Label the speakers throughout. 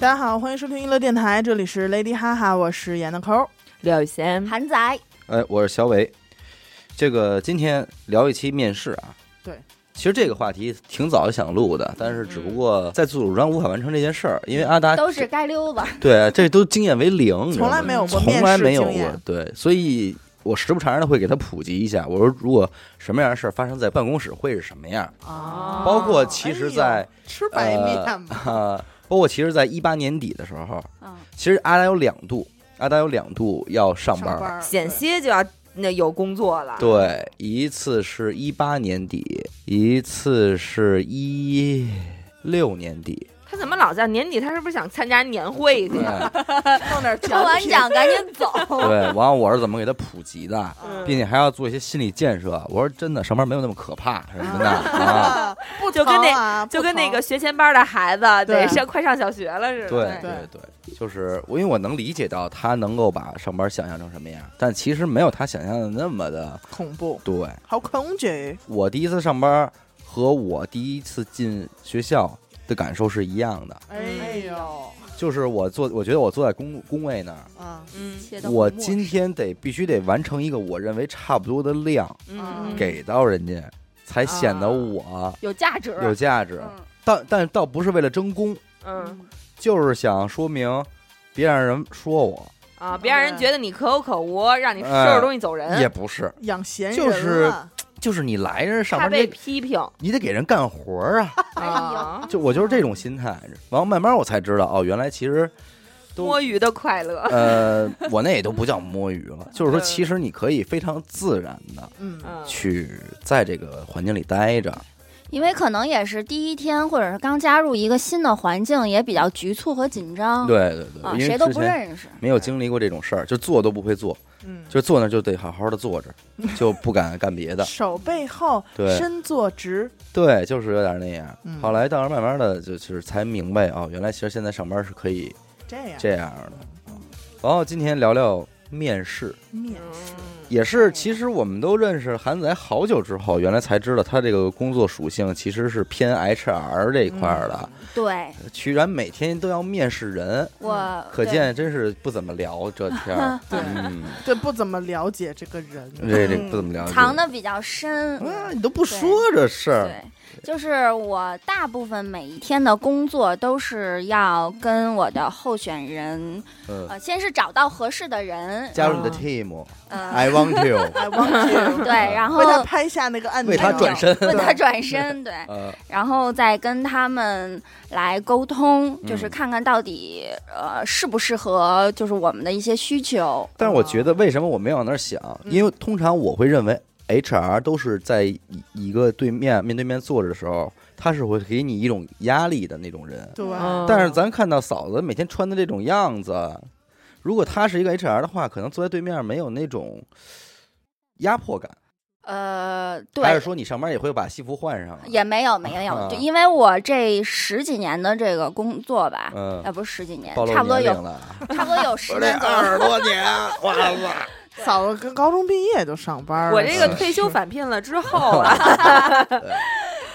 Speaker 1: 大家好，欢迎收听娱乐电台，这里是 Lady 哈哈，我是演的抠儿。
Speaker 2: 廖雨贤，
Speaker 3: 韩仔，
Speaker 4: 哎，我是小伟。这个今天聊一期面试啊。
Speaker 1: 对。
Speaker 4: 其实这个话题挺早就想录的，但是只不
Speaker 1: 嗯
Speaker 4: 过在自主主张无法完成这件事儿，因为阿达
Speaker 3: 都是街溜子，
Speaker 4: 对这都经验为零，你知道
Speaker 1: 从
Speaker 4: 吗
Speaker 1: 来没有过
Speaker 4: 嗯从来没有
Speaker 1: 面试经
Speaker 4: 过
Speaker 1: 验，
Speaker 4: 对，所以我时不常的会给他普及一下，我说如果什么样的事儿发生在办公室会是什么样，
Speaker 3: 哦
Speaker 4: 包括其实在
Speaker 1: 吃
Speaker 4: 白
Speaker 1: 白
Speaker 4: 面
Speaker 1: 面
Speaker 4: 啊
Speaker 1: 吧，、
Speaker 4: 包括其实在一八年底的时候，
Speaker 3: 嗯，
Speaker 4: 其实阿达有两度，阿达有两度要呃上班儿，
Speaker 1: 上班儿
Speaker 2: 险些就要那有工作了。
Speaker 4: 对，一次是一八年底，一次是一六年底，
Speaker 2: 他怎么老在年底？他是不是想参加年会去？
Speaker 4: 对，
Speaker 1: 弄点
Speaker 3: 抽完奖赶紧走。
Speaker 4: 哎 对然后我是怎么给他普及的？
Speaker 2: 嗯
Speaker 4: 并且还要做一些心理建设。我说真的，上班没有那么可怕什么的啊。
Speaker 1: 不
Speaker 2: 就跟那
Speaker 1: 疼啊
Speaker 2: 就跟那
Speaker 1: 不
Speaker 2: 个学前班的孩子得
Speaker 1: 对
Speaker 2: 上快上小学了似的。
Speaker 4: 对
Speaker 1: 对
Speaker 4: 对，就是我，因为我能理解到他能够把上班想象成什么样，但其实没有他想象的那么的。
Speaker 1: 疼恐怖，
Speaker 4: 对
Speaker 1: 好恐惧。
Speaker 4: 我第一次上班和我第一次进学校的感受是一样的，
Speaker 1: 哎呦，
Speaker 4: 就是我坐，我觉得我坐在工工位那儿，
Speaker 1: 啊，
Speaker 2: 嗯
Speaker 3: 切得
Speaker 4: 我
Speaker 3: 很末
Speaker 4: 今天得必须得完成一个我认为差不多的量
Speaker 2: 嗯，
Speaker 4: 给到人家，才显得
Speaker 2: 啊
Speaker 4: 我
Speaker 3: 有价值，
Speaker 4: 有价值。
Speaker 3: 嗯
Speaker 4: 但但倒不是为了争功。
Speaker 2: 嗯
Speaker 4: 就是想说明，别让人说我，
Speaker 2: 啊，别让人觉得你可有可无，让你收
Speaker 4: 哎
Speaker 2: 拾东西走
Speaker 3: 嗯
Speaker 2: 人，
Speaker 4: 也不是，
Speaker 1: 养闲人
Speaker 4: 就是
Speaker 1: 了
Speaker 4: 就是你来这上
Speaker 2: 怕
Speaker 4: 班，
Speaker 2: 被
Speaker 4: 你得
Speaker 2: 批评。
Speaker 4: 你得给人干活儿啊。
Speaker 3: 哎
Speaker 2: 啊
Speaker 3: 呀，
Speaker 4: 就我就是这种心态，然后慢慢我才知道，哦，原来其实都
Speaker 2: 摸鱼的快 乐。
Speaker 4: 呃，我那也都不叫摸鱼了，就是说，
Speaker 2: 嗯
Speaker 4: 其实你可以非常自然的
Speaker 1: 嗯，
Speaker 2: 嗯，
Speaker 4: 去在这个环境里待着，
Speaker 3: 因为可能也是第一天，或者是刚加入一个新的环境，也比较局促和紧张，
Speaker 4: 对对对，
Speaker 3: 啊，
Speaker 4: 因为
Speaker 3: 谁都
Speaker 4: 之
Speaker 3: 不
Speaker 4: 前
Speaker 3: 认识，
Speaker 4: 没有经历过这种事儿，就做都不会做，
Speaker 1: 嗯，。
Speaker 4: 就坐那儿就得好好的坐着，就不敢干别的
Speaker 1: 手背后，
Speaker 4: 对
Speaker 1: 身坐直，
Speaker 4: 对，就是有点那样。
Speaker 1: 嗯
Speaker 4: 后来，当然慢慢的，就就是才明白哦，原来其实现在上班是可以
Speaker 1: 这样
Speaker 4: 这样的。
Speaker 1: 嗯
Speaker 4: 然后今天聊聊面试，
Speaker 1: 面
Speaker 2: 嗯
Speaker 4: 也是其实我们都认识韩仔好久之后，原来才知道他这个工作属性其实是偏 HR 这一块儿的，
Speaker 3: 对
Speaker 1: 嗯
Speaker 4: 居然每天都要面试人，
Speaker 3: 我
Speaker 4: 呃可见真是不怎么聊这 天儿。
Speaker 1: 对
Speaker 4: 嗯，
Speaker 1: 对不怎么了解这个 人，
Speaker 4: 这这不怎么聊
Speaker 3: 对嗯
Speaker 4: 解。
Speaker 3: 藏的比较深，嗯
Speaker 4: 啊，你都不说这事儿，
Speaker 3: 对，就是我大部分每一天的工作都是要跟我的候选人，
Speaker 4: 嗯，
Speaker 3: 呃，先是找到合适的人，
Speaker 4: 加哎入你的 team，I
Speaker 3: 呃，
Speaker 4: want you，
Speaker 1: I want you，
Speaker 3: 对，然后
Speaker 1: 为他拍下那个按钮，
Speaker 4: 为他转身。
Speaker 3: 问他
Speaker 1: 对
Speaker 3: 转身，对，
Speaker 4: 呃，
Speaker 3: 然后再跟他们来沟通，
Speaker 4: 嗯
Speaker 3: 就是看看到底呃适不适合，就是我们的一些需求。
Speaker 4: 但是我觉得为什么我没往那儿想？
Speaker 1: 嗯
Speaker 4: 因为通常我会认为 HR 都是在一一个对面面对面坐着的时候，他是会给你一种压力的那种人。
Speaker 1: 对，
Speaker 2: 嗯
Speaker 4: 但是咱看到嫂子每天穿的这种样子，如果她是一个 HR 的话，可能坐在对面没有那种压迫感，
Speaker 3: 呃，
Speaker 4: 还
Speaker 3: 对
Speaker 4: 是，说你上班也会把西服换上啊？
Speaker 3: 也没有没有，
Speaker 4: 啊
Speaker 3: 就因为我这十几年的这个工作吧，
Speaker 4: 嗯
Speaker 3: 呃，不是十几年
Speaker 4: 暴，露
Speaker 3: 差不多
Speaker 4: 年龄
Speaker 3: 有
Speaker 4: 啊了啊。
Speaker 3: 差不多 有十
Speaker 4: 我这
Speaker 3: 年左右。
Speaker 4: 二十多年，哇塞！
Speaker 1: 嫂子跟高中毕业就上班了，
Speaker 2: 我这个
Speaker 1: 是
Speaker 2: 退休返聘了 之后啊，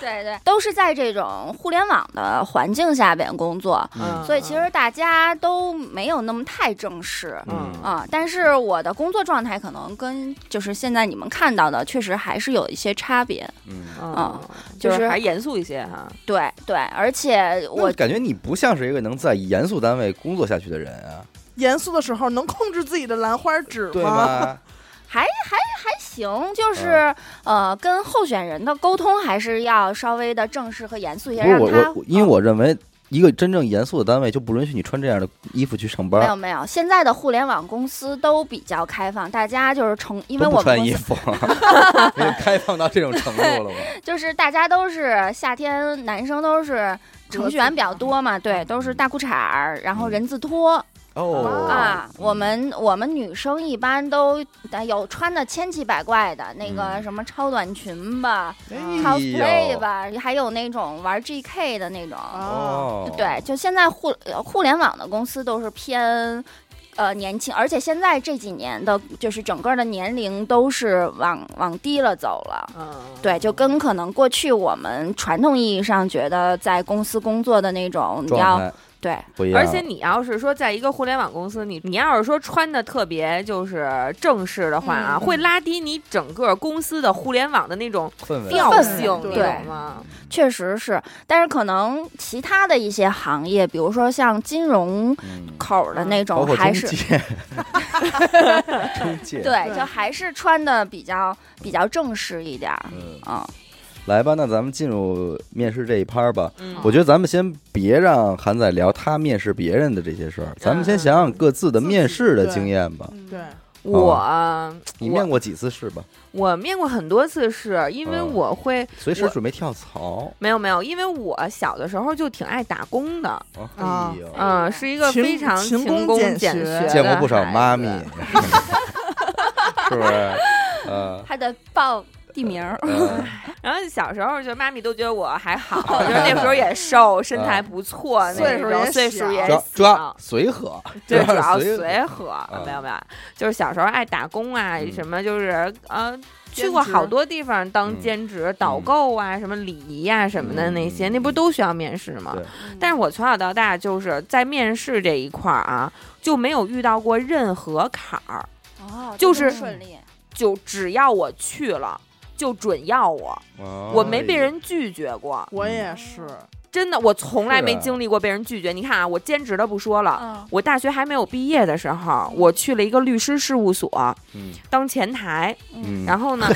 Speaker 3: 对对，都是在这种互联网的环境下边工作，
Speaker 4: 嗯
Speaker 3: 所以其实大家都没有那么太正式。
Speaker 4: 嗯
Speaker 1: 嗯
Speaker 3: 啊、但是我的工作状态可能跟就是现在你们看到的，确实还是有一些差别。
Speaker 4: 嗯，
Speaker 2: 嗯，
Speaker 3: 就
Speaker 2: 就是是还严肃一些哈。
Speaker 3: 对对，而且我
Speaker 4: 我感觉你不像是一个能在严肃单位工作下去的人啊，
Speaker 1: 严肃的时候能控制自己的兰花指
Speaker 4: 对
Speaker 1: 吗？
Speaker 4: 吗？
Speaker 3: 还还还行，就是、
Speaker 4: 嗯
Speaker 3: 呃，跟候选人的沟通还是要稍微的正式和严肃一些，
Speaker 4: 不
Speaker 3: 让
Speaker 4: 是我
Speaker 3: 他嗯
Speaker 4: 我我，因为我认为一个真正严肃的单位就不允许你穿这样的衣服去上
Speaker 3: 没
Speaker 4: 班，
Speaker 3: 有没有，现在的互联网公司都比较开放，大家就是成，因为
Speaker 4: 都
Speaker 3: 我
Speaker 4: 不
Speaker 3: 们
Speaker 4: 穿
Speaker 3: 公
Speaker 4: 衣
Speaker 3: 司啊
Speaker 4: 服，啊已经开放到这种程度了吗？
Speaker 3: 就是大家都是夏天，男生都是程序员比较多嘛，对，都
Speaker 4: 嗯
Speaker 3: 是大裤衩儿，然后人字拖、
Speaker 4: 哦
Speaker 3: 啊。我们我们女生一般都呃有穿的千奇百怪的，那个
Speaker 4: 嗯
Speaker 3: 什么超短裙吧、
Speaker 4: 哎
Speaker 3: cosplay
Speaker 4: 呦
Speaker 3: 吧，还有那种玩 GK 的那种。
Speaker 1: 啊，
Speaker 4: 哦，
Speaker 3: 对，就现在互呃互联网的公司都是偏。呃，年轻，而且现在这几年的，就是整个的年龄都是往往低了走了。
Speaker 2: 嗯，
Speaker 3: 对，就跟可能过去我们传统意义上觉得在公司工作的那种，你
Speaker 4: 状
Speaker 3: 要
Speaker 4: 态
Speaker 3: 对，
Speaker 4: 不一样。
Speaker 2: 而且你要是说在一个互联网公司，你你要是说穿的特别就是正式的话啊，
Speaker 3: 嗯
Speaker 2: 会拉低你整个公司的互联网的那种
Speaker 4: 氛围
Speaker 2: 调性，
Speaker 1: 氛围
Speaker 2: 你
Speaker 1: 对
Speaker 2: 懂吗？
Speaker 3: 确实是，但是可能其他的一些行业，比如说像金融
Speaker 4: 嗯
Speaker 3: 口儿的那
Speaker 4: 包
Speaker 3: 种，
Speaker 4: 括
Speaker 3: 还
Speaker 4: 中
Speaker 3: 是
Speaker 4: 介， 中介，
Speaker 3: 对，
Speaker 1: 对
Speaker 3: 就还是穿的比较比较正式一点儿。
Speaker 4: 嗯，
Speaker 3: 嗯，
Speaker 4: 来吧，那咱们进入面试这一趴儿吧。
Speaker 2: 嗯，
Speaker 4: 我觉得咱们先别让韩仔聊他面试别人的这些事儿，咱们先想想各自的面试的经验吧。
Speaker 1: 嗯对，
Speaker 2: 我、
Speaker 4: 哦你
Speaker 2: 我
Speaker 4: 面过几次试吧？
Speaker 2: 我面过很多次试，因为
Speaker 4: 嗯
Speaker 2: 我会、
Speaker 4: 随时
Speaker 2: 我
Speaker 4: 准备跳槽。
Speaker 2: 没有没有，因为我小的时候就挺爱打工的，
Speaker 4: 哎呦，
Speaker 2: 嗯、
Speaker 3: 呀
Speaker 2: 是一个
Speaker 1: 勤
Speaker 2: 非常
Speaker 1: 勤
Speaker 2: 勤
Speaker 1: 工
Speaker 2: 工
Speaker 1: 俭
Speaker 2: 俭
Speaker 1: 学
Speaker 2: 学，
Speaker 4: 见过不少妈咪，。 是不是？嗯。
Speaker 3: 还得报地名儿。
Speaker 4: 嗯
Speaker 2: 然后小时候就妈咪都觉得我还好，就是那时候也瘦，身材不错，那
Speaker 1: 岁数
Speaker 2: 种
Speaker 1: 也
Speaker 2: 岁
Speaker 1: 小
Speaker 2: 数也
Speaker 4: 主要主
Speaker 2: 小
Speaker 4: 要。随和，
Speaker 2: 对，主
Speaker 4: 主
Speaker 2: 要
Speaker 4: 随
Speaker 2: 随和，
Speaker 4: 嗯
Speaker 2: 没有没有，就是小时候爱打工啊，
Speaker 4: 嗯
Speaker 2: 什么就是呃，
Speaker 1: 兼
Speaker 2: 去过好
Speaker 1: 职
Speaker 2: 多地方当
Speaker 4: 嗯
Speaker 2: 兼职、导购啊，什么礼仪啊什么的那些，
Speaker 4: 嗯
Speaker 2: 那不都需要面试吗
Speaker 4: 对？
Speaker 2: 但是我从小到大就是在面试这一块儿啊，就没有遇到过任何坎儿，
Speaker 3: 哦，
Speaker 2: 就
Speaker 3: 这么
Speaker 2: 是
Speaker 3: 顺利。
Speaker 2: 就只要我去了，就准要我，我
Speaker 4: 我
Speaker 2: 没被人拒绝过。
Speaker 1: 我也是，
Speaker 2: 真的，我从来
Speaker 4: 是
Speaker 2: 没
Speaker 4: 啊
Speaker 2: 经历过被人拒绝。你看啊，我兼职的不说了，
Speaker 3: 嗯，
Speaker 2: 我大学还没有毕业的时候，我去了一个律师事务所
Speaker 4: 嗯
Speaker 2: 当前台，
Speaker 4: 嗯，
Speaker 2: 然后呢， 哦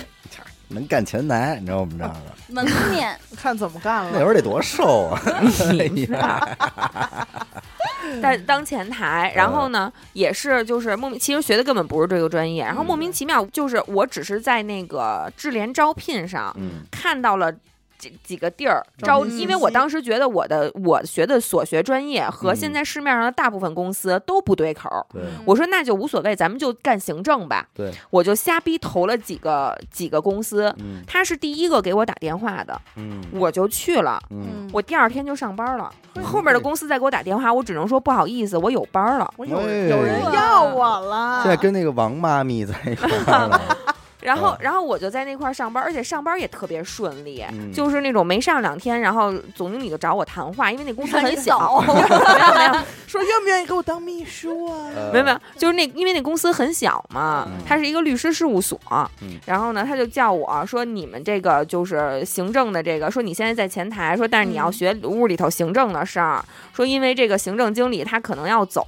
Speaker 4: 能干前台，你知道我们这儿的
Speaker 3: 门面
Speaker 1: 看怎么干
Speaker 4: 那
Speaker 1: 了。
Speaker 4: 会儿得多瘦 啊！哎呀
Speaker 2: 啊在当前台，
Speaker 4: 嗯
Speaker 2: 然后呢，也是就是莫名，其实学的根本不是这个专业，然后
Speaker 4: 嗯
Speaker 2: 莫名其妙就是我只是在那个智联招聘上
Speaker 4: 嗯
Speaker 2: 看到了。几几个地儿
Speaker 1: 招
Speaker 2: 招，
Speaker 1: 聘信
Speaker 2: 因为我
Speaker 1: 息
Speaker 2: 当时觉得我的我学的所学专业和
Speaker 4: 嗯
Speaker 2: 现在市面上的大部分公司都不对口儿，
Speaker 4: 对
Speaker 2: 我说那就无所谓，咱们就干行政吧。
Speaker 4: 对，
Speaker 2: 我就瞎逼投了几个几个公司，
Speaker 4: 嗯
Speaker 2: 他是第一个给我打电话的，
Speaker 4: 嗯
Speaker 2: 我就去了。
Speaker 4: 嗯，
Speaker 2: 我第二天就上班了，嗯
Speaker 3: 嗯
Speaker 2: 后面的公司再给我打电话，我只能说不好意思，我有班了。
Speaker 1: 我有
Speaker 4: 哎
Speaker 1: 有人要我了，
Speaker 4: 现在跟那个王妈咪在一块
Speaker 2: 啊
Speaker 4: 儿了，
Speaker 2: 然后
Speaker 3: 嗯
Speaker 4: 啊，
Speaker 2: 然后我就在那块儿上班，而且上班也特别顺利，
Speaker 4: 嗯
Speaker 2: 就是那种没上两天，然后总经理就找我谈话，因为那公司很小，
Speaker 3: 让你走
Speaker 2: 没有没有
Speaker 1: 说愿不愿意给我当秘书啊？
Speaker 2: 没有没有，就是那因为那公司很小嘛
Speaker 4: 呃嗯，
Speaker 2: 它是一个律师事务所
Speaker 4: 嗯，
Speaker 2: 然后呢，他就叫我说你们这个就是行政的这个，说你现在在前台，说但是你要
Speaker 3: 嗯
Speaker 2: 学屋里头行政的事儿，说因为这个行政经理他可能要走，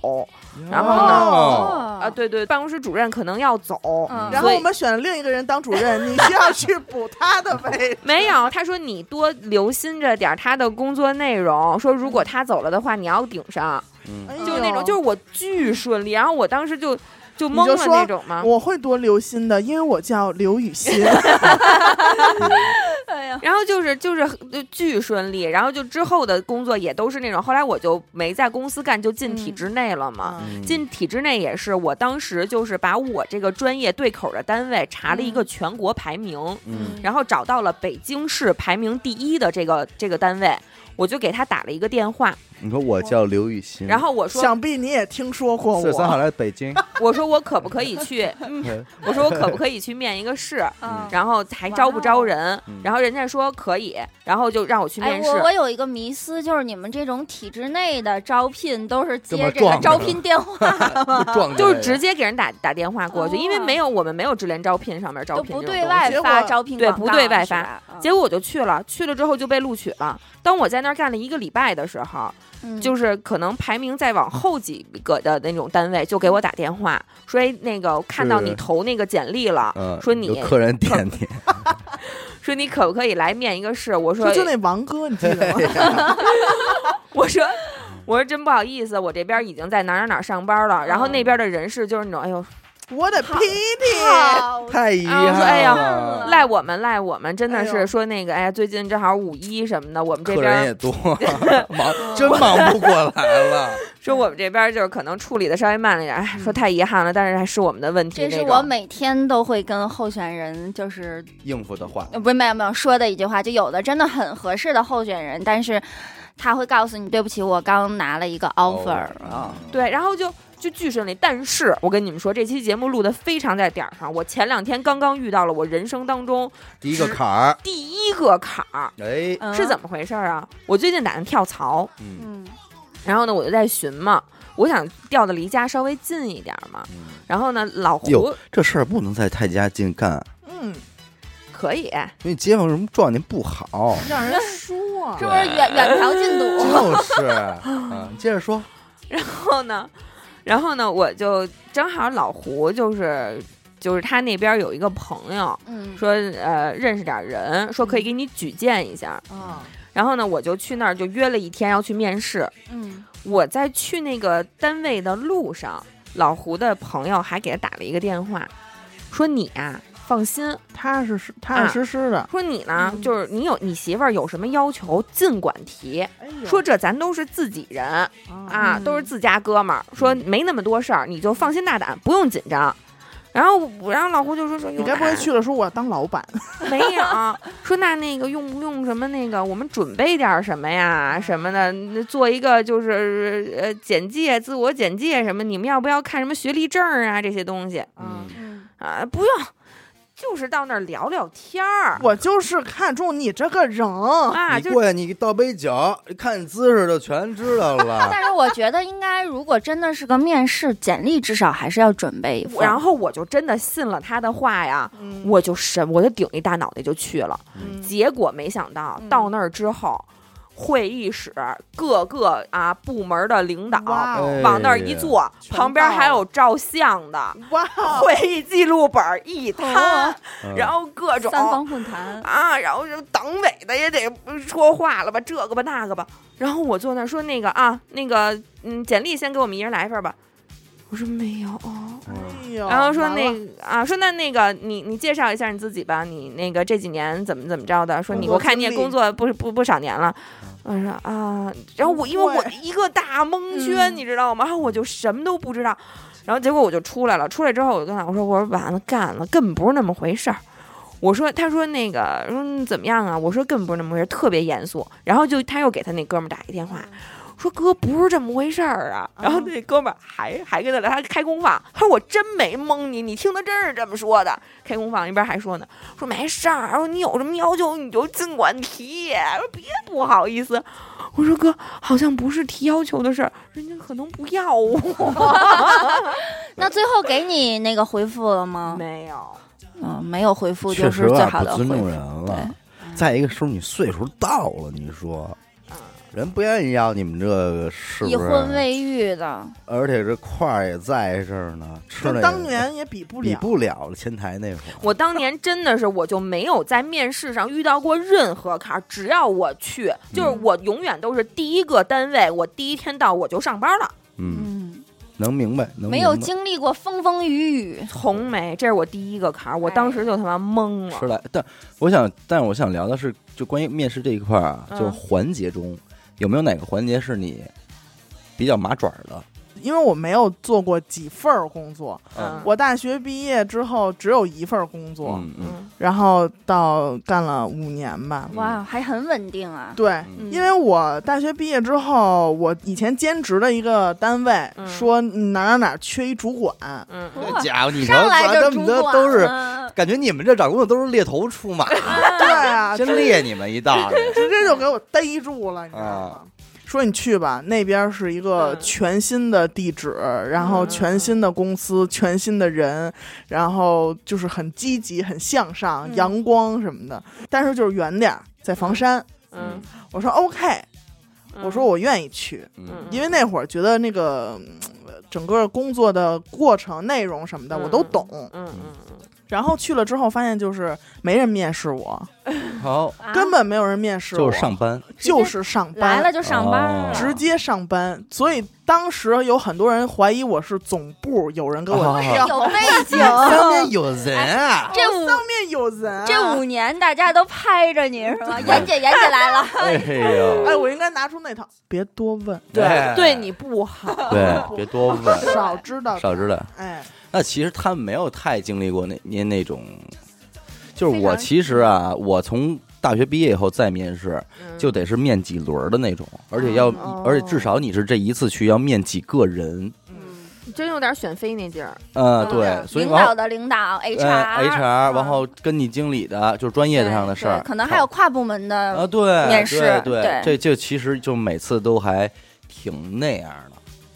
Speaker 2: 然后呢
Speaker 4: 呢？
Speaker 2: 啊，，对对，办公室主任可能要走，。
Speaker 3: 哦嗯
Speaker 1: 然后我们选了另一个人当主 任，你需要去补他的位
Speaker 2: 没有，他说你多留心着点儿他的工作内容，说如果他走了的话，你要顶上，
Speaker 4: 嗯
Speaker 1: 哎呦
Speaker 2: 就是那种，就是我巨顺利，然后我当时就就
Speaker 1: 你
Speaker 2: 懵
Speaker 1: 就
Speaker 2: 了
Speaker 1: 说
Speaker 2: 那种嘛。
Speaker 1: 我会多留心的，因为我叫刘雨欣。
Speaker 3: 哎呀，
Speaker 2: 然后就是就是就巨顺利，然后就之后的工作也都是那种，后来我就没在公司干，就进体
Speaker 3: 嗯
Speaker 2: 制内了嘛。
Speaker 1: 啊
Speaker 4: 嗯
Speaker 2: 进体制内也是，我当时就是把我这个专业对口的单位查了一个全国排名，
Speaker 4: 嗯
Speaker 2: 然后找到了北京市排名第一的这个这个单位，我就给他打了一个电话，
Speaker 4: 你说我叫刘雨欣，
Speaker 2: 然后我说
Speaker 1: 想必你也听说过
Speaker 4: 四十三号
Speaker 1: 我，
Speaker 4: 来北 京，
Speaker 2: 我说我可不可以 去，
Speaker 4: 嗯
Speaker 2: 我说我可不可以去面一个试，
Speaker 3: 嗯
Speaker 2: 然后还招不招人
Speaker 4: 嗯，
Speaker 2: 然后人家说可以，然后就让我去
Speaker 3: 哦哎，
Speaker 2: 面试
Speaker 3: 我。我有一个迷思，就是你们这种体制内的招聘都是
Speaker 4: 这么
Speaker 3: 接这
Speaker 4: 壮
Speaker 3: 个
Speaker 4: 着
Speaker 3: 招聘电话，
Speaker 4: 撞见
Speaker 2: 就是
Speaker 4: 了
Speaker 2: 直接给人打打电话过去，
Speaker 3: 哦
Speaker 2: 因为没有我们没有智联招聘上面招
Speaker 3: 都
Speaker 2: 聘
Speaker 3: 不
Speaker 2: 这种
Speaker 3: 对
Speaker 2: 东
Speaker 3: 外
Speaker 2: 西
Speaker 1: 结
Speaker 3: 发
Speaker 1: 果
Speaker 3: 招聘
Speaker 2: 对
Speaker 3: 广
Speaker 2: 不
Speaker 3: 告
Speaker 2: 对外
Speaker 3: 是
Speaker 2: 发
Speaker 3: 吧，嗯
Speaker 2: 结果我就去了，去了之后就被录取了。当我在那儿干了一个礼拜的时候，
Speaker 3: 嗯
Speaker 2: 就是可能排名再往后几个的那种单位就给我打电话说，哎，那个看到你
Speaker 4: 是
Speaker 2: 投那个简历了，
Speaker 4: 嗯
Speaker 2: 说你
Speaker 4: 有客人点 你，
Speaker 2: 说你可不可以来面一个试？我说
Speaker 1: 说就那王哥，你记
Speaker 4: 哎
Speaker 1: 得吗？
Speaker 2: 我说。我说真不好意思，我这边已经在哪儿哪儿哪儿上班了，然后
Speaker 3: 嗯
Speaker 2: 那边的人事就是那种，哎呦，
Speaker 1: 我的
Speaker 3: 啊
Speaker 1: PT，
Speaker 3: 好
Speaker 4: 太 遗
Speaker 2: 然后
Speaker 4: 憾
Speaker 2: 说哎呀
Speaker 4: 了，
Speaker 2: 赖我们赖我们，真的
Speaker 1: 哎
Speaker 2: 是
Speaker 1: 呦
Speaker 2: 说那个，哎呀，最近正好五一什么的，我们这
Speaker 4: 客人也
Speaker 2: 边
Speaker 4: 多，忙真忙不过来了。
Speaker 2: 说我们这边就是可能处理的稍微慢了一点，哎，说太遗憾了，但是还是我们的问题
Speaker 3: 嗯这
Speaker 2: 那
Speaker 3: 是
Speaker 2: 种。
Speaker 3: 我每天都会跟候选人，就是
Speaker 4: 应付的话，
Speaker 2: 嗯
Speaker 3: 呃不是没有没有说的一句话，就有的真的很合适的候选人，但是他会告诉你对不起，我刚拿了一个
Speaker 2: 哦
Speaker 3: offer 啊、
Speaker 4: 嗯，
Speaker 2: 对，然后就就巨顺利。但是我跟你们说，这期节目录的非常在点儿上。我前两天刚刚遇到了我人生当中
Speaker 4: 第一个坎儿，
Speaker 2: 第一个坎儿，
Speaker 4: 哎，
Speaker 3: 嗯
Speaker 2: 是怎么回事儿啊？我最近打算跳槽，
Speaker 4: 嗯
Speaker 3: 嗯
Speaker 2: 然后呢，我就在寻嘛，我想调的离家稍微近一点嘛。
Speaker 4: 嗯
Speaker 2: 然后呢，老胡
Speaker 4: 哟这事儿不能在太家近干，
Speaker 1: 嗯，
Speaker 2: 可以，
Speaker 4: 因为街坊什么撞见不好。
Speaker 1: 让人说
Speaker 3: 是不是远远嫖 禁
Speaker 4: 就
Speaker 3: 毒？
Speaker 4: 是，啊，你接着说，
Speaker 2: 然后呢，然后呢，我就正好老胡就是就是他那边有一个朋友
Speaker 3: 嗯，
Speaker 2: 说呃认识点人，
Speaker 1: 嗯
Speaker 2: 说可以给你举荐一下。
Speaker 1: 啊，
Speaker 2: 然后呢，我就去那儿就约了一天要去面试。
Speaker 3: 嗯，
Speaker 2: 我在去那个单位的路上，老胡的朋友还给他打了一个电话，说你啊放心，
Speaker 1: 踏实实踏
Speaker 2: 啊
Speaker 1: 实实的。
Speaker 2: 说你呢、
Speaker 1: 嗯
Speaker 2: 就是你有你媳妇儿有什么要求尽管提，
Speaker 1: 哎呦
Speaker 2: 说这咱都是自己人。
Speaker 1: 啊，
Speaker 2: 啊，
Speaker 3: 嗯
Speaker 2: 都是自家哥们儿，说
Speaker 1: 嗯
Speaker 2: 没那么多事儿，你就放心大胆，不用紧张。然后我，然后老胡就说说，哎
Speaker 1: 你该不会去了说我要当老 板？
Speaker 2: 那没有？说那那个用不用什么那个，我们准备点儿什么呀什么的，那做一个就是呃简介，自我简介什么，你们要不要看什么学历证儿啊这些东西
Speaker 1: 啊，
Speaker 3: 嗯
Speaker 2: 啊？不用，就是到那儿聊聊天儿
Speaker 1: 我就是看中你这个 人，
Speaker 2: 啊，
Speaker 4: 你
Speaker 2: 就
Speaker 4: 过去你倒杯酒，看你姿势就全知道 了。
Speaker 3: 但是我觉得应该，如果真的是个面试，简历至少还是要准备一份。
Speaker 2: 然后我就真的信了他的话呀，
Speaker 1: 嗯
Speaker 2: 我就什我就顶一大脑袋就去了。
Speaker 1: 嗯
Speaker 2: 结果没想到
Speaker 1: 嗯
Speaker 2: 到那儿之后，会议室各个啊部门的领导
Speaker 4: 哎
Speaker 1: 哇哦
Speaker 2: 往那儿一坐，
Speaker 1: 全
Speaker 2: 旁边
Speaker 1: 到哦
Speaker 2: 还有照相的，
Speaker 1: 哇，
Speaker 2: 会议记录本儿一
Speaker 1: 哦
Speaker 2: 摊，
Speaker 4: 嗯
Speaker 2: 然后各种
Speaker 3: 啊三方混谈，
Speaker 2: 啊，然后就党委的也得说话了吧，这个吧那个吧。然后我坐那儿说那个啊，那个嗯，简历先给我们一人来一份吧。我说没有。
Speaker 4: 嗯
Speaker 1: 哎呦
Speaker 2: 然后说
Speaker 1: 完了
Speaker 2: 那个啊，说那那个你你介绍一下你自己吧，你那个这几年怎么怎么着的？说
Speaker 1: 工
Speaker 2: 你
Speaker 1: 作
Speaker 2: 我看你也
Speaker 1: 经历嗯
Speaker 2: 工作不是不不少年了。我说啊，然后我因为我
Speaker 1: 对
Speaker 2: 一个大蒙圈，
Speaker 1: 嗯
Speaker 2: 你知道吗？然啊后我就什么都不知道，然后结果我就出来了。出来之后我就跟他我说我说完了，干了，根本不是那么回事儿。我说，他说那个，说嗯怎么样啊？我说根本不是那么回事儿，特别严肃。然后就他又给他那哥们儿打一电话，说哥不是这么回事儿啊，然后那哥们儿还还跟他俩还开公放，他说我真没蒙你，你听他真是这么说的。开公放一边还说呢，说没事儿，说你有什么要求你就尽管提，说别不好意思。我说哥，好像不是提要求的事儿，人家可能不要我。
Speaker 3: 那最后给你那个回复了吗？
Speaker 2: 没有，
Speaker 3: 嗯，没有回复
Speaker 4: 确
Speaker 3: 就
Speaker 4: 实
Speaker 3: 是
Speaker 4: 有
Speaker 3: 最
Speaker 4: 点
Speaker 3: 好
Speaker 4: 不
Speaker 3: 的回
Speaker 4: 尊重
Speaker 3: 复
Speaker 4: 人。了
Speaker 3: 对。
Speaker 4: 再一个，是不是你岁数到了？你说，人不愿意要你们这个，是不
Speaker 3: 已婚
Speaker 4: 是？
Speaker 3: 未育的，
Speaker 4: 而且这块儿也在这儿呢，吃的
Speaker 1: 跟
Speaker 4: 也
Speaker 1: 当年也比不
Speaker 4: 比
Speaker 1: 了，
Speaker 4: 不了了。前台那会儿，
Speaker 2: 我当年真的是我就没有在面试上遇到过任何坎儿，只要我去，
Speaker 4: 嗯
Speaker 2: 就是我永远都是第一个单位，我第一天到我就上班了。
Speaker 4: 嗯，
Speaker 3: 嗯，
Speaker 4: 能明白，能
Speaker 3: 没有
Speaker 4: 明白
Speaker 3: 经历过风风雨雨，
Speaker 2: 从没，这是我第一个坎儿，我当时就他妈懵
Speaker 4: 吃
Speaker 2: 了。
Speaker 4: 来。但我想，但是我想聊的是，就关于面试这一块儿啊，
Speaker 2: 嗯
Speaker 4: 就是环节中有没有哪个环节是你比较麻爪儿的？
Speaker 1: 因为我没有做过几份儿工作。
Speaker 2: 嗯，
Speaker 1: 我大学毕业之后只有一份儿工作，
Speaker 4: 嗯嗯
Speaker 2: 嗯
Speaker 1: 然后到干了五年吧。
Speaker 3: 哇，还很稳定啊。
Speaker 1: 对，
Speaker 4: 嗯
Speaker 1: 因为我大学毕业之后，我以前兼职的一个单位、
Speaker 2: 嗯
Speaker 1: 说哪哪哪缺一主管，
Speaker 2: 嗯
Speaker 3: 嗯
Speaker 4: 这家伙，你
Speaker 3: 上
Speaker 4: 瞧，
Speaker 3: 来
Speaker 4: 咱
Speaker 3: 就
Speaker 4: 们
Speaker 3: 主
Speaker 4: 的
Speaker 3: 管
Speaker 4: 都是
Speaker 3: 了
Speaker 4: 感觉你们这找工作都是猎头出马，
Speaker 1: 对 啊，
Speaker 4: 先猎你们一道去。
Speaker 1: 直接就给我逮住了，你知道
Speaker 4: 啊
Speaker 1: 吗？说你去吧，那边是一个
Speaker 2: 嗯
Speaker 1: 全新的地址，然后
Speaker 2: 嗯
Speaker 1: 全新的公司，全新的人，然后就是很积极、很向上、
Speaker 3: 嗯
Speaker 1: 阳光什么的。但是就是远点儿，在房山。
Speaker 2: 嗯，
Speaker 1: 我说 OK，我说我愿意去，
Speaker 2: 嗯
Speaker 1: 因为那会儿觉得那个嗯整个工作的过程、内容什么的我都
Speaker 2: 嗯
Speaker 1: 懂。
Speaker 2: 嗯嗯嗯
Speaker 1: 然后去了之后，发现就是没人面试我，
Speaker 4: 好，
Speaker 3: 啊
Speaker 1: 根本没有人面试我，
Speaker 4: 就是上班，
Speaker 1: 就是上班
Speaker 3: 来了就上班儿
Speaker 4: 哦
Speaker 3: 了，
Speaker 1: 直接上班，所以当时有很多人怀疑我是总部有人给我
Speaker 4: 哦
Speaker 1: 调，
Speaker 3: 有哎背 景。
Speaker 4: 上面有人啊！
Speaker 3: 这五
Speaker 1: 上面有人啊、
Speaker 3: 这五年大家都拍着你是吗？严姐，严姐来了，
Speaker 4: 哎呦，
Speaker 1: 哎，我应该拿出那套，别多问，
Speaker 4: 哎
Speaker 2: 对，对你不 好。
Speaker 4: 对，别多问，
Speaker 1: 少知道，
Speaker 4: 少知道。
Speaker 1: 哎，
Speaker 4: 那其实他们没有太经历过那那那种，就是
Speaker 3: 非
Speaker 4: 我
Speaker 3: 常
Speaker 4: 其实啊，我从大学毕业以后再面试，
Speaker 2: 嗯
Speaker 4: 就得是面几轮儿的那种，而且要，
Speaker 1: 哦
Speaker 4: 而且至少你是这一次去要面几个人，
Speaker 1: 嗯
Speaker 2: 真有点选妃那劲儿，
Speaker 4: 呃，
Speaker 3: 嗯
Speaker 4: 对，所以
Speaker 3: 领
Speaker 4: 然后
Speaker 3: 导的领导
Speaker 4: 呃
Speaker 3: HR，
Speaker 4: HR，然后跟你经理的，就是专业
Speaker 3: 对
Speaker 4: 上的事
Speaker 3: 对
Speaker 4: 儿，
Speaker 3: 可能还有跨部门
Speaker 4: 啊，
Speaker 3: 的，
Speaker 4: 对，
Speaker 3: 面试
Speaker 4: 对，
Speaker 3: 对
Speaker 4: 这就其实就每次都还挺那样的，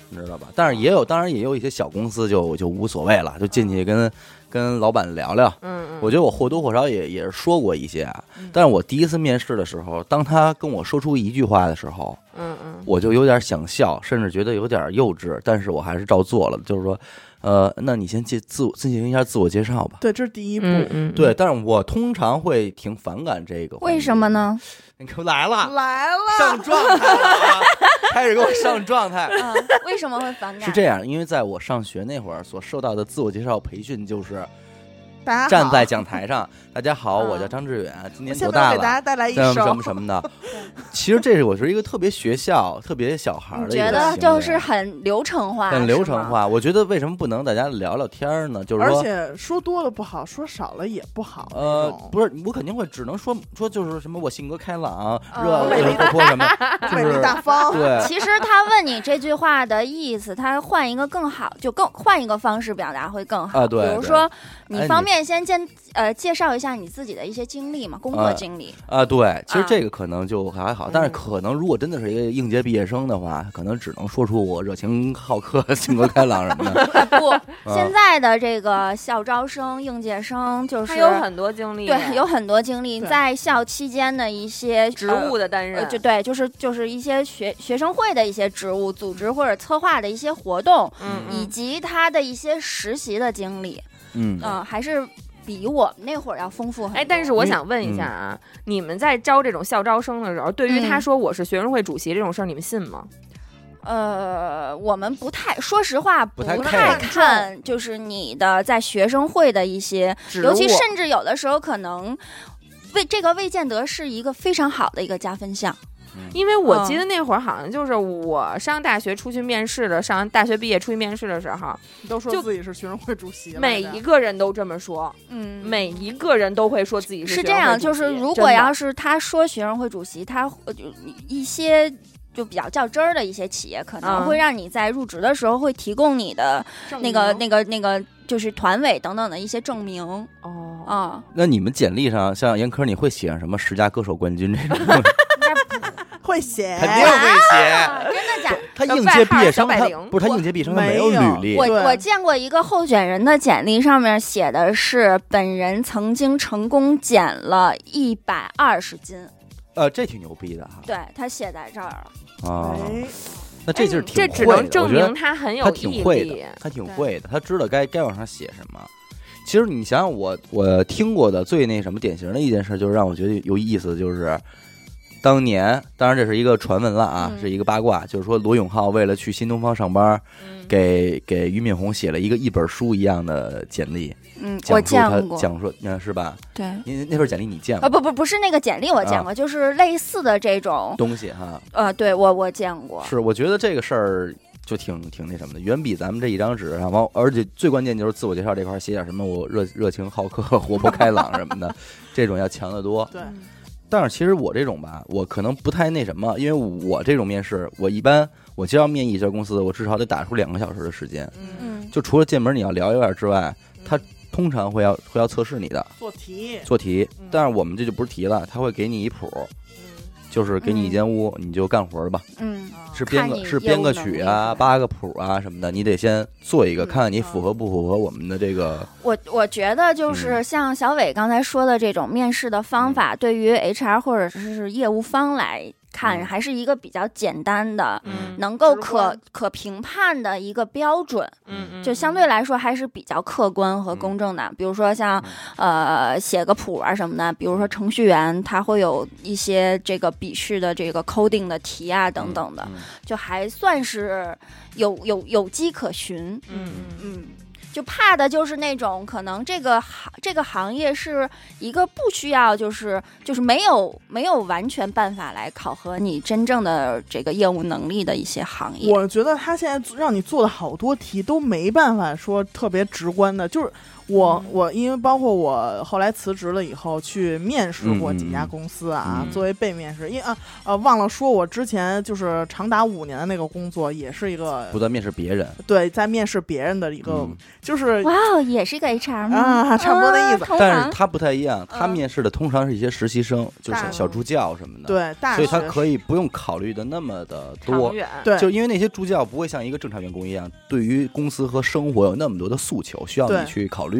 Speaker 4: 你知道吧？但是也有，当然也有一些小公司就就无所谓了，就进去跟跟老板聊聊。
Speaker 2: 嗯
Speaker 4: 我
Speaker 2: 嗯，
Speaker 4: 觉得我或多或少也也是说过一些啊，
Speaker 3: 嗯
Speaker 4: 但是我第一次面试的时候，当他跟我说出一句话的时候，
Speaker 2: 嗯嗯，
Speaker 4: 我就有点想笑，甚至觉得有点幼稚，但是我还是照做了。就是说，呃，那你先介自我进行一下自我介绍吧。
Speaker 1: 对，这是第一步。
Speaker 2: 嗯嗯，
Speaker 4: 对，但是我通常会挺反感这个。
Speaker 3: 为什么？呢？
Speaker 4: 你看 来了，
Speaker 1: 来了，
Speaker 4: 上状态了啊，开始给我上状态。
Speaker 3: 嗯，为什么会反感？
Speaker 4: 是这样，因为在我上学那会儿所受到的自我介绍培训就是
Speaker 1: 大家好
Speaker 4: 站在讲台上，大家好，
Speaker 2: 嗯
Speaker 4: 我叫张志远，今
Speaker 1: 我
Speaker 4: 年
Speaker 1: 现
Speaker 4: 多
Speaker 1: 在
Speaker 4: 大
Speaker 1: 给大家？
Speaker 4: 了
Speaker 1: 带来一
Speaker 4: 什么
Speaker 1: 首
Speaker 4: 什么什么的。其实这是我是一个特别学校、特别小孩儿
Speaker 3: 你
Speaker 4: 的一个
Speaker 3: 觉
Speaker 4: 行为，
Speaker 3: 得就是很流程化，
Speaker 4: 很流程
Speaker 3: 是吗。
Speaker 4: 化。我觉得为什么不能大家聊聊天儿呢？就是
Speaker 1: 而
Speaker 4: 说。
Speaker 1: 且说多了不好，说少了也不好。
Speaker 4: 呃
Speaker 1: 那种，
Speaker 4: 不是，我肯定会只能说说就是什么，我性格开朗、
Speaker 2: 啊
Speaker 4: 热
Speaker 1: 美
Speaker 4: 热
Speaker 1: 丽
Speaker 4: 活泼什么，就
Speaker 1: 美丽
Speaker 4: 是
Speaker 1: 大方，
Speaker 4: 对，
Speaker 3: 其实他问你这句话的意思，他换一个更好，就更换一个方式表达会更好。
Speaker 4: 啊对
Speaker 3: 比如说，
Speaker 4: 对
Speaker 3: 你方便先介呃介绍一下你自己的一些经历嘛，工作
Speaker 4: 哎
Speaker 3: 经历。
Speaker 4: 啊对，其实
Speaker 3: 啊
Speaker 4: 这个可能就还好，但是可能如果真的是一个应届毕业生的话，可能只能说出我热情好客、性格开朗什么 的。
Speaker 3: 呃 不，
Speaker 4: 啊
Speaker 3: 现在的这个校招生、应届生就是
Speaker 2: 他有很多经历，
Speaker 3: 对有很多经历，
Speaker 1: 对
Speaker 3: 在校期间的一些
Speaker 2: 职
Speaker 3: 呃
Speaker 2: 务的担任，
Speaker 3: 呃，就对，就是就是一些学学生会的一些职务、组织或者策划的一些活动，
Speaker 2: 嗯
Speaker 3: 以
Speaker 2: 嗯
Speaker 3: 及他的一些实习的经历，
Speaker 4: 嗯，
Speaker 3: 嗯、还是比我那会儿要丰富很多。
Speaker 2: 哎，但是我想问一下啊，你们在招这种校招生的时候，对于他
Speaker 3: 嗯
Speaker 2: 说我是学生会主席这种事儿，你们信吗？
Speaker 3: 呃，我们不太，说实话，不
Speaker 4: 太
Speaker 3: 太
Speaker 4: care
Speaker 3: 看就是你的在学生会的一些，
Speaker 2: 职
Speaker 3: 尤其
Speaker 2: 务
Speaker 3: 甚至有的时候可能。未这个未见得是一个非常好的一个加分项，
Speaker 2: 因为我记得那会儿好像就是我上大学出去面试的，上大学毕业出去面试的时候，
Speaker 1: 你都说
Speaker 2: 就
Speaker 1: 自己是学生会主席了，
Speaker 2: 每一个人都这么说，
Speaker 3: 嗯
Speaker 2: 每一个人都会说自己
Speaker 3: 是
Speaker 2: 学
Speaker 3: 这
Speaker 2: 生会
Speaker 3: 样，
Speaker 2: 主
Speaker 3: 就是
Speaker 2: 席
Speaker 3: 如果要
Speaker 2: 真
Speaker 3: 是他说学生会主席，他呃就一些就比较较真儿的一些企业，可能
Speaker 2: 嗯
Speaker 3: 会让你在入职的时候会提供你的
Speaker 1: 证
Speaker 3: 那个、
Speaker 1: 明
Speaker 3: 那个、那个，就是团委等等的一些证明
Speaker 2: 的哦，
Speaker 3: 啊。
Speaker 4: 那你们简历上像严科，你会写上什么十佳歌手冠军这种？
Speaker 1: 会写，
Speaker 4: 肯定会
Speaker 3: 啊真的 假的？
Speaker 4: 写。他
Speaker 2: 要
Speaker 4: 应
Speaker 2: 外
Speaker 4: 届毕
Speaker 2: 号小
Speaker 4: 业生，
Speaker 2: 百
Speaker 4: 他
Speaker 2: 灵
Speaker 4: 不是他应届毕业生，他
Speaker 1: 没
Speaker 4: 没有
Speaker 1: 有
Speaker 4: 履历。
Speaker 3: 我
Speaker 1: 对
Speaker 3: 我见过一个候选人的简历，上面写的是本人曾经成功减了一百二十斤，
Speaker 4: 呃，这挺牛逼的哈。
Speaker 3: 对他写在这儿了。
Speaker 4: 啊，
Speaker 1: 哎，
Speaker 4: 那这就是
Speaker 2: 哎
Speaker 4: 挺
Speaker 2: 这只
Speaker 4: 会的
Speaker 2: 能证
Speaker 4: 我觉得
Speaker 2: 明他很有
Speaker 4: 他
Speaker 2: 毅
Speaker 4: 挺会
Speaker 2: 力
Speaker 4: 的，，他挺
Speaker 3: 对
Speaker 4: 会的，他知道该该往上写什么。其实你想想我，我听过的最那什么典型的一件事，就是让我觉得有意思的就是，当年，当然这是一个传闻了啊，
Speaker 3: 嗯
Speaker 4: 是一个八卦，就是说罗永浩为了去新东方上班，
Speaker 2: 嗯
Speaker 4: 给给俞敏洪写了一个一本书一样的简历，
Speaker 3: 嗯，我
Speaker 4: 讲述他
Speaker 3: 见过，
Speaker 4: 讲述，嗯，是吧？
Speaker 3: 对。
Speaker 4: 因为那份简历你见
Speaker 3: 啊
Speaker 4: 过
Speaker 3: 不不不是那个简历我
Speaker 4: 啊
Speaker 3: 见过，就是类似的这种，
Speaker 4: 东西哈？
Speaker 3: 呃，对我我见过，
Speaker 4: 是，我觉得这个事儿就挺挺那什么的，远比咱们这一张纸上，完，而且最关键就是自我介绍这块儿写点什么，我热热情好客、 活泼开朗什么的，这种要强得多。
Speaker 1: 对，
Speaker 4: 但是其实我这种吧，我可能不太那什么，因为我这种面试，我一般我就要面一家公司，我至少得打出两个小时的时间，
Speaker 1: 嗯，
Speaker 3: 嗯，
Speaker 4: 就除了进门你要聊一下之外，他通常会要会要测试你的
Speaker 1: 做题，
Speaker 4: 做题
Speaker 1: 嗯，
Speaker 4: 但是我们这就不是题了，他会给你一谱，
Speaker 1: 嗯
Speaker 4: 就是给你一间屋，你就干活儿吧。
Speaker 3: 嗯，
Speaker 1: 啊
Speaker 4: 是编
Speaker 3: 看
Speaker 4: 个
Speaker 3: 你
Speaker 4: 是编个
Speaker 3: 业务能
Speaker 4: 曲
Speaker 3: 力
Speaker 4: 啊，
Speaker 3: 是吧
Speaker 4: 八个谱啊什么的，你得先做一个，
Speaker 1: 嗯
Speaker 4: 看看你符合不符合我们的这个。
Speaker 3: 我我觉得
Speaker 4: 嗯
Speaker 3: 就是像小伟刚才说的这种面试的方法，对于 HR 或者是业务方来看，
Speaker 4: 嗯
Speaker 3: 还是一个比较简单的。
Speaker 2: 嗯
Speaker 3: 能够
Speaker 1: 直
Speaker 3: 可
Speaker 1: 观
Speaker 3: 可评判的一个标准，
Speaker 2: 嗯嗯，
Speaker 3: 就相对来说还是比较客观和公正的。比如说像呃写个谱啊什么的，比如说程序员他会有一些这个笔试的这个 coding 的题啊等等的，
Speaker 4: 嗯
Speaker 3: 就还算是有有有迹可循。
Speaker 2: 嗯嗯
Speaker 3: 嗯，就怕的就是那种可能这个行这个行业是一个不需要就是就是没有没有完全办法来考核你真正的这个业务能力的一些行业。
Speaker 1: 我觉得他现在让你做的好多题都没办法说特别直观的，就是我
Speaker 3: 嗯
Speaker 1: 我因为包括我后来辞职了以后去面试过
Speaker 4: 嗯嗯
Speaker 1: 几家公司啊，
Speaker 3: 嗯
Speaker 1: 作为被面试，因为啊呃忘了说，我之前就是长达五年的那个工作，也是一个
Speaker 4: 不断面试别人，
Speaker 1: 对在面试别人的一个，
Speaker 4: 嗯
Speaker 1: 就是
Speaker 3: 哇哦，也是一个 HR 吗？
Speaker 1: 啊
Speaker 2: 嗯
Speaker 1: 差不多那意思
Speaker 3: 啊同
Speaker 4: 但是
Speaker 3: 行
Speaker 4: 他不太一样，他
Speaker 3: 嗯
Speaker 4: 面试的通常是一些实习生，就
Speaker 1: 大
Speaker 4: 是小助教什
Speaker 2: 嗯
Speaker 4: 么的，，
Speaker 1: 对大学
Speaker 4: 所以他可以不用考虑的那么的
Speaker 2: 长
Speaker 4: 多。
Speaker 2: 远，
Speaker 1: 对
Speaker 4: 就因为那些助教不会像一个正常员工一样，对于公司和生活有那么多的诉求，需要
Speaker 1: 对
Speaker 4: 你去考
Speaker 3: 嗯
Speaker 4: 虑。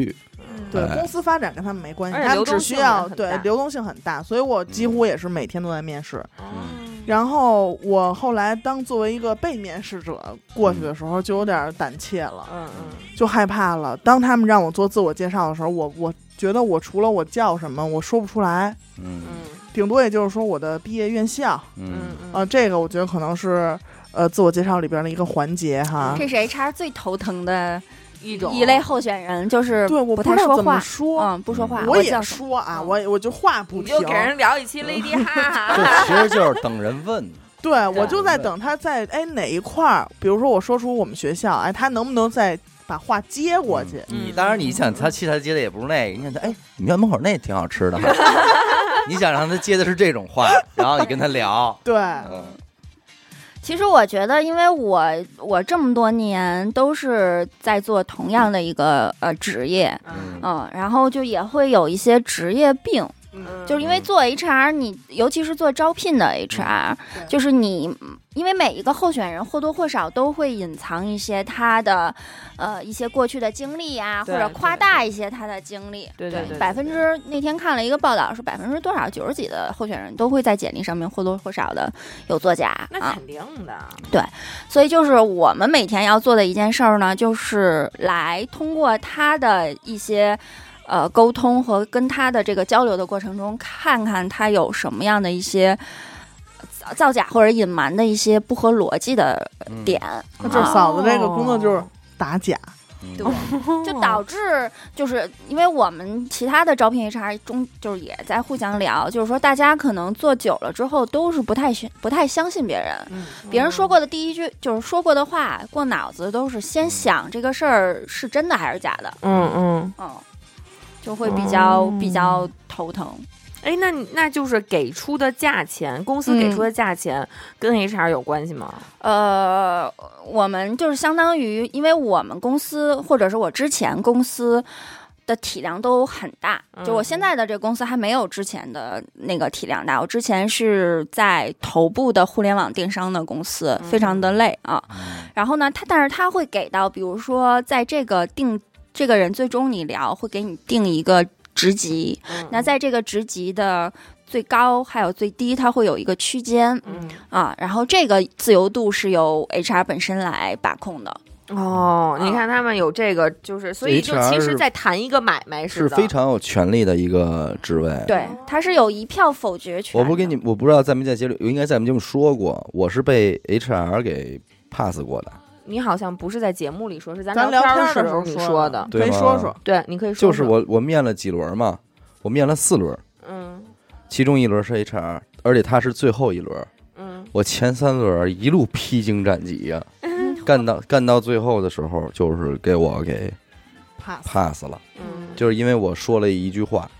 Speaker 1: 对
Speaker 4: 哎
Speaker 1: 公司发展跟他们没关系，
Speaker 2: 而且
Speaker 1: 他
Speaker 2: 流
Speaker 1: 们
Speaker 2: 动
Speaker 1: 只需
Speaker 2: 性也
Speaker 1: 要
Speaker 2: 很
Speaker 1: 对
Speaker 2: 大
Speaker 1: 流动性很大，所以我几
Speaker 4: 嗯
Speaker 1: 乎也是每天都在面试。
Speaker 2: 嗯
Speaker 1: 然后我后来当作为一个被面试者过去的时候，就有点胆怯了。
Speaker 2: 嗯嗯，
Speaker 1: 就害怕了。当他们让我做自我介绍的时候，我我觉得我除了我叫什么，我说不出来，
Speaker 4: 嗯
Speaker 2: 嗯
Speaker 1: 顶多也就是说我的毕业院校。
Speaker 4: 嗯
Speaker 2: 嗯嗯
Speaker 1: 呃，这个我觉得可能是呃自我介绍里边的一个环节哈。
Speaker 3: 嗯这是 HR 最头疼的
Speaker 2: 一种
Speaker 3: 一类候选人，就是
Speaker 1: 对，我
Speaker 3: 不
Speaker 1: 知
Speaker 3: 太
Speaker 1: 道
Speaker 3: 说
Speaker 1: 怎么
Speaker 3: 话，
Speaker 1: 说，
Speaker 3: 嗯，不说话。
Speaker 1: 我
Speaker 3: 叫
Speaker 1: 也
Speaker 3: 什么
Speaker 1: 说啊，
Speaker 3: 嗯
Speaker 1: 我也我就话不
Speaker 2: 你
Speaker 1: 停
Speaker 2: 就。给人聊一期 Lady 哈
Speaker 4: 就
Speaker 2: 哈，
Speaker 4: 其实就是等人问，
Speaker 1: 对我
Speaker 2: 对
Speaker 1: 就在等他在哎哪一块儿，比如说我说出我们学校，哎，他能不能再把话接过去？
Speaker 4: 嗯你
Speaker 2: 嗯
Speaker 4: 当然你想他其他接的也不是那个，你想他哎，你们家门口那挺好吃的，你想让他接的是这种话，然后你跟他聊，
Speaker 1: 对，
Speaker 4: 嗯
Speaker 3: 其实我觉得，因为我我这么多年都是在做同样的一个呃职业，
Speaker 2: 嗯
Speaker 3: 嗯，然后就也会有一些职业病，
Speaker 1: 嗯
Speaker 3: 就是因为做 HR，你尤其是做招聘的
Speaker 2: 嗯
Speaker 3: HR，
Speaker 1: 对
Speaker 3: 就是你，因为每一个候选人或多或少都会隐藏一些他的，呃，一些过去的经历呀、或
Speaker 2: 对
Speaker 3: 者
Speaker 2: 对
Speaker 3: 夸大一些他的经历。
Speaker 2: 对对对对
Speaker 3: 百分之那天看了一个报道，是百分之多少九十几的候选人都会在简历上面或多或少的有作假
Speaker 2: 那
Speaker 3: 啊。
Speaker 2: 肯定的，
Speaker 3: 所以就是我们每天要做的一件事儿呢，就是来通过他的一些。呃，沟通和跟他的这个交流的过程中，看看他有什么样的一些造造假或者隐瞒的一些不合逻辑的
Speaker 4: 嗯
Speaker 3: 点，
Speaker 1: 就
Speaker 4: 嗯
Speaker 1: 是嫂子这个工作就是打假，
Speaker 4: 嗯
Speaker 3: 对就导致就是因为我们其他的招聘 HR 中就是也在互相聊，就是说大家可能做久了之后都是不太信不太相信别人，
Speaker 1: 嗯
Speaker 3: 别人说过的第一句就是说过的话，过脑子都是先想这个事儿是真的还是假的，
Speaker 2: 嗯嗯，
Speaker 3: 嗯，就会比较、
Speaker 2: 嗯
Speaker 3: 比较头疼。
Speaker 2: 哎，那你那就是给出的价钱，公司给出的价钱跟 HR 有关系吗？
Speaker 3: 呃，我们就是相当于，因为我们公司或者是我之前公司的体量都很大，就我现在的这公司还没有之前的那个体量大。我之前是在头部的互联网电商的公司，非常的累啊。
Speaker 4: 嗯
Speaker 3: 然后呢，他但是他会给到，比如说在这个定这个人最终你聊会给你定一个职级，
Speaker 2: 嗯
Speaker 3: 那在这个职级的最高还有最低，它会有一个区间，
Speaker 2: 嗯
Speaker 3: 啊，然后这个自由度是由 HR 本身来把控的，
Speaker 2: 哦，
Speaker 3: 啊
Speaker 2: 你看他们有这个，就是所以就
Speaker 4: HR
Speaker 2: 其实，
Speaker 4: 是
Speaker 2: 在谈一个买卖
Speaker 4: 是
Speaker 2: 似的，
Speaker 4: 非常有权力的一个职位。
Speaker 3: 对，它是有一票否决权的。
Speaker 4: 我不跟你，我不知道在没在节目，应该在我们节目说过，我是被 HR 给 pass 过的，
Speaker 2: 你好像不是在节目里说，是咱
Speaker 1: 咱
Speaker 2: 聊
Speaker 1: 聊
Speaker 2: 天
Speaker 1: 天
Speaker 2: 儿
Speaker 1: 儿的
Speaker 2: 的时
Speaker 1: 时
Speaker 2: 候
Speaker 1: 候
Speaker 2: 你
Speaker 1: 说
Speaker 2: 的，
Speaker 4: 对
Speaker 1: 可以
Speaker 4: 吗
Speaker 1: 说说，
Speaker 2: 对，你可以说
Speaker 4: 就是
Speaker 2: 说，
Speaker 4: 我我面了几轮嘛，我面了四轮，
Speaker 2: 嗯
Speaker 4: 其中一轮是 HR，而且他是最后一轮，
Speaker 2: 嗯，
Speaker 4: 我前三轮一路披荆斩 棘呀、干到干到最后的时候，就是给我给
Speaker 1: 怕
Speaker 4: pass 了，
Speaker 2: 嗯
Speaker 4: 就是因为我说了一句话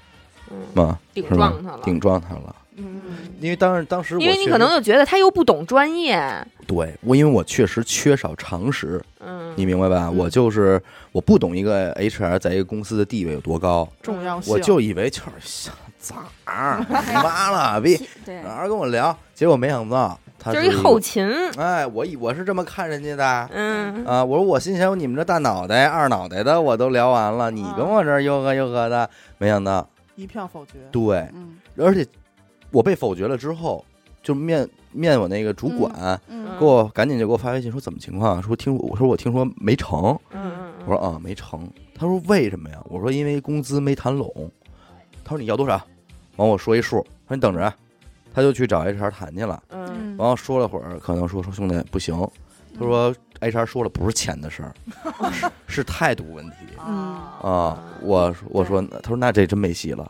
Speaker 2: 嗯，
Speaker 4: 嘛，
Speaker 2: 顶
Speaker 4: 是吧
Speaker 2: 撞他了，
Speaker 4: 顶撞他了。
Speaker 1: 嗯，
Speaker 4: 因为当时当时我
Speaker 2: 因为你
Speaker 4: 确
Speaker 2: 可
Speaker 4: 实
Speaker 2: 能就觉得他又不懂专业，
Speaker 4: 对我，因为我确实缺少常识，
Speaker 2: 嗯，
Speaker 4: 你明白吧？
Speaker 2: 嗯
Speaker 4: 我就是我不懂一个 HR 在一个公司的地位有多高，
Speaker 1: 重要性，
Speaker 4: 我就以为就是 咋儿，妈了 逼，
Speaker 3: 其对
Speaker 4: 哪儿跟我聊？结果没想到他
Speaker 2: 就是
Speaker 4: 一
Speaker 2: 一
Speaker 4: 个
Speaker 2: 后，勤，
Speaker 4: 哎，我以我是这么看人家的
Speaker 2: 嗯
Speaker 4: 啊！我说我心想你们这大脑袋、二脑袋的我都聊完了，你跟我这儿又呵又呵的，没想到
Speaker 1: 一票否决。
Speaker 4: 对，
Speaker 3: 嗯
Speaker 4: 而且我被否决了之后，就面面我那个主管。啊
Speaker 3: 嗯
Speaker 4: 给我赶紧就给我发微信说怎么情况啊？说听我说我听说没成，
Speaker 2: 嗯嗯，
Speaker 4: 我说啊，没成。他说为什么呀？我说因为工资没谈拢。他说你要多少？完我说一数，他说你等着啊。他就去找 HR 谈去了，
Speaker 2: 嗯
Speaker 4: 完后说了会儿，可能说说兄弟不行，他说 HR 说了不是钱的事儿，是是态度问题啊
Speaker 1: 嗯
Speaker 4: 哦啊。我我说他说那这真没戏了，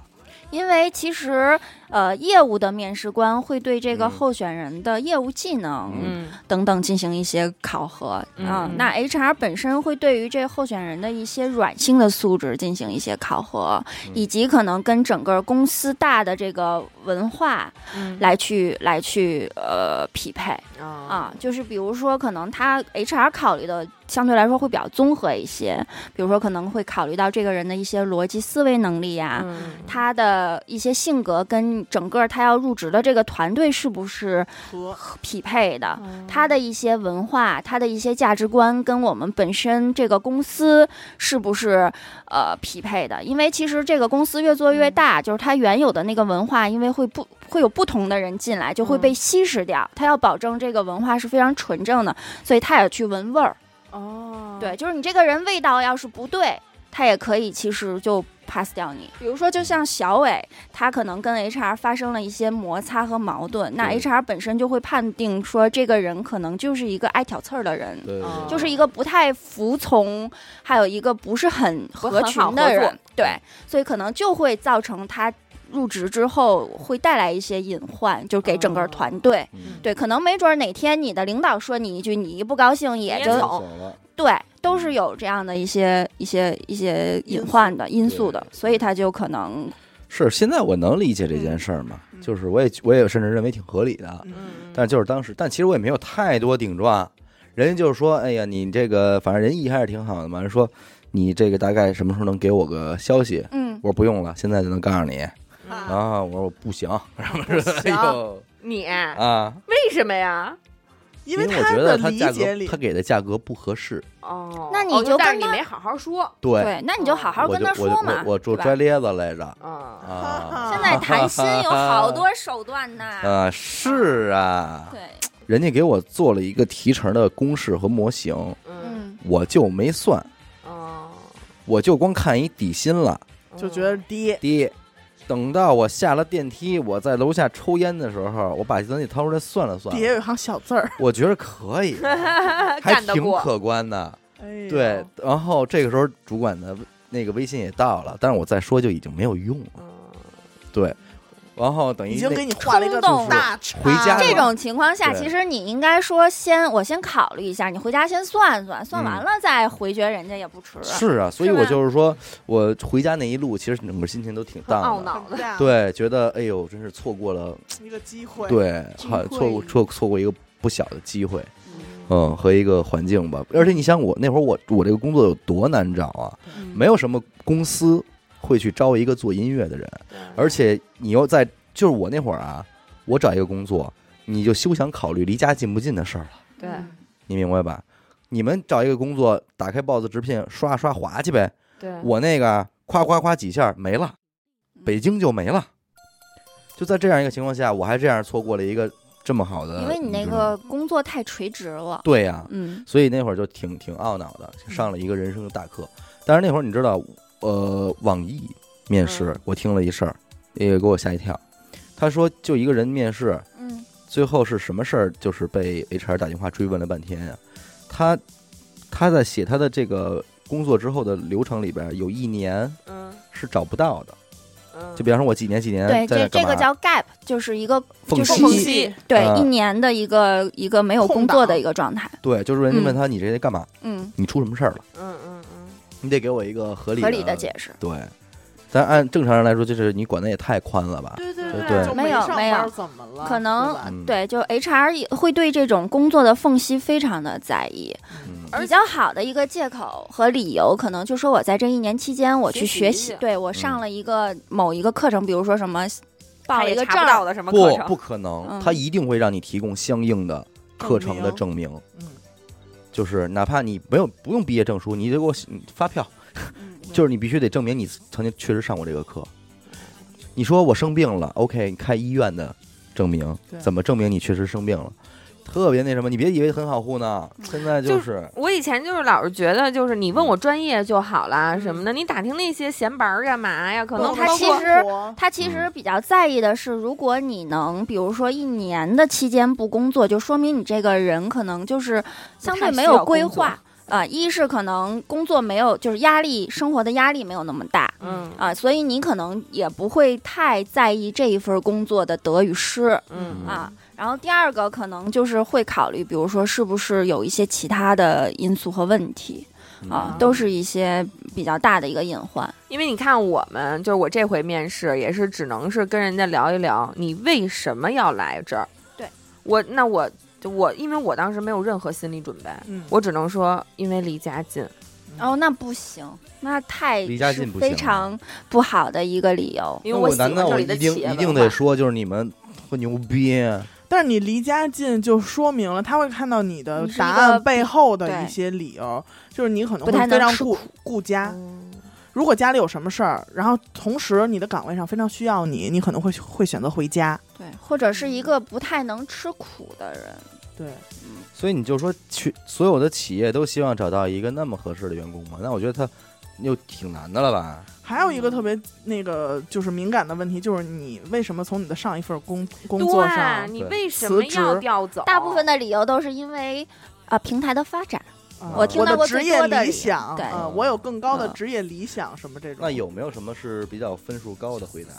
Speaker 3: 因为其实呃，业务的面试官会对这个
Speaker 4: 嗯
Speaker 3: 候选人的业务技能
Speaker 2: 嗯
Speaker 3: 等等进行一些考核、
Speaker 2: 嗯
Speaker 3: 啊。那 HR 本身会对于这候选人的一些软性的素质进行一些考核，
Speaker 4: 嗯
Speaker 3: 以及可能跟整个公司大的这个文化
Speaker 2: 嗯
Speaker 3: 来去来去呃匹配。
Speaker 2: 啊
Speaker 3: 啊，就是比如说，可能他 HR 考虑的相对来说会比较综合一些，比如说可能会考虑到这个人的一些逻辑思维能力呀、
Speaker 2: 嗯
Speaker 3: 他的一些性格跟整个他要入职的这个团队是不是
Speaker 1: 和
Speaker 3: 匹配的，他的一些文化、他的一些价值观跟我们本身这个公司是不是呃匹配的？因为其实这个公司越做越大，就是它原有的那个文化，因为会不会有不同的人进来，就会被稀释掉。它要保证这个文化是非常纯正的，所以它也去闻味儿。
Speaker 2: 嗯
Speaker 1: 哦，
Speaker 3: 对，就是你这个人味道要是不对，他也可以其实就 pass 掉你。比如说，就像小伟，他可能跟 HR 发生了一些摩擦和矛盾，那
Speaker 4: 对
Speaker 3: HR 本身就会判定说这个人可能就是一个爱挑刺儿的人。
Speaker 4: 对对对
Speaker 3: 就是一个不太服从，还有一个不是很合群
Speaker 2: 不很好
Speaker 3: 的
Speaker 2: 合
Speaker 3: 人
Speaker 2: 作，
Speaker 3: 对，所以可能就会造成他入职之后会带来一些隐患，就给整个
Speaker 1: 哦
Speaker 3: 团队。
Speaker 4: 嗯
Speaker 3: 对，可能没准儿哪天你的领导说你一句，你一不高兴也
Speaker 2: 也
Speaker 3: 就
Speaker 2: 走
Speaker 4: 了，
Speaker 3: 对，都是有这样的一些一些一些隐患的因素的，所以他就可能
Speaker 4: 是现在我能理解这件事儿嘛？
Speaker 1: 嗯
Speaker 4: 就是我也我也甚至认为挺合理的，
Speaker 1: 嗯，
Speaker 4: 但就是当时，但其实我也没有太多顶撞，人家就是说，哎呀，你这个反正人意还是挺好的嘛，人说你这个大概什么时候能给我个消息？
Speaker 3: 嗯
Speaker 4: 我说不用了，现在就能告诉你
Speaker 1: 啊
Speaker 4: 啊！我说我不行，哎
Speaker 2: 行，哎
Speaker 4: 呦
Speaker 2: 你
Speaker 4: 啊，
Speaker 2: 为什么呀？
Speaker 1: 因
Speaker 4: 为
Speaker 1: 为
Speaker 4: 我觉
Speaker 1: 的
Speaker 4: 得他
Speaker 1: 理
Speaker 4: 价
Speaker 1: 解
Speaker 4: 格
Speaker 1: 里
Speaker 4: 他，给的价格不合适，
Speaker 2: 哦，
Speaker 3: 那你
Speaker 2: 哦
Speaker 3: 就
Speaker 2: 但是
Speaker 3: 跟
Speaker 2: 你
Speaker 3: 他
Speaker 2: 没好好说，
Speaker 4: 对，
Speaker 3: 对，那你就好好
Speaker 4: 我
Speaker 3: 跟
Speaker 4: 就
Speaker 3: 他
Speaker 4: 我
Speaker 3: 说
Speaker 4: 就
Speaker 3: 嘛
Speaker 4: 我，我
Speaker 3: 对
Speaker 4: 就
Speaker 3: 吧
Speaker 4: 拽咧子来着
Speaker 2: 啊，
Speaker 4: 啊，
Speaker 3: 现在谈 心有好多手段呐，
Speaker 4: 啊，是啊，
Speaker 3: 对，
Speaker 4: 人家给我做了一个提成的公式和模型，
Speaker 2: 嗯，
Speaker 3: 嗯，
Speaker 4: 我就没算，
Speaker 2: 哦，嗯
Speaker 4: 我就光看一底薪了。
Speaker 1: 就觉得低，
Speaker 4: 低。等到我下了电梯，我在楼下抽烟的时候，我把自己掏出来算了算
Speaker 1: 底，下有一行小字 儿，
Speaker 4: 我觉得可以，还
Speaker 2: 干得
Speaker 4: 挺
Speaker 2: 过，
Speaker 4: 可观的。
Speaker 1: 哎，
Speaker 4: 对，，然后这个时候主管的那个微信也到了，但是我再说就已经没有用了。
Speaker 2: 嗯
Speaker 4: 然后等于
Speaker 1: 已经
Speaker 4: 那
Speaker 1: 给你画了一个
Speaker 3: 冲动
Speaker 1: 大叉了，
Speaker 4: 回家了
Speaker 3: 这种情况下，
Speaker 4: 对
Speaker 3: 其实你应该说先，我先考虑一下，你回家先算算，算完了再回绝人家也不迟。
Speaker 4: 嗯是啊，所以
Speaker 3: 是吧
Speaker 4: 我就是说，我回家那一路，其实整个心情都挺
Speaker 2: 很懊
Speaker 4: 荡的。
Speaker 2: 恼的，
Speaker 1: 大，
Speaker 4: 对，觉得哎呦，真是错过了，
Speaker 1: 一个机会，，
Speaker 4: 对，
Speaker 1: 机
Speaker 4: 好
Speaker 1: 会
Speaker 4: 错过错错过一个不小的机会。嗯，和一个环境吧。而且你想我，那会儿我我这个工作有多难找啊？没有什么公司会去招一个做音乐的人，而且你又在就是我那会儿啊，我找一个工作，你就休想考虑离家近不近的事儿了，
Speaker 2: 对
Speaker 4: 你明白吧？你们找一个工作，打开 BOSS 直聘，刷啊刷滑去呗。
Speaker 2: 对，
Speaker 4: 我那个夸夸夸几下没了，
Speaker 3: 嗯
Speaker 4: 北京就没了。就在这样一个情况下，我还这样错过了一个这么好的，
Speaker 3: 因为你那
Speaker 4: 知道
Speaker 3: 个
Speaker 4: 吗
Speaker 3: 工作太垂直了，
Speaker 4: 对呀、
Speaker 3: 嗯，
Speaker 4: 所以那会儿就挺挺懊恼的，上了一个人生的大课。但是那会儿你知道，呃，网易面试
Speaker 2: 嗯，
Speaker 4: 我听了一事儿，也给我吓一跳。他说，就一个人面试，
Speaker 3: 嗯
Speaker 4: 最后是什么事儿？就是被 HR 打电话追问了半天呀、他他在写他的这个工作之后的流程里边儿，有一年
Speaker 2: 嗯
Speaker 4: 是找不到的。
Speaker 2: 嗯，
Speaker 4: 就比方说，我几年几年
Speaker 3: 对，这
Speaker 4: 在那干
Speaker 3: 这
Speaker 4: 嘛
Speaker 3: 个叫 gap，就是一个
Speaker 4: 缝
Speaker 3: 就是
Speaker 4: 隙
Speaker 1: 缝
Speaker 3: 一
Speaker 1: 隙
Speaker 3: 对
Speaker 4: 啊
Speaker 3: 一年的一个一个没有
Speaker 1: 空
Speaker 3: 工作
Speaker 1: 档
Speaker 3: 的一个状态，
Speaker 4: 对，就是人家
Speaker 3: 嗯
Speaker 4: 问他你这干嘛？
Speaker 3: 嗯，
Speaker 4: 你出什么事儿了？
Speaker 2: 嗯嗯嗯，
Speaker 4: 你得给我一个合理
Speaker 3: 合理的解释。
Speaker 4: 对，咱按正常人来说，就是你管的也太宽了吧？
Speaker 1: 对对
Speaker 4: 对对
Speaker 1: 就
Speaker 3: 没有
Speaker 1: 上班
Speaker 3: 没有
Speaker 1: 怎么了？
Speaker 3: 可能
Speaker 1: 对
Speaker 2: 啊
Speaker 1: 吧
Speaker 4: 嗯
Speaker 3: 对，就 HR 也会对这种工作的缝隙非常的在意。
Speaker 4: 嗯，
Speaker 2: 而
Speaker 3: 比较好的一个借口和理由，可能就说我在这一年期间我去学
Speaker 2: 学习
Speaker 3: 习，对我
Speaker 4: 嗯
Speaker 3: 上了一个某一个课程，比如说什么报
Speaker 2: 他
Speaker 3: 了一
Speaker 2: 也
Speaker 3: 个
Speaker 2: 查
Speaker 3: 证
Speaker 2: 不
Speaker 3: 儿，
Speaker 2: 到的什么课
Speaker 4: 不
Speaker 2: 程，
Speaker 4: 不可能
Speaker 3: 嗯，
Speaker 4: 他一定会让你提供相应的课程的证明，
Speaker 1: 嗯，
Speaker 4: 就是哪怕你没有不用毕业证书，你得给我你发票，
Speaker 2: 嗯
Speaker 4: 就是你必须得证明你曾经确实上过这个课。你说我生病了，OK，你开医院的证明
Speaker 1: 对，
Speaker 4: 怎么证明你确实生病了？特别那什么，你别以为很好糊弄，现在
Speaker 2: 嗯就
Speaker 4: 就是
Speaker 2: 我以前就是老是觉得，就是你问我专业就好了什么的，你打听那些闲白儿干嘛呀？可能
Speaker 3: 不
Speaker 2: 嗯
Speaker 3: 他
Speaker 2: 包
Speaker 3: 其
Speaker 2: 括
Speaker 3: 实
Speaker 1: 我
Speaker 3: 他其
Speaker 4: 嗯
Speaker 3: 实比较在意的是，如果你能，比如说一年的期间不工作，就说明你这个人可能就是相对没有规划，啊，一是可能工作没有，就是压力，生活的压力没有那么大
Speaker 2: 嗯
Speaker 3: 啊，所以你可能也不会太在意这一份工作的得与失
Speaker 2: 嗯
Speaker 3: 啊。然后第二个可能就是会考虑，比如说是不是有一些其他的因素和问题啊
Speaker 2: 嗯，
Speaker 3: 都是一些比较大的一个隐患。
Speaker 2: 因为你看，我们就是我这回面试也是只能是跟人家聊一聊，你为什么要来这儿？
Speaker 3: 对，
Speaker 2: 我那我就我因为我当时没有任何心理准备，
Speaker 1: 嗯
Speaker 2: 我只能说因为离家近。
Speaker 3: 哦，那不行，那太
Speaker 4: 离家
Speaker 3: 是
Speaker 4: 近不
Speaker 3: 非
Speaker 4: 行啊
Speaker 3: 常不好的一个理由。
Speaker 2: 因
Speaker 4: 那
Speaker 2: 为喜
Speaker 4: 难
Speaker 2: 欢
Speaker 4: 道
Speaker 2: 这
Speaker 4: 我
Speaker 2: 里的
Speaker 4: 一
Speaker 2: 企
Speaker 4: 定
Speaker 2: 业
Speaker 4: 一
Speaker 2: 文
Speaker 4: 定
Speaker 2: 化
Speaker 4: 得说，就是你们特牛逼？啊
Speaker 1: 但是你离家近，就说明了他会看到你的
Speaker 3: 你是一
Speaker 1: 答
Speaker 3: 个
Speaker 1: 案背后的
Speaker 3: 对
Speaker 1: 一些理由，就是你可能
Speaker 3: 不太
Speaker 1: 会非
Speaker 3: 能
Speaker 1: 常
Speaker 3: 吃
Speaker 1: 顾顾家。
Speaker 2: 嗯
Speaker 1: 如果家里有什么事儿，然后同时你的岗位上非常需要你，你可能会会选择回家。
Speaker 3: 对，或者是一个不太能吃苦的人。
Speaker 1: 对，
Speaker 4: 所以你就说，去所有的企业都希望找到一个那么合适的员工吗？那我觉得他又挺难的了吧？
Speaker 1: 还有一个特别那个就是敏感的问题，就是你为什么从你的上一份工工作
Speaker 3: 啊
Speaker 1: 上
Speaker 2: 对，你
Speaker 4: 对
Speaker 2: 为什
Speaker 1: 辞
Speaker 2: 么要
Speaker 1: 职
Speaker 2: 调走？
Speaker 3: 大部分
Speaker 4: 哦
Speaker 2: 的
Speaker 3: 的理由都是因为啊、平台的发展。
Speaker 1: 啊
Speaker 4: 我听
Speaker 1: 我
Speaker 4: 到
Speaker 1: 的
Speaker 3: 过
Speaker 1: 职
Speaker 3: 最
Speaker 1: 业
Speaker 3: 多的
Speaker 1: 理
Speaker 3: 理
Speaker 1: 想，
Speaker 3: 对
Speaker 1: 啊我有更高的
Speaker 3: 嗯
Speaker 1: 职业理想什么这种。
Speaker 4: 那有没有什么是比较分数高的回答？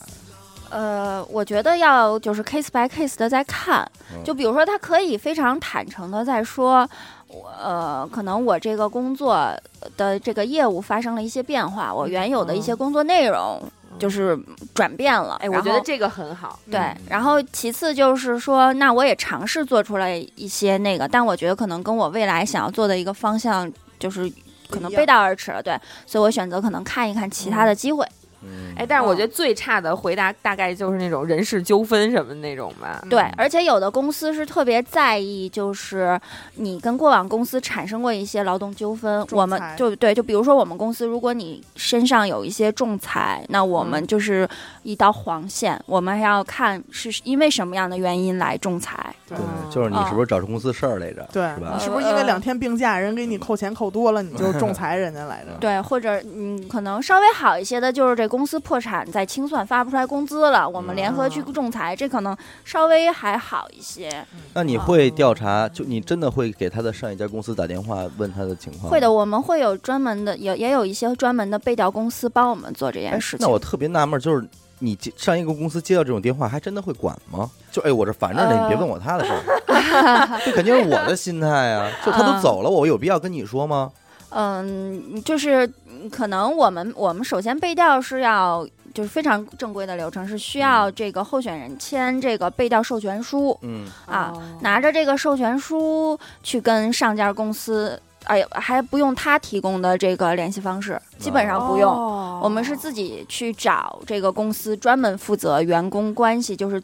Speaker 3: 呃，我觉得要就是 case by case 的在看，
Speaker 4: 嗯
Speaker 3: 就比如说他可以非常坦诚的在说，我呃，可能我这个工作的这个业务发生了一些变化，我原有的一些
Speaker 2: 嗯
Speaker 3: 工作内容就是转变了。
Speaker 2: 哎，我
Speaker 3: 然
Speaker 2: 觉得
Speaker 3: 后
Speaker 2: 这个很好。
Speaker 3: 对
Speaker 4: 嗯，
Speaker 3: 然后其次就是说，那我也尝试做出来一些那个，但我觉得可能跟我未来想要做的一个方向就是可能
Speaker 1: 不一样
Speaker 3: 背道而驰了，对，所以我选择可能看一看其他的机会，
Speaker 4: 嗯
Speaker 2: 哎，但是我觉得
Speaker 3: 嗯
Speaker 2: 最差的回答大概就是那种人事纠纷什么的那种
Speaker 4: 嗯
Speaker 1: 嗯
Speaker 2: 吧。
Speaker 3: 对，而且有的公司是特别在意，就是你跟过往公司产生过一些劳动纠纷，
Speaker 1: 裁
Speaker 3: 我们就对，就比如说我们公司，如果你身上有一些仲裁，那我们
Speaker 2: 嗯
Speaker 3: 就是一道黄线，我们还要看是因为什么样的原因来仲裁，
Speaker 1: 对
Speaker 4: 对，就是你是不是找出公司事儿来着？
Speaker 1: 对嗯
Speaker 4: 是
Speaker 3: 呃
Speaker 1: 你
Speaker 4: 吧？
Speaker 1: 是不是因为两天病假，人给你扣钱扣多了，你 就仲裁人家来着？
Speaker 3: 对，或者嗯，可能稍微好一些的，就是这公司破产再清算发不出来工资了，我们联合
Speaker 4: 啊
Speaker 3: 去
Speaker 2: 嗯
Speaker 3: 仲裁，这可能稍微还好一些。
Speaker 1: 嗯
Speaker 4: 那你会调查？就你真的会给他的上一家公司打电话问他的情况吗？
Speaker 3: 会的，我们会有专门的，有也有一些专门的背调公司帮我们做这
Speaker 4: 哎
Speaker 3: 件事情。
Speaker 4: 那我特别纳闷，就是你接上一个公司接到这种电话，还真的会管吗？就哎，我这烦着呢，你别问我他的事儿，这肯定是我的心态啊。就他都走了，我有必要跟你说吗？
Speaker 3: 嗯，就是嗯可能我们我们首先背调是要就是非常正规的流程，是需要这个候选人签这个背调授权书，
Speaker 4: 嗯，
Speaker 3: 啊
Speaker 2: 哦
Speaker 3: 拿着这个授权书去跟上家公司，哎呀，还不用他提供的这个联系方式，基本上不用。
Speaker 2: 哦
Speaker 3: 我们是自己去找这个公司专门负责员工关系，就是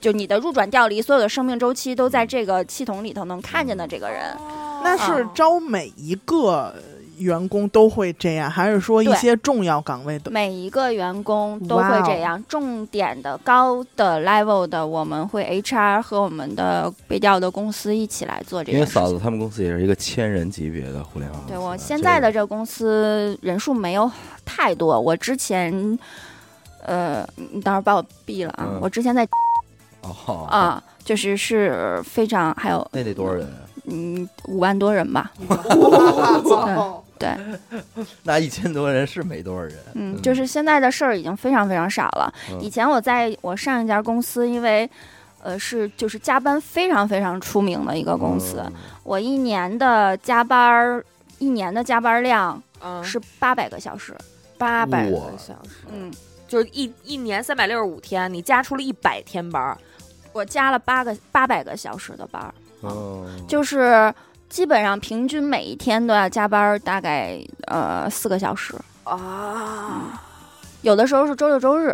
Speaker 3: 就你的入转调离，所有的生命周期都在这个系统里头能看见的这个人。
Speaker 1: 哦那是
Speaker 3: 嗯
Speaker 2: 嗯
Speaker 1: 招每一个员工都会这样，还是说一
Speaker 3: 对
Speaker 1: 些重要岗位的？
Speaker 3: 每一个员工都会
Speaker 1: 哇哦
Speaker 3: 这样，重点的高的 level 的，我们会 HR 和我们的被调的公司一起来做这
Speaker 4: 因为
Speaker 3: 件事
Speaker 4: 嫂
Speaker 3: 情。
Speaker 4: 子他们公司也是一个千人级别的互联网公司
Speaker 3: 对
Speaker 4: 啊。
Speaker 3: 我
Speaker 4: 这
Speaker 3: 现在
Speaker 4: 个
Speaker 3: 的这个公司人数没有太多，我之前，呃，你到时候把我毙了啊！
Speaker 4: 嗯
Speaker 3: 我之前在
Speaker 4: 哦，
Speaker 3: 啊、就是是非常还有
Speaker 4: 那得多少人啊？
Speaker 3: 嗯，五万多人吧，对，
Speaker 4: 那一千多人是没多少人。
Speaker 3: 嗯，就是现在的事儿已经非常非常少了。
Speaker 4: 嗯
Speaker 3: 以前我在我上一家公司，因为呃是就是加班非常非常出名的一个公
Speaker 4: 嗯
Speaker 3: 司，我一年的加班儿，一年的加班量
Speaker 2: 嗯
Speaker 3: 是八百个小时，
Speaker 2: 八百
Speaker 4: 哇
Speaker 2: 个小时，
Speaker 3: 嗯，
Speaker 2: 就是一一年三百六十五天，你加出了一百天班儿，
Speaker 3: 我加了八个八百个小时的班儿，
Speaker 4: 嗯，
Speaker 3: 啊
Speaker 4: 哦
Speaker 3: 就是。基本上平均每一天都要加班儿大概呃四个小时，
Speaker 2: 哦啊，
Speaker 3: 有的时候是周六周日，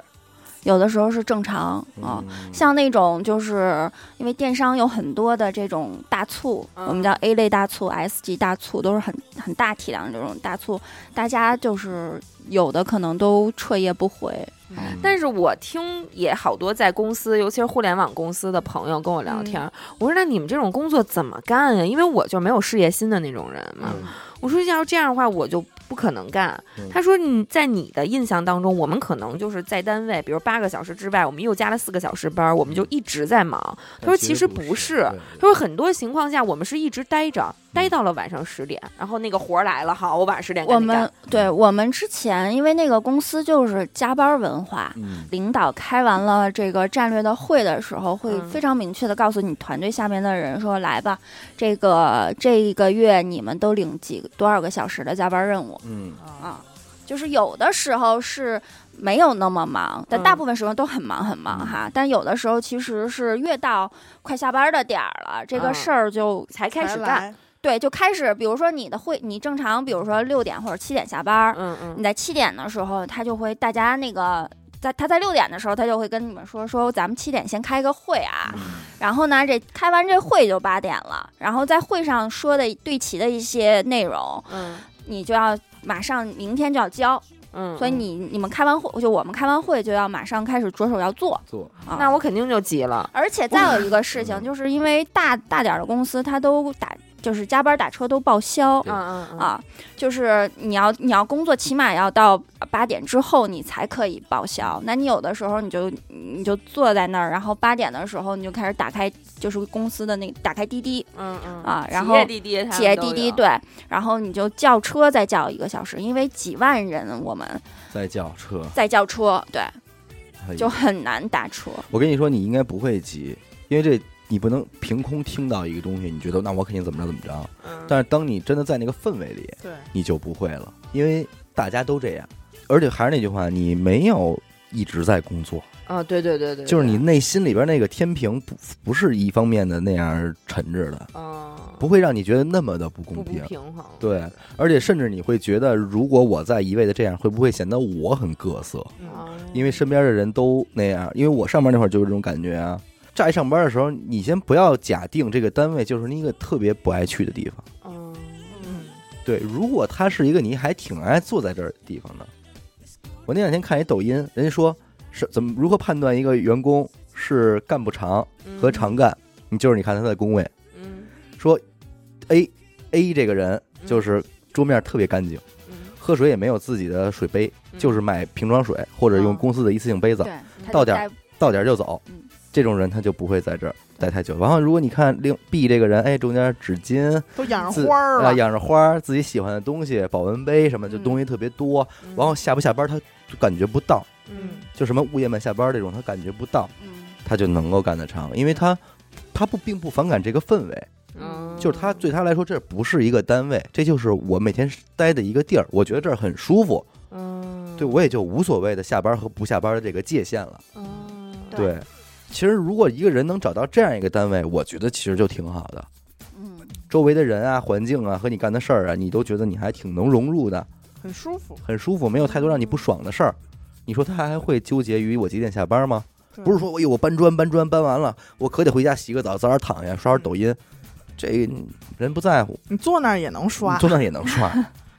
Speaker 3: 有的时候是正常啊、
Speaker 4: 嗯
Speaker 3: 像那种就是因为电商有很多的这种大促，
Speaker 2: 嗯
Speaker 3: 我们叫 A 类大促、S 级大促，都是很很大体量的这种大促，大家就是有的可能都彻夜不回。
Speaker 4: 嗯
Speaker 2: 但是我听也好多在公司，尤其是互联网公司的朋友跟我聊天儿，我说那你们这种工作怎么干呀？因为我就没有事业心的那种人嘛。
Speaker 4: 嗯
Speaker 3: 啊
Speaker 2: 我说要是这样的话，我就不可能干。
Speaker 4: 嗯
Speaker 2: 他说你在你的印象当中，我们可能就是在单位，比如八个小时之外，我们又加了四个小时班
Speaker 4: 嗯
Speaker 2: 儿，我们就一直在忙。他说
Speaker 4: 但
Speaker 2: 其实不是
Speaker 4: 对
Speaker 2: 他说很多情况下我们是一直待着，待
Speaker 4: 嗯
Speaker 2: 到了晚上十点，然后那个活儿来了，好，我晚上十点赶
Speaker 3: 我
Speaker 2: 紧干
Speaker 3: 们对我们之前，因为那个公司就是加班文化，
Speaker 4: 嗯
Speaker 3: 领导开完了这个战略的会的时候，会
Speaker 2: 嗯
Speaker 3: 非常明确的告诉你团队下面的人说：“来吧，这个这一个月你们都领几多少个小时的加班任务
Speaker 4: 嗯
Speaker 1: 啊，
Speaker 3: 啊？”就是有的时候是没有那么忙，但
Speaker 2: 嗯
Speaker 3: 大部分时候都很忙很忙哈。但有的时候其实是越到快下班的点儿了，这个
Speaker 2: 嗯
Speaker 3: 事儿就
Speaker 2: 才开始
Speaker 1: 才
Speaker 2: 干，
Speaker 1: 来，
Speaker 3: 对就开始，比如说你的会，你正常比如说六点或者七点下班儿，
Speaker 2: 嗯嗯
Speaker 3: 你在七点的时候，他就会大家那个。在他在六点的时候，他就会跟你们说说，咱们七点先开个会啊，
Speaker 4: 嗯
Speaker 3: 然后呢，这开完这会就八点了，然后在会上说的对齐的一些内容，
Speaker 2: 嗯
Speaker 3: 你就要马上明天就要交，
Speaker 2: 嗯，
Speaker 3: 所以
Speaker 2: 嗯
Speaker 3: 你你们开完会，就我们开完会就要马上开始着手要做
Speaker 4: 做
Speaker 3: 啊。
Speaker 2: 那我嗯肯定就急了，
Speaker 3: 而且再有一个事情，就是因为大大点儿的公司，它都打就是加班打车都报销，
Speaker 4: 对
Speaker 2: 嗯嗯，
Speaker 3: 啊，就是你要你要工作，起码要到八点之后你才可以报销。那你有的时候你就你就坐在那儿，然后八点的时候你就开始打开，就是公司的那打开滴滴、
Speaker 2: 嗯嗯
Speaker 3: 啊然
Speaker 2: 企业
Speaker 3: 后
Speaker 2: 滴滴他们
Speaker 3: 企业
Speaker 2: 都
Speaker 3: 滴滴
Speaker 2: 有
Speaker 3: 对，然后你就叫车再叫一个小时，因为几万人我们
Speaker 4: 再叫车，
Speaker 3: 再叫车，对，
Speaker 4: 哎呀
Speaker 3: 就很难打车。
Speaker 4: 我跟你说，你应该不会急，因为这你不能凭空听到一个东西，你觉得那我肯定怎么着怎么着。
Speaker 2: 嗯
Speaker 4: 但是当你真的在那个氛围里，
Speaker 1: 对，
Speaker 4: 你就不会了，因为大家都这样。而且还是那句话，你没有一直在工作，
Speaker 2: 啊对对对对，
Speaker 4: 就是
Speaker 2: 对
Speaker 4: 你内心里边那个天平不不是一方面的那样沉着的，
Speaker 2: 嗯
Speaker 4: 不会让你觉得那么的不
Speaker 2: 不
Speaker 4: 公
Speaker 2: 不
Speaker 4: 平。
Speaker 2: 平衡，
Speaker 4: 对，而且甚至你会觉得，如果我再一味的这样，会不会显得我很各色？
Speaker 1: 嗯，
Speaker 2: 嗯
Speaker 4: 因为身边的人都那样。因为我上班那会儿就是这种感觉啊。乍一上班的时候，你先不要假定这个单位就是你一个特别不爱去的地方。
Speaker 2: 嗯
Speaker 1: 嗯
Speaker 4: 对，如果它是一个你还挺爱坐在这儿的地方的，我那两天看一抖音，人家说是怎么如何判断一个员工是干部长
Speaker 2: 嗯
Speaker 4: 和常干，你就是你看他的工位，
Speaker 2: 嗯
Speaker 4: 说 A A 这个
Speaker 3: 嗯
Speaker 4: 人就是桌面特别干净，
Speaker 2: 嗯
Speaker 4: 喝水也没有自己的水杯，
Speaker 2: 嗯
Speaker 4: 就是买瓶装水或者用
Speaker 3: 哦
Speaker 4: 公司的一次性杯子，
Speaker 3: 对，他
Speaker 4: 到
Speaker 3: 就
Speaker 4: 点
Speaker 3: 在
Speaker 4: 到点儿就走
Speaker 3: 嗯，
Speaker 4: 这种人他就不会在这儿待太久。然后如果你看另 B 这个人，哎，中间纸巾
Speaker 1: 都养
Speaker 4: 自
Speaker 1: 着花儿
Speaker 4: 啊，
Speaker 1: 了，
Speaker 4: 养着花儿，自己喜欢的东西，保温杯什么，就
Speaker 3: 嗯
Speaker 4: 东西特别多。
Speaker 2: 嗯
Speaker 4: 然后下不下班他就感觉不到，
Speaker 2: 嗯
Speaker 4: 就什么物业慢下班这种，他感觉不到，
Speaker 3: 嗯，
Speaker 4: 他就能够干得长，因为他他不并不反感这个氛围，
Speaker 2: 嗯
Speaker 4: 就是他对他来说这不是一个单位，这就是我每天待的一个地儿，我觉得这儿很舒服，
Speaker 2: 嗯
Speaker 4: 对我也就无所谓的下班和不下班的这个界限了。
Speaker 2: 嗯
Speaker 3: 对
Speaker 4: 对，其实如果一个人能找到这样一个单位，我觉得其实就挺好的。
Speaker 3: 嗯
Speaker 4: 周围的人啊、环境啊和你干的事儿啊，你都觉得你还挺能融入的，
Speaker 1: 很舒服，
Speaker 4: 很舒服，没有太多让你不爽的事儿。你说他还会纠结于我几点下班吗？
Speaker 1: 对
Speaker 4: 不是说，哎呦，我搬砖搬砖搬完了，我可得回家洗个澡，早点躺下，刷刷抖音。这人不在乎，
Speaker 1: 你坐那儿也能刷
Speaker 4: 你，坐那也能 刷。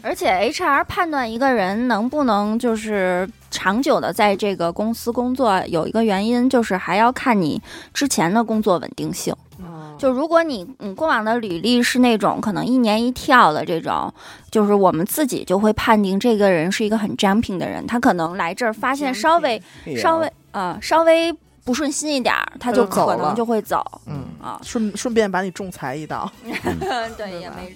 Speaker 3: 而且 HR 判断一个人能不能就是长久的在这个公司工作，有一个原因就是还要看你之前的工作稳定性。
Speaker 2: 嗯
Speaker 3: 就如果你你过往的履历是那种可能一年一跳的这种，就是我们自己就会判定这个人是一个很 jumping 的人，他可能来这儿发现稍微稍
Speaker 4: 哎
Speaker 3: 微呃稍微不顺心一点儿，他就
Speaker 2: 就走
Speaker 3: 可
Speaker 2: 了
Speaker 3: 能就会走
Speaker 1: 嗯，
Speaker 3: 啊。
Speaker 1: 顺顺便把你仲裁一道，
Speaker 3: 对，
Speaker 2: 也没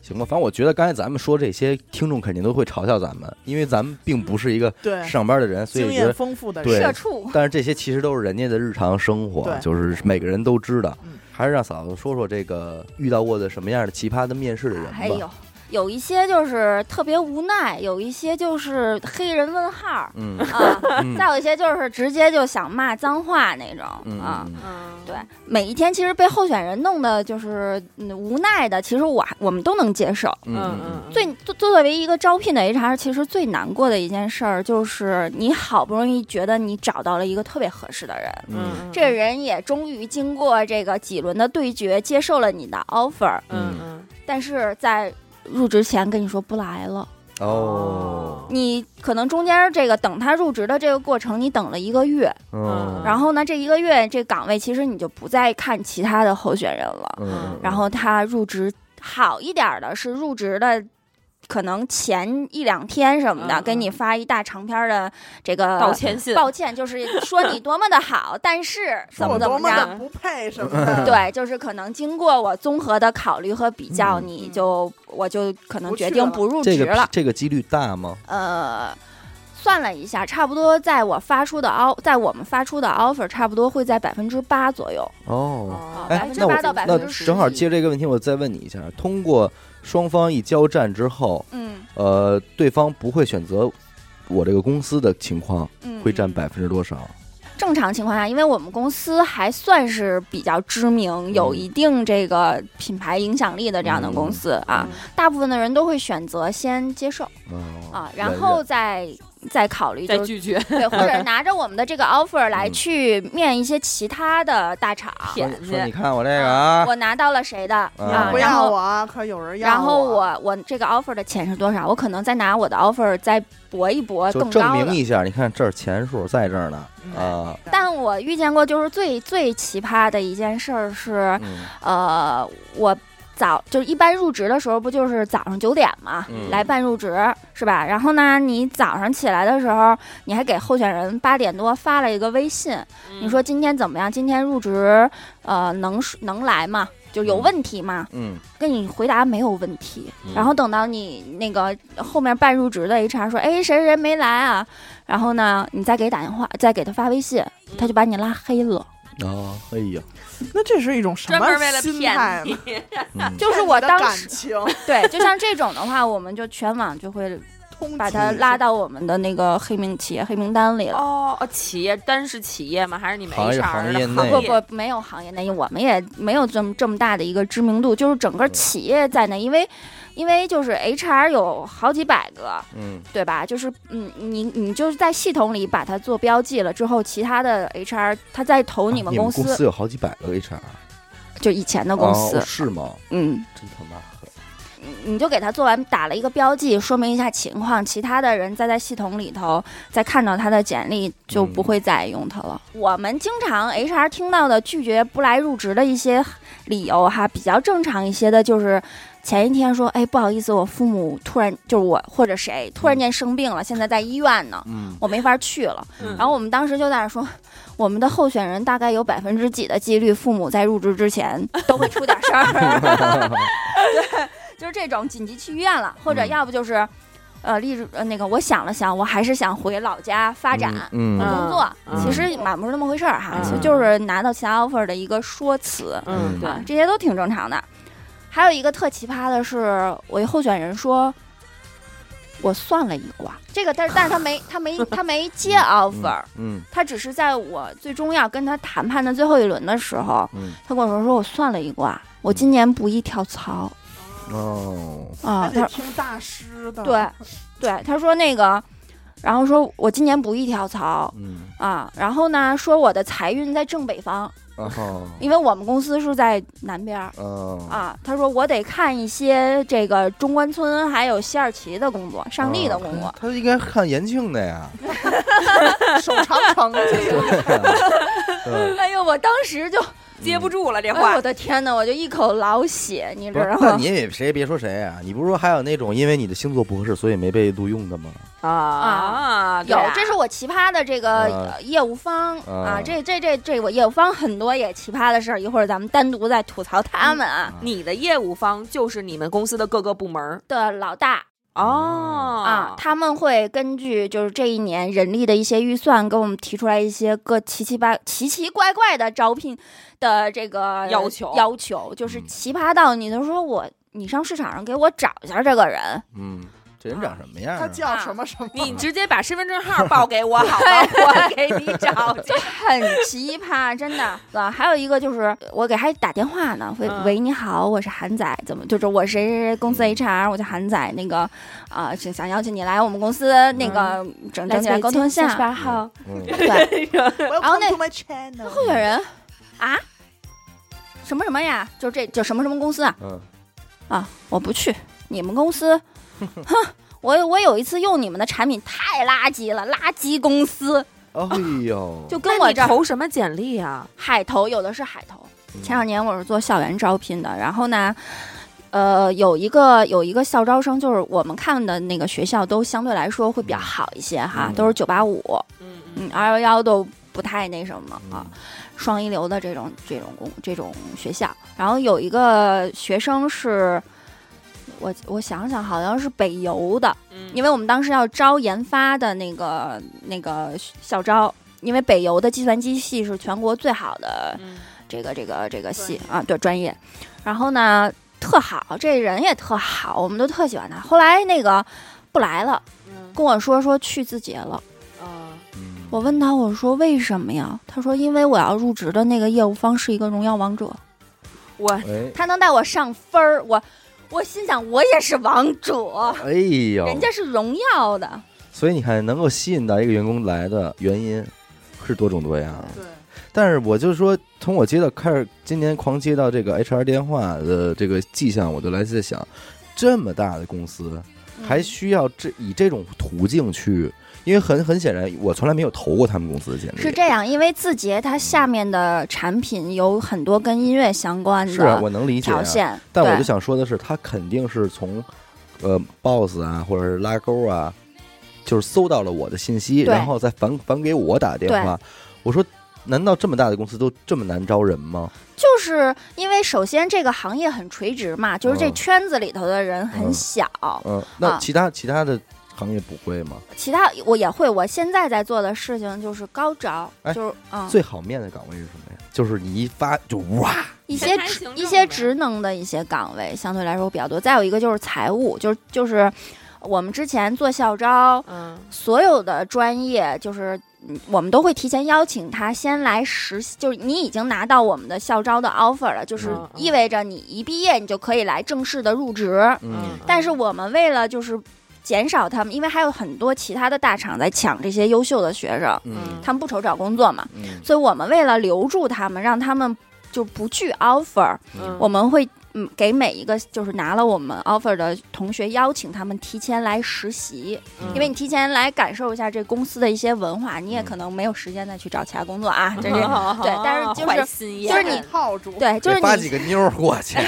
Speaker 4: 行吧，反正我觉得刚才咱们说这些，听众肯定都会嘲笑咱们，因为咱们并不是一个
Speaker 1: 对，
Speaker 4: 上班的人，所
Speaker 1: 经
Speaker 4: 以觉得
Speaker 1: 验丰富的
Speaker 4: 对
Speaker 1: 人，
Speaker 3: 社畜。
Speaker 4: 但是这些其实都是人家的日常生活，
Speaker 1: 对
Speaker 4: 就是每个人都知道
Speaker 1: 嗯。
Speaker 4: 还是让嫂子说说这个遇到过的什么样的奇葩的面试的人吧。
Speaker 3: 还有有一些就是特别无奈，有一些就是黑人问号儿
Speaker 4: 嗯，
Speaker 3: 啊，
Speaker 4: 嗯
Speaker 3: 再有一些就是直接就想骂脏话那种
Speaker 4: 嗯
Speaker 3: 啊。
Speaker 4: 嗯
Speaker 2: 嗯
Speaker 3: 对，每一天其实被候选人弄的就是嗯无奈的，其实我还我们都能接受。
Speaker 4: 嗯嗯嗯
Speaker 2: 嗯
Speaker 3: 最作作为一个招聘的 HR，其实最难过的一件事儿就是你好不容易觉得你找到了一个特别合适的人，
Speaker 4: 嗯
Speaker 3: 这个人也终于经过这个几轮的对决接受了你的 offer，
Speaker 2: 嗯
Speaker 3: 但是在入职前跟你说不来了。
Speaker 4: 哦，
Speaker 3: 你可能中间这个等他入职的这个过程，你等了一个月，
Speaker 4: 嗯，
Speaker 3: 哦然后呢，这一个月这岗位其实你就不再看其他的候选人了。
Speaker 4: 嗯，嗯
Speaker 3: 然后他入职好一点儿的是入职的可能前一两天什么的，
Speaker 2: 嗯
Speaker 3: 给你发一大长篇儿的这个
Speaker 2: 道歉信，
Speaker 3: 抱歉，就是说你多么的好，但是怎
Speaker 1: 我
Speaker 3: 么怎
Speaker 1: 多么
Speaker 3: 么着。
Speaker 1: 的不配什么
Speaker 4: 嗯
Speaker 1: 的，，
Speaker 3: 对，就是可能经过我综合的考虑和比较，
Speaker 4: 嗯
Speaker 3: 你就我就可能
Speaker 1: 不
Speaker 3: 决
Speaker 1: 去
Speaker 3: 定
Speaker 1: 了
Speaker 3: 不入
Speaker 4: 这
Speaker 3: 职了
Speaker 4: 个。这个几率大吗？
Speaker 3: 呃，算了一下，差不多在我发出的 o 在我们发出的 offer 差不多会在百分之八左右。
Speaker 4: 哦，
Speaker 2: 哦
Speaker 4: 哎
Speaker 2: 百分之
Speaker 4: 那我
Speaker 2: 八到百
Speaker 4: 那
Speaker 2: 分之十
Speaker 4: 正好
Speaker 2: 一
Speaker 4: 接这个问题，我再问你一下：通过双方一交战之后，
Speaker 3: 嗯
Speaker 4: 呃，对方不会选择我这个公司的情况
Speaker 3: 嗯啊
Speaker 4: 会占百分之多少？
Speaker 3: 正常情况下，因为我们公司还算是比较知名，
Speaker 4: 嗯
Speaker 3: 有一定这个品牌影响力的这样的公司啊，大部分的人都会选择先接受
Speaker 4: 哦
Speaker 3: 啊，然后再再考虑，
Speaker 2: 再
Speaker 3: 就是
Speaker 2: 拒绝
Speaker 3: 对，或者拿着我们的这个 offer 来
Speaker 4: 嗯啊
Speaker 3: 去面一些其他的大厂。
Speaker 4: 忍
Speaker 2: 舔
Speaker 4: 着说说
Speaker 2: 去
Speaker 4: 你。看我这个啊，
Speaker 3: 我拿到了谁的啊
Speaker 1: 你？ 不要
Speaker 3: 然后
Speaker 1: 我啊，可有人要
Speaker 3: 然后
Speaker 1: 我啊
Speaker 3: 我我这个 offer 的钱是多少？我可能再拿我的 offer 再搏一搏
Speaker 4: 就
Speaker 3: 更
Speaker 4: 证
Speaker 3: 高
Speaker 4: 明
Speaker 3: 的。
Speaker 4: 一下，你看这儿钱数在这儿呢
Speaker 1: 嗯
Speaker 4: 啊，
Speaker 3: 但我遇见过就是最最奇葩的一件事儿是，
Speaker 4: 嗯
Speaker 3: 呃，我早就是一般入职的时候不就是早上九点嘛，
Speaker 4: 嗯
Speaker 3: 来办入职是吧？然后呢，你早上起来的时候，你还给候选人八点多发了一个微信，
Speaker 4: 嗯
Speaker 2: 嗯
Speaker 3: 你说今天怎么样？今天入职，呃，能能来吗？就有
Speaker 4: 嗯
Speaker 3: 问题吗？
Speaker 4: 嗯，
Speaker 3: 跟你回答没有问题，
Speaker 4: 嗯
Speaker 3: 然后等到你那个后面办入职的 HR 说，哎，谁谁谁没来啊？然后呢，你再给打电话，再给他发微信，
Speaker 4: 嗯
Speaker 3: 他就把你拉黑了。
Speaker 4: 哦，哎呀，
Speaker 1: 那这是一种什
Speaker 2: 专门为
Speaker 1: 么
Speaker 2: 了
Speaker 1: 心
Speaker 2: 骗
Speaker 1: 态
Speaker 2: 你
Speaker 1: 呢？，
Speaker 4: 嗯
Speaker 3: 就是
Speaker 1: 骗你
Speaker 3: 我
Speaker 1: 的
Speaker 3: 当
Speaker 1: 感
Speaker 3: 时
Speaker 1: 情
Speaker 3: 对，就像这种的话，我们就全网就会
Speaker 1: 通
Speaker 3: 把 他
Speaker 1: 缉
Speaker 3: 拉到我们的那个黑名企业黑名单里了。
Speaker 2: 哦，哦企业单是企业吗？还是你们
Speaker 4: 行
Speaker 2: HR
Speaker 4: 业
Speaker 2: 的
Speaker 4: 行业内
Speaker 3: 啊不不，没有行业内，我们也没有这么这么大的一个知名度，就是整个企业在内，因为因为就是 HR 有好几百个，
Speaker 4: 嗯，
Speaker 3: 对吧？就是嗯，你你就是在系统里把它做标记了之后，其他的 HR 他再投啊你们
Speaker 4: 公
Speaker 3: 公司，
Speaker 4: 有好几百个 HR
Speaker 3: 就以前的公司，
Speaker 4: 哦是吗？
Speaker 3: 嗯，
Speaker 4: 真他妈狠！
Speaker 3: 你你就给他做完打了一个标记，说明一下情况，其他的人再在系统里头再看到他的简历，就不会再用他了。我们经常 HR 听到的拒绝不来入职的一些理由哈，比较正常一些的就是。前一天说，哎，不好意思，我父母突然就是我或者谁突然间生病了，现在在医院呢，
Speaker 4: 嗯，
Speaker 3: 我没法去了。
Speaker 2: 嗯
Speaker 3: 然后我们当时就在那儿说，我们的候选人大概有百分之几的几率，父母在入职之前都会出点事儿。对，就是这种紧急去医院了，或者
Speaker 4: 嗯
Speaker 3: 要不就是，呃，例如呃那个，我想了想，我还是想回老家发展。
Speaker 4: 嗯，嗯
Speaker 3: 工作、
Speaker 2: 嗯
Speaker 3: 其实满不是那么回事儿哈，
Speaker 2: 嗯
Speaker 3: 其实就是拿到其他 offer 的一个说辞、
Speaker 2: 嗯，对
Speaker 3: 啊，，这些都挺正常的。还有一个特奇葩的是，我一候选人说，我算了一卦，这个但是但是他没他没他没接 offer，、
Speaker 4: 嗯
Speaker 3: 他只是在我最终要跟他谈判的最后一轮的时候，
Speaker 4: 嗯，
Speaker 3: 他跟我说：“说我算了一卦，我今年不宜跳槽
Speaker 4: 哦，
Speaker 3: 啊
Speaker 1: 还。得
Speaker 3: 他
Speaker 1: 听大师的，
Speaker 3: 对，对，他说那个，然后说我今年不宜跳槽
Speaker 4: 嗯，
Speaker 3: 啊。然后呢，说我的财运在正北方，
Speaker 4: 然后，
Speaker 3: 因为我们公司是在南边儿
Speaker 4: 嗯，
Speaker 3: 啊。他说我得看一些这个中关村还有西二旗的工作，上地的工作。
Speaker 4: 哦他应该看延庆 的呀。
Speaker 1: 手长长的
Speaker 4: 嗯
Speaker 3: 哎呦，我当时就，
Speaker 2: 接不住了这
Speaker 3: 哎
Speaker 2: 话
Speaker 3: 我。的天呐，我就一口老血，你知
Speaker 4: 不是
Speaker 3: 道，
Speaker 4: 那
Speaker 3: 吗
Speaker 4: 你？也谁也别说谁啊，你不是说还有那种因为你的星座不合适，所以没被录用的吗？
Speaker 2: 啊啊
Speaker 3: 有，这是我奇葩的这个
Speaker 4: 啊
Speaker 3: 呃业务方
Speaker 4: 啊
Speaker 3: 啊，这这这这我业务方很多也奇葩的事儿，一会儿咱们单独再吐槽他们啊
Speaker 4: 嗯
Speaker 2: 你的业务方就是你们公司的各个部门儿
Speaker 3: 的老大
Speaker 4: 嗯
Speaker 2: 哦
Speaker 3: 啊，他们会根据就是这一年人力的一些预算，给我们提出来一些各奇奇八奇奇怪怪的招聘的这 个
Speaker 2: 要求
Speaker 3: 要求就是奇葩到你都说我你上市场上给我找一下这 个人，
Speaker 4: 嗯，这人长什么样啊？
Speaker 1: 他叫什么什么？
Speaker 2: 你直接把身份证号报给我好吗？ 我给你找去。
Speaker 3: 很奇葩，真的。啊，还有一个就是我给还打电话呢，喂、
Speaker 2: 嗯
Speaker 3: 喂，你好，我是韩仔，怎么就是我谁谁谁公司 HR，我叫韩仔，那个啊、想想邀请你来我们公司那个整整点沟通下。
Speaker 2: 八号，
Speaker 4: 嗯
Speaker 3: 对，然后
Speaker 1: Welcome
Speaker 3: 那
Speaker 1: to my channel，
Speaker 3: 候选人啊，什么什么呀？就这就什么什么公司啊？
Speaker 4: 嗯，
Speaker 3: 啊，我不去，你们公司，哼，我我有一次用你们的产品太垃圾了，垃圾公司，
Speaker 4: 哎呦，
Speaker 3: 就跟我这儿
Speaker 2: 投什么简历啊？
Speaker 3: 海投有的是海投。前两年我是做校园招聘的，然后呢，呃，有一个有一个校招生，就是我们看的那个学校都相对来说会比较好一些哈，
Speaker 4: 嗯
Speaker 3: 都是九八五，
Speaker 2: 嗯
Speaker 3: 嗯，二幺幺都不太那什么
Speaker 4: 嗯
Speaker 3: 啊，双一流的这种这种公这种学校。然后有一个学生是，我我想想，好像是北邮的，
Speaker 2: 嗯
Speaker 3: 因为我们当时要招研发的那个那个校招，因为北邮的计算机系是全国最好的
Speaker 2: 嗯
Speaker 3: 这个这个这个系
Speaker 1: 专
Speaker 3: 啊，对专业。然后呢，特好，这人也特好，我们都特喜欢他。后来那个不来了，
Speaker 2: 嗯
Speaker 3: 跟我说说去字节了。
Speaker 2: 啊
Speaker 4: 嗯
Speaker 3: 我问他，我说为什么呀？他说因为我要入职的那个业务方是一个荣耀王者，
Speaker 2: 我
Speaker 4: 哎
Speaker 3: 他能带我上分儿。我我心想，我也是王者，
Speaker 4: 哎呦，
Speaker 3: 人家是荣耀的。
Speaker 4: 所以你看，能够吸引到一个员工来的原因是多种多样。
Speaker 1: 对，
Speaker 4: 但是我就说，从我接到开始，今年狂接到这个 HR 电话的这个迹象，我就来在想，这么大的公
Speaker 3: 嗯
Speaker 4: 司还需要这以这种途径去，因为很很显然，我从来没有投过他们公司的简历。
Speaker 3: 是这样，因为字节它下面的产品有很多跟音乐相关
Speaker 4: 是啊，
Speaker 3: 的
Speaker 4: 我能理解、
Speaker 3: 条
Speaker 4: 啊。
Speaker 3: 线，
Speaker 4: 但我
Speaker 3: 对
Speaker 4: 就想说的是，他肯定是从呃 boss 啊，或者是拉钩啊，就是搜到了我的信息，
Speaker 3: 对
Speaker 4: 然后再反反给我打电话。我说，难道这么大的公司都这么难招人吗？
Speaker 3: 就是因为首先这个行业很垂直嘛，就是这
Speaker 4: 嗯
Speaker 3: 圈子里头的人很
Speaker 4: 嗯
Speaker 3: 小，
Speaker 4: 嗯，那
Speaker 3: 啊
Speaker 4: 其他、其他的行业不会吗？
Speaker 3: 其他我也会。我现在在做的事情就是高招，
Speaker 4: 哎
Speaker 3: 就是嗯
Speaker 4: 最好面的岗位是什么呀？就是你一发就哇，
Speaker 3: 一
Speaker 2: 前
Speaker 3: 些
Speaker 2: 台
Speaker 3: 职
Speaker 2: 行
Speaker 3: 一
Speaker 2: 政
Speaker 3: 些
Speaker 2: 呗
Speaker 3: 职能的一些岗位相对来说比较多。再有一个就是财务，就是就是我们之前做校招，
Speaker 2: 嗯
Speaker 3: 所有的专业就是。嗯我们都会提前邀请他先来实习，就是你已经拿到我们的校招的 offer 了，就是
Speaker 2: 嗯嗯
Speaker 3: 意味着你一毕业你就可以来正式的入职。
Speaker 4: 嗯，
Speaker 3: 但是我们为了就是减少他们，因为还有很多其他的大厂在抢这些优秀的学生，
Speaker 4: 嗯
Speaker 3: 他们不愁找工作嘛，
Speaker 4: 嗯
Speaker 3: 所以我们为了留住他们，让他们就不拒 offer，
Speaker 2: 嗯
Speaker 3: 我们会嗯给每一个就是拿了我们 offer 的同学邀请他们提前来实习，
Speaker 2: 嗯
Speaker 3: 因为你提前来感受一下这公司的一些文化，你也
Speaker 4: 嗯
Speaker 3: 可能没有时间再去找其他工作啊，这
Speaker 2: 对
Speaker 3: 是。但是就是
Speaker 2: 是
Speaker 3: 就是你
Speaker 1: 套住，
Speaker 3: 对，就是
Speaker 4: 得发几
Speaker 3: 你，
Speaker 4: 个妞儿过 去，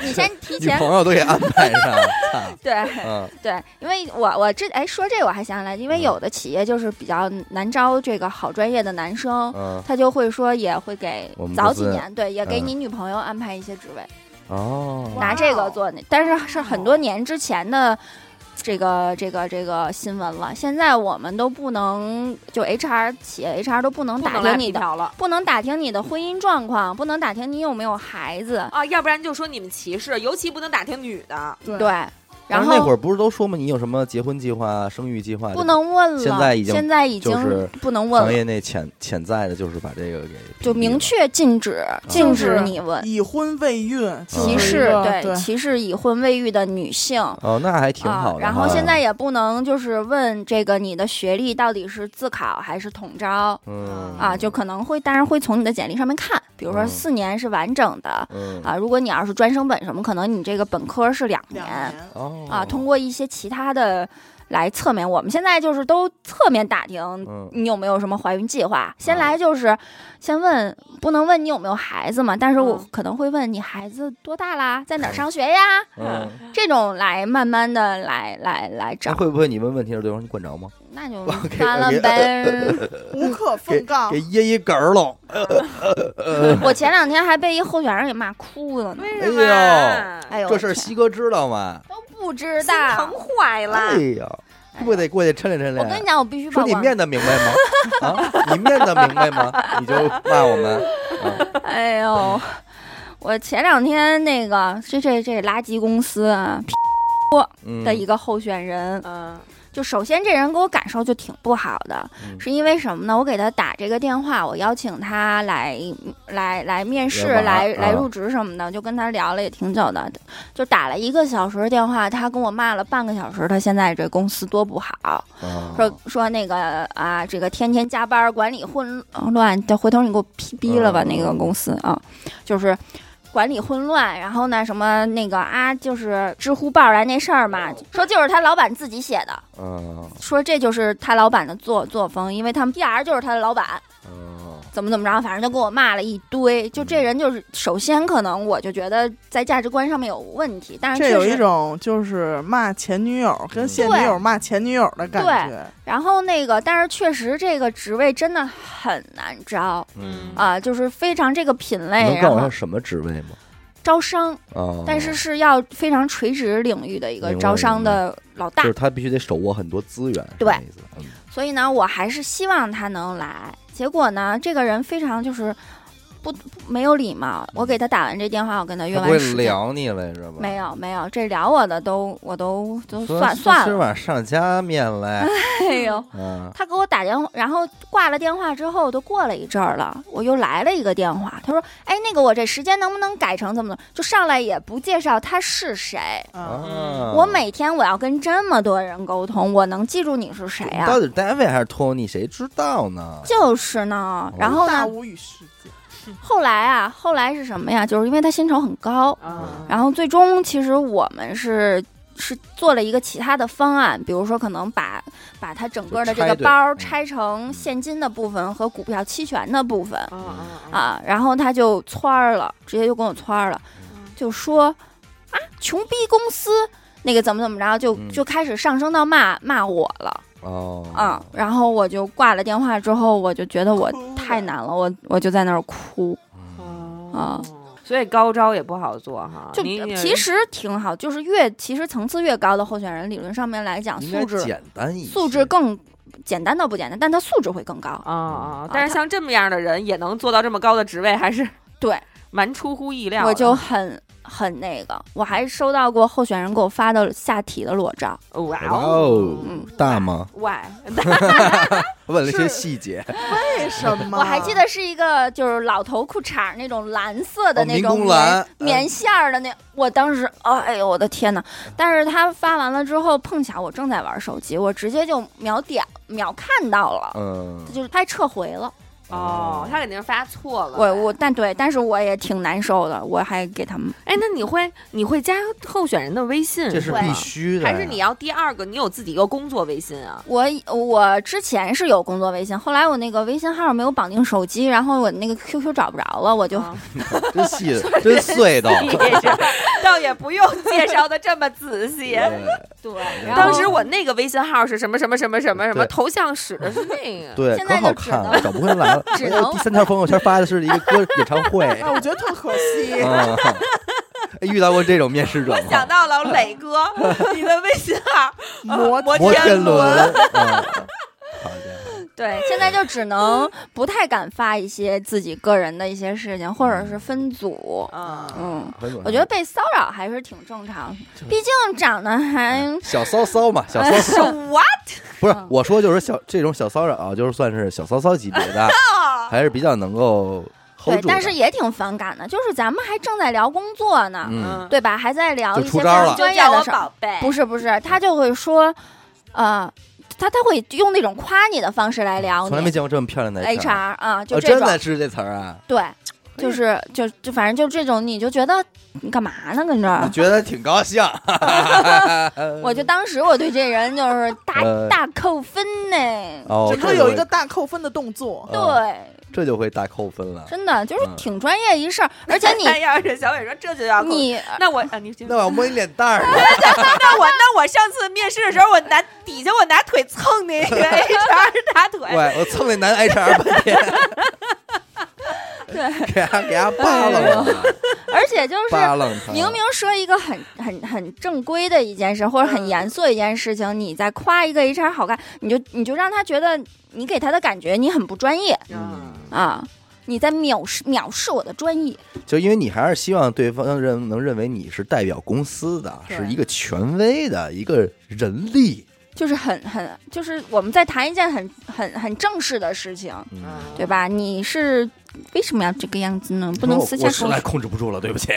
Speaker 3: 你先提
Speaker 4: 女
Speaker 3: 前
Speaker 4: 朋友都给安排上了。操
Speaker 3: 对，
Speaker 4: 嗯
Speaker 3: 对，因为我我这哎说这我还想起来，因为
Speaker 4: 嗯
Speaker 3: 有的企业就是比较难招这个好专业的男生，
Speaker 4: 嗯
Speaker 3: 他就会说也会给
Speaker 4: 我们
Speaker 3: 早
Speaker 4: 公
Speaker 3: 几
Speaker 4: 司
Speaker 3: 年对，也给
Speaker 4: 嗯
Speaker 3: 你女朋友安排一些职位，
Speaker 4: 哦，
Speaker 3: 拿这
Speaker 1: 哇
Speaker 3: 个
Speaker 1: 哦
Speaker 3: 做那，但是是很多年之前的。这个这个这个新闻了，现在我们都不能就 HR 企业 HR 都不能打听你的，
Speaker 2: 了
Speaker 3: 不能打听你的婚姻状况，不能打听你有没有孩子，
Speaker 2: 啊，要不然就说你们歧视，尤其不能打听女的。
Speaker 1: 对
Speaker 3: 对，然
Speaker 4: 但是
Speaker 3: 后
Speaker 4: 那会儿不是都说吗？你有什么结婚计划、生育计划？
Speaker 3: 不能问了，
Speaker 4: 现在已经
Speaker 3: 现在已
Speaker 4: 就
Speaker 3: 经
Speaker 4: 是
Speaker 3: 不能问了
Speaker 4: 行，业内潜潜在的就是把这个给
Speaker 3: 就
Speaker 4: 屏蔽了
Speaker 3: 明确禁止
Speaker 1: 嗯
Speaker 3: 禁止你问
Speaker 1: 已婚未孕
Speaker 4: 嗯
Speaker 1: 就是一
Speaker 3: 歧视，
Speaker 1: 个
Speaker 3: 对
Speaker 1: 对
Speaker 3: 歧视已婚未育的女性。
Speaker 4: 哦，那还挺好
Speaker 3: 啊
Speaker 4: 的、，
Speaker 3: 然后现在，也不能就是问这个你的学历到底是自考还是统招
Speaker 4: 嗯
Speaker 3: 啊，就可能会，当然会从你的简历上面看，比如说
Speaker 4: 嗯
Speaker 3: 四年是完整的
Speaker 4: 嗯
Speaker 3: 啊，如果你要是专升本什么，可能你这个本科是两
Speaker 1: 两
Speaker 3: 年
Speaker 1: 年，
Speaker 4: 哦
Speaker 3: 啊，通过一些其他的来侧面，我们现在就是都侧面打听
Speaker 4: 嗯
Speaker 3: 你有没有什么怀孕计划？先来就是先问，不能问你有没有孩子嘛，但是我
Speaker 2: 嗯
Speaker 3: 可能会问你孩子多大啦，在哪儿上学呀？
Speaker 4: 嗯，
Speaker 3: 这种来慢慢的来来来
Speaker 4: 那
Speaker 3: 找，
Speaker 4: 会不会你问问题的时候对方你管着吗？
Speaker 3: 那就
Speaker 4: 哦 OK，
Speaker 3: 完了
Speaker 4: OK 呃
Speaker 3: 呗。
Speaker 1: 无可奉
Speaker 3: 哦
Speaker 1: 告
Speaker 4: 给。噎一梗儿了，呃
Speaker 3: 我前两天还被一候选人给骂哭了呢。
Speaker 2: 为什
Speaker 4: 什么
Speaker 2: 么？
Speaker 3: 哎呦，
Speaker 4: 这事
Speaker 3: 我
Speaker 4: 儿
Speaker 3: 天
Speaker 4: 西哥知道吗？
Speaker 3: 都不知
Speaker 2: 心
Speaker 3: 道
Speaker 2: 疼。坏
Speaker 4: 哎
Speaker 2: 了。
Speaker 4: 呀，
Speaker 3: 哎
Speaker 4: 不得过去抻来抻
Speaker 3: 我跟你
Speaker 4: 来。
Speaker 3: 讲，我必须把
Speaker 4: 说你
Speaker 3: 网
Speaker 4: 面子明白吗？啊，你面子明白吗？你就骂我们，啊
Speaker 3: 哎呦，我前两天那个这这这垃圾公司啊
Speaker 4: 嗯，
Speaker 3: 的一个候选人，
Speaker 2: 嗯
Speaker 3: 就首先这人给我感受就挺不好的，
Speaker 4: 嗯
Speaker 3: 是因为什么呢？我给他打这个电话，我邀请他来来来面试，
Speaker 4: 来玩
Speaker 3: 来
Speaker 4: 啊
Speaker 3: 来入职什么的，就跟他聊了也挺久的，就打了一个小时电话，他跟我骂了半个小时，他现在这公司多不好，
Speaker 4: 啊
Speaker 3: 说说那个啊，这个天天加班，管理混啊乱，就回头你给我批逼了吧，
Speaker 4: 嗯
Speaker 3: 那个公司啊，就是。管理混乱，然后呢，什么那个啊，就是知乎爆出来那事儿嘛，说就是他老板自己写的，
Speaker 4: 嗯
Speaker 3: 说这就是他老板的作作风，因为他们 PR 就是他的老板，
Speaker 4: 嗯，
Speaker 3: 怎怎么怎么着，反正就给我骂了一堆。就
Speaker 1: 嗯
Speaker 3: 这人就是，首先可能我就觉得在价值观上面有问题，但是
Speaker 1: 这
Speaker 3: 确
Speaker 1: 有一
Speaker 3: 实嗯
Speaker 1: 种就是骂前女友跟现女友骂前女友的感觉，
Speaker 3: 然后那个，但是确实这个职位真的很难招
Speaker 2: 嗯
Speaker 3: 啊、就是非常这个品类，
Speaker 4: 能
Speaker 3: 然
Speaker 4: 告啊诉我
Speaker 3: 后
Speaker 4: 他什么职位吗？
Speaker 3: 招商，
Speaker 4: 啊，
Speaker 3: 但是是要非常垂直领域的一个
Speaker 4: 明白
Speaker 3: 招商
Speaker 4: 明白
Speaker 3: 的老
Speaker 4: 就
Speaker 3: 大
Speaker 4: 是，他必须得手握很多资源，
Speaker 3: 对
Speaker 4: 是这意思吧，嗯
Speaker 3: 所以呢，我还是希望他能来。结果呢，这个人非常就是不不没有礼貌。我给他打完这电话，我跟他约
Speaker 4: 嗯他不
Speaker 3: 完
Speaker 4: 会
Speaker 3: 时间，
Speaker 4: 聊你来着吧？
Speaker 3: 没有没有，这聊我的都我都都
Speaker 4: 说
Speaker 3: 算
Speaker 4: 说
Speaker 3: 算
Speaker 4: 今
Speaker 3: 了。
Speaker 4: 晚上家面 来，
Speaker 3: 哎呦，
Speaker 4: 嗯，
Speaker 3: 他给我打电话，然后挂了电话之后，都过了一阵儿了，我又来了一个电话，他说：“哎，那个我这时间能不能改成怎么怎么？”就上来也不介绍他是谁。
Speaker 1: 啊，
Speaker 4: 啊
Speaker 3: 嗯我每天我要跟这么多人沟通，我能记住你是谁呀、
Speaker 4: 到底 David 还是 Tony，谁知道呢？
Speaker 3: 就是
Speaker 4: 哦
Speaker 3: 呢，然后
Speaker 1: 大
Speaker 3: 呢？
Speaker 1: 无语世界
Speaker 3: 后来啊，后来是什么呀？就是因为他薪酬很高，
Speaker 2: 嗯
Speaker 1: 啊，
Speaker 3: 然后最终其实我们是是做了一个其他的方案，比如说可能把把他整个的这
Speaker 4: 就拆
Speaker 3: 个
Speaker 4: 对
Speaker 3: 包
Speaker 4: 嗯
Speaker 3: 拆成现金的部分和股票期权的部分
Speaker 2: 啊啊啊！
Speaker 3: 啊，然后他就窜儿了，直接就跟我窜儿了，就说啊，穷逼公司。那个怎么怎么着，就
Speaker 4: 嗯
Speaker 3: 就开始上升到骂骂我了
Speaker 4: 哦，
Speaker 3: 啊！然后我就挂了电话之后，我就觉得我
Speaker 1: 哭了
Speaker 3: 太难了，我我就在那儿哭。
Speaker 4: 嗯
Speaker 2: 哦
Speaker 3: 啊
Speaker 2: 所以高招也不好做哈，
Speaker 3: 就
Speaker 4: 啊
Speaker 2: 你
Speaker 3: 其实挺好，就是越其实层次越高的候选人，理论上面来讲，
Speaker 4: 应该
Speaker 3: 素质
Speaker 4: 简单一些，
Speaker 3: 素质更简单到不简单，但他素质会更高。
Speaker 2: 啊啊
Speaker 3: 嗯！
Speaker 2: 但是像这么样的人也能做到这么高的职位，还是
Speaker 3: 对，
Speaker 2: 蛮出乎意
Speaker 4: 啊
Speaker 2: 料的。
Speaker 3: 我就很很那个，我还收到过候选人给我发的下体的裸照，
Speaker 2: 哇
Speaker 4: 哇哦
Speaker 2: 哦，
Speaker 3: 嗯，
Speaker 4: 大吗？
Speaker 2: 哇，
Speaker 4: 问了一些
Speaker 1: 是
Speaker 4: 细节，
Speaker 1: 为什么？
Speaker 4: 啊
Speaker 3: 我还记得是一个就是老头裤衩那种蓝色的
Speaker 4: 哦
Speaker 3: 那
Speaker 4: 民
Speaker 3: 种
Speaker 4: 工
Speaker 3: 棉、
Speaker 4: 蓝
Speaker 3: 棉
Speaker 4: 嗯
Speaker 3: 线儿的那，我当时哎呦我的天呐！但是他发完了之后，碰巧我正在玩手机，我直接就秒点秒看到了，
Speaker 4: 嗯，
Speaker 3: 就是他还撤回了。
Speaker 2: 哦，他肯定是发错了。
Speaker 3: 我我但对，但是我也挺难受的，我还给他们
Speaker 2: 哎，那你会你会加候选人的微信？
Speaker 4: 这是
Speaker 2: 吗
Speaker 4: 必须的呀，
Speaker 2: 还是你要第二个？你有自己一个工作微信 啊？
Speaker 3: 我我之前是有工作微信，后来我那个微信号没有绑定手机，然后我那个 QQ 找不着了，我就、
Speaker 2: 啊
Speaker 4: 真细，真碎的。
Speaker 2: 你这倒也不用介绍的这么仔细。
Speaker 3: 对。
Speaker 4: 然 后
Speaker 2: 当时我那个微信号是什么什么什么什么什么，
Speaker 4: 对
Speaker 2: 头像使的是那 个。
Speaker 4: 对，
Speaker 3: 现
Speaker 4: 可
Speaker 3: 在
Speaker 4: 好
Speaker 3: 就只
Speaker 4: 看了，
Speaker 3: 能
Speaker 4: 找不回来了。
Speaker 3: 只
Speaker 4: 哎
Speaker 3: 能
Speaker 4: 第三条朋友圈发的是一个歌演唱 会，
Speaker 1: 啊，我觉得特可惜，
Speaker 4: 嗯， 哎遇到过这种面试者吗？
Speaker 2: 想到了磊哥， 你的微信号
Speaker 1: 摩
Speaker 2: 摩
Speaker 4: 摩天
Speaker 2: 轮
Speaker 4: 轮，嗯好家伙，
Speaker 3: 对，现在就只能不太敢发一些自己个人的一些事情，或者是分组。
Speaker 2: 啊，
Speaker 3: 嗯，
Speaker 4: 文总
Speaker 3: 我觉得被骚扰还是挺正常的，毕竟长得还
Speaker 4: 小骚骚嘛，小骚
Speaker 2: 是 what？
Speaker 4: 不是
Speaker 3: 嗯
Speaker 4: 我说，就是小这种小骚扰啊，就是算是小骚骚级别 的，还是比较能够 hold
Speaker 3: 对，
Speaker 4: 住的。
Speaker 3: 但是也挺反感的。就是咱们还正在聊工作呢，
Speaker 4: 嗯，
Speaker 3: 对吧？还在聊
Speaker 4: 就
Speaker 3: 一些
Speaker 4: 出
Speaker 3: 非
Speaker 4: 招了嗯
Speaker 3: 常
Speaker 2: 就
Speaker 3: 专业
Speaker 2: 叫
Speaker 3: 的
Speaker 2: 我
Speaker 3: 事儿。
Speaker 2: 宝贝，
Speaker 3: 不是不是，他就会说，呃，他他会用那种夸你的方式来聊
Speaker 4: 嗯从来没
Speaker 3: 你
Speaker 4: 见过这么漂亮的
Speaker 3: HR
Speaker 4: 哦
Speaker 3: 啊，就这
Speaker 4: 真
Speaker 3: 种、
Speaker 4: 的是这词儿啊，
Speaker 3: 对，就是就就反正就这种，你就觉得你干嘛呢跟这
Speaker 4: 我
Speaker 3: 儿？
Speaker 4: 觉得挺 高兴。
Speaker 3: 我就当时我对这人就是大、
Speaker 4: 呃
Speaker 3: 大扣分呢。
Speaker 4: 哦，
Speaker 1: 整个
Speaker 4: 这
Speaker 1: 有
Speaker 4: 就
Speaker 1: 一个大扣分的动作，
Speaker 4: 会哦
Speaker 3: 对，
Speaker 4: 这就会大扣分了。
Speaker 3: 真的就是
Speaker 4: 嗯
Speaker 3: 挺专业一事儿， 而且你
Speaker 2: 要是小伟说哎这就要扣
Speaker 3: 你
Speaker 2: 那我啊，你先
Speaker 4: 那我摸你脸蛋 儿，啊
Speaker 2: 那我那我上次面试的时候，我拿底下我拿腿蹭那个 HR 大腿，
Speaker 4: 我我 蹭那男 HR 半天，
Speaker 3: 对，
Speaker 4: 给他给他扒拉了，
Speaker 3: 而且就是
Speaker 4: 扒拉他。
Speaker 3: 明明说一个很很很正规的一件事，或者很严肃的一件事情，你在夸一个 HR 好看，你就你就让他觉得你给他的感觉你很不专业
Speaker 4: 嗯
Speaker 3: 啊，你在藐视藐视我的专业。
Speaker 4: 就因为你还是希望对方认能认为你是代表公司的，
Speaker 1: 对
Speaker 4: 是一个权威的一个人力。
Speaker 3: 就是很很，就是我们在谈一件很很很正式的事情，
Speaker 4: 嗯
Speaker 3: 对吧？你是为什么要这个样子呢？不能
Speaker 4: 我
Speaker 3: 私下
Speaker 4: 我
Speaker 3: 说
Speaker 4: 实在控制不住了，对 不起。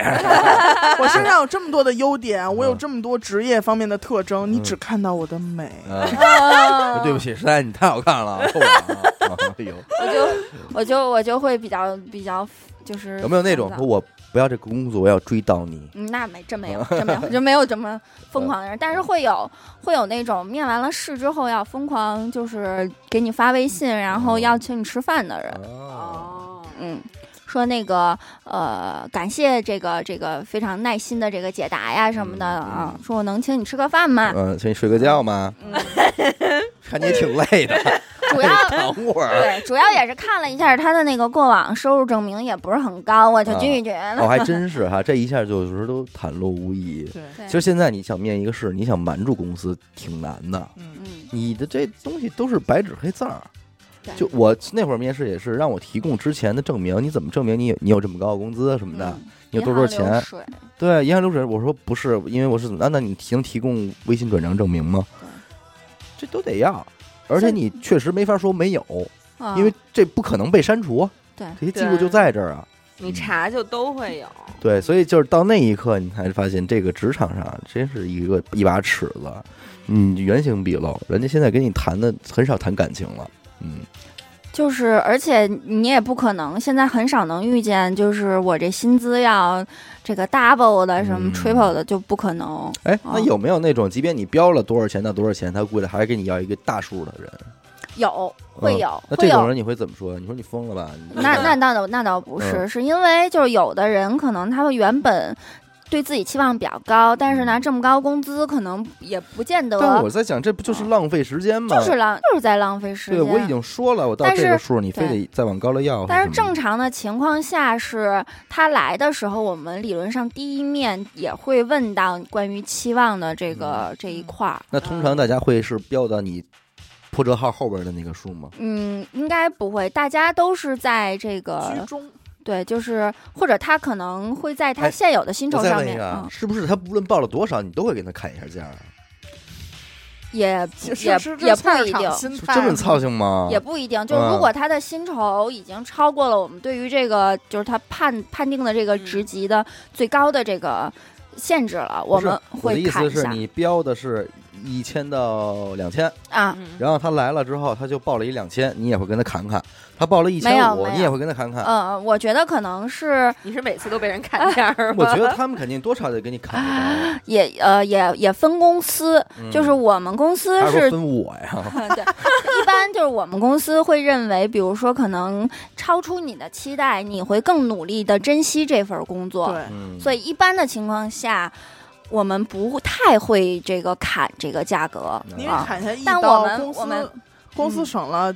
Speaker 1: 我身上有这么多的优点，我有这么多职业方面的特征，你只看到我的美，
Speaker 4: 嗯
Speaker 3: 啊
Speaker 4: 对不起，实在你太好看了，受不了了。 哎呦，
Speaker 3: 我就我就我就会比较比较就是
Speaker 4: 有没有那 种
Speaker 3: 烦
Speaker 4: 说
Speaker 3: 躁
Speaker 4: 我不要这个工作，我要追到你？
Speaker 3: 嗯，那没真 没有，真没有，就没有这么疯狂的人，但是会有会有那种面完了试之后要疯狂，就是给你发微信，然后
Speaker 4: 哦
Speaker 3: 要请你吃饭的人。
Speaker 4: 哦，
Speaker 3: 嗯，说那个呃，感谢这个这个非常耐心的这个解答呀什么的
Speaker 4: 嗯
Speaker 3: 啊，说我能请你吃个饭吗？
Speaker 4: 嗯，请你睡个觉嘛，
Speaker 3: 嗯，
Speaker 4: 看你也挺累的，
Speaker 3: 主要
Speaker 4: 等会 儿。
Speaker 3: 对，主要也是看了一下他的那个过往收入证明也不是很高，我就
Speaker 4: 啊
Speaker 3: 拒绝了。
Speaker 4: 哦，还真是哈，这一下就有时候都袒露无遗。
Speaker 1: 对，
Speaker 3: 对
Speaker 4: 其实现在你想面一个试，你想瞒住公司挺难的，
Speaker 1: 嗯，
Speaker 3: 嗯，
Speaker 4: 你的这东西都是白纸黑字儿啊
Speaker 3: 对。
Speaker 4: 就我那会儿面试也是让我提供之前的证明，你怎么证明你有你有这么高的工资啊什么的？
Speaker 3: 嗯
Speaker 4: 你有多少钱？？对，银行流水，我说不是，因为我是怎么？那你能提供微信转账证明吗
Speaker 3: 对？
Speaker 4: 这都得要，而且
Speaker 3: 所以
Speaker 4: 你确实没法说没有，因
Speaker 3: 因
Speaker 4: 为这不可能被删除啊，
Speaker 3: 嗯对
Speaker 4: 这些记录就在这儿啊。
Speaker 2: 你查就都会有。
Speaker 4: 对，所以就是到那一刻，你才发现这个职场上真是一个一把尺子，你原形毕露。人家现在跟你谈的很少谈感情了，嗯，
Speaker 3: 就是，而且你也不可能，现在很少能遇见，就是我这薪资要这个 double 的，什么
Speaker 4: 嗯
Speaker 3: triple 的就不可能。
Speaker 4: 哎，那
Speaker 3: 哦
Speaker 4: 有没有那种，即便你标了多少钱到多少钱，他过来还给你要一个大数的人？
Speaker 3: 有
Speaker 4: 嗯
Speaker 3: 会有
Speaker 4: 那
Speaker 3: 会
Speaker 4: 这种
Speaker 3: 有，
Speaker 4: 人你嗯会怎么说？你说你疯了吧？你
Speaker 3: 那那那倒那倒不
Speaker 4: 嗯
Speaker 3: 是，是因为就是有的人可能他们原本。对自己期望比较高，但是呢，这么高工资可能也不见得，
Speaker 4: 嗯但我在想，这不就是浪费时间吗？
Speaker 3: 就是浪，就是在浪费时
Speaker 4: 对，
Speaker 3: 间。
Speaker 4: 我已经说了，我到
Speaker 3: 但
Speaker 4: 这个
Speaker 3: 是
Speaker 4: 数，你非
Speaker 3: 对
Speaker 4: 得再往高了要。
Speaker 3: 但
Speaker 4: 什
Speaker 3: 是
Speaker 4: 么
Speaker 3: 正
Speaker 4: 的
Speaker 3: 常的情况下是，他来的时候，我们理论上第一面也会问到关于期望的这个、
Speaker 4: 嗯
Speaker 3: 这一块儿。
Speaker 4: 那通常大家会是标到你破折号后边的那个数吗？
Speaker 3: 嗯，应该不会，大家都是在这
Speaker 1: 居
Speaker 3: 个
Speaker 1: 中
Speaker 3: 对，就是或者他可能会在他
Speaker 4: 哎
Speaker 3: 现有的薪酬
Speaker 4: 我再
Speaker 3: 上
Speaker 4: 问一
Speaker 3: 面，
Speaker 4: 个啊
Speaker 3: 嗯，，
Speaker 4: 是不是他无论报了多少，你都会给他砍一下价啊？
Speaker 3: 也
Speaker 1: 是
Speaker 3: 也
Speaker 1: 是
Speaker 3: 也
Speaker 1: 这
Speaker 3: 不
Speaker 1: 菜
Speaker 3: 一
Speaker 1: 市场
Speaker 3: 定。
Speaker 1: 心
Speaker 4: 是
Speaker 1: 态
Speaker 4: 这么操心吗？
Speaker 3: 嗯也不一定，就是如
Speaker 4: 嗯
Speaker 3: 果他的薪酬已经超过了我们对于这个，就是他判判定的这个
Speaker 2: 嗯
Speaker 3: 职级的最高的这个限制了，我
Speaker 4: 不是
Speaker 3: 们
Speaker 4: 我的
Speaker 3: 会
Speaker 4: 意
Speaker 3: 砍
Speaker 4: 思
Speaker 3: 一
Speaker 4: 是
Speaker 3: 下
Speaker 4: 你标的是一千到两千，
Speaker 3: 啊。
Speaker 2: 嗯
Speaker 4: 然后他来了之后，他就报了一两千，你也会跟他砍砍；他报了一
Speaker 3: 没
Speaker 4: 千
Speaker 3: 有
Speaker 4: 五，
Speaker 3: 没
Speaker 4: 你也
Speaker 3: 有
Speaker 4: 会跟他 砍砍。
Speaker 3: 嗯，我觉得可能是
Speaker 2: 你是每次都被人
Speaker 3: 啊
Speaker 2: 砍价儿
Speaker 4: 我
Speaker 2: 吗？
Speaker 4: 觉得他们肯定多少得给你砍 一刀
Speaker 3: 也呃也也分公司，
Speaker 4: 嗯
Speaker 3: 就是我们公司
Speaker 4: 还说
Speaker 3: 是。
Speaker 4: 分我呀，
Speaker 3: 对，一般就是我们公司会认为，比如说可能超出你的期待，你会更努力的珍惜这份工作。
Speaker 1: 对，
Speaker 4: 嗯，
Speaker 3: 所以一般的情况下，我们不太会这个砍这个价格
Speaker 4: 嗯
Speaker 1: 你
Speaker 3: 啊。
Speaker 1: 砍下一
Speaker 3: 但
Speaker 1: 刀
Speaker 3: 我们
Speaker 1: 公
Speaker 3: 我们
Speaker 1: 司公司
Speaker 3: 嗯
Speaker 1: 省了。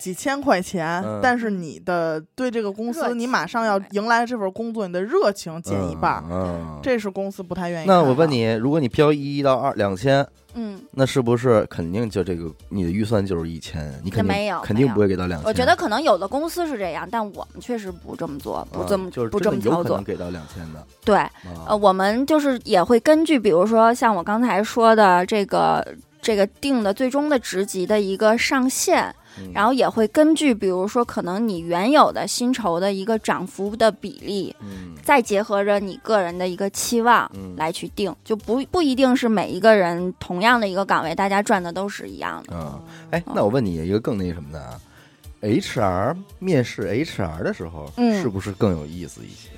Speaker 1: 几千块钱，
Speaker 4: 嗯
Speaker 1: 但是你的对这个公
Speaker 3: 热
Speaker 1: 司，
Speaker 3: 情
Speaker 1: 你马上要迎来这份工作，你的热情减一半儿，
Speaker 4: 嗯，嗯
Speaker 1: 这是公司不太愿意看
Speaker 4: 那
Speaker 1: 的。
Speaker 4: 我问你，如果你标一到二两千，
Speaker 3: 嗯，
Speaker 4: 那是不是肯定就这个你的预算就是一千？你肯定
Speaker 3: 没有
Speaker 4: 肯
Speaker 3: 没
Speaker 4: 定
Speaker 3: 有
Speaker 4: 不会给到两千。
Speaker 3: 我觉得可能有的公司是这样，但我们确实不这么做，不
Speaker 4: 啊
Speaker 3: 这么、
Speaker 4: 就是
Speaker 3: 不这
Speaker 4: 真
Speaker 3: 么
Speaker 4: 的有
Speaker 3: 操
Speaker 4: 可
Speaker 3: 作
Speaker 4: 能。给到两千的。
Speaker 3: 对，呃，
Speaker 4: 啊，
Speaker 3: 我们就是也会根据，比如说像我刚才说的这个这个定的最终的职级的一个上限，
Speaker 4: 嗯
Speaker 3: 然后也会根据，比如说可能你原有的薪酬的一个涨幅的比例，
Speaker 4: 嗯
Speaker 3: 再结合着你个人的一个期望
Speaker 4: 嗯
Speaker 3: 来去定，就不不一定是每一个人同样的一个岗位，大家赚的都是一样的。
Speaker 4: 啊，哎，那我问你一个更那什么的啊，HR 面试 HR 的时候，
Speaker 3: 嗯
Speaker 4: 是不是更有意思一些？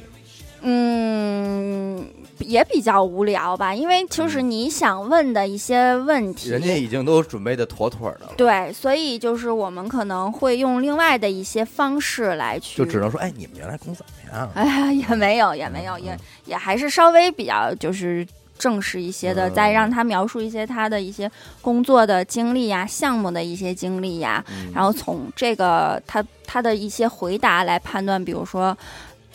Speaker 3: 嗯，也比较无聊吧，因为就是你想问的一些问题，
Speaker 4: 嗯人家已经都准备的妥妥的了，
Speaker 3: 对，所以就是我们可能会用另外的一些方式来去，
Speaker 4: 就只能说，嗯哎，你们原来公司怎么样？
Speaker 3: 哎呀，也没有，也没有，也也还是稍微比较就是正式一些的，再
Speaker 4: 嗯
Speaker 3: 让他描述一些他的一些工作的经历呀、项目的一些经历呀，
Speaker 4: 嗯，
Speaker 3: 然后从这个他他的一些回答来判断，比如说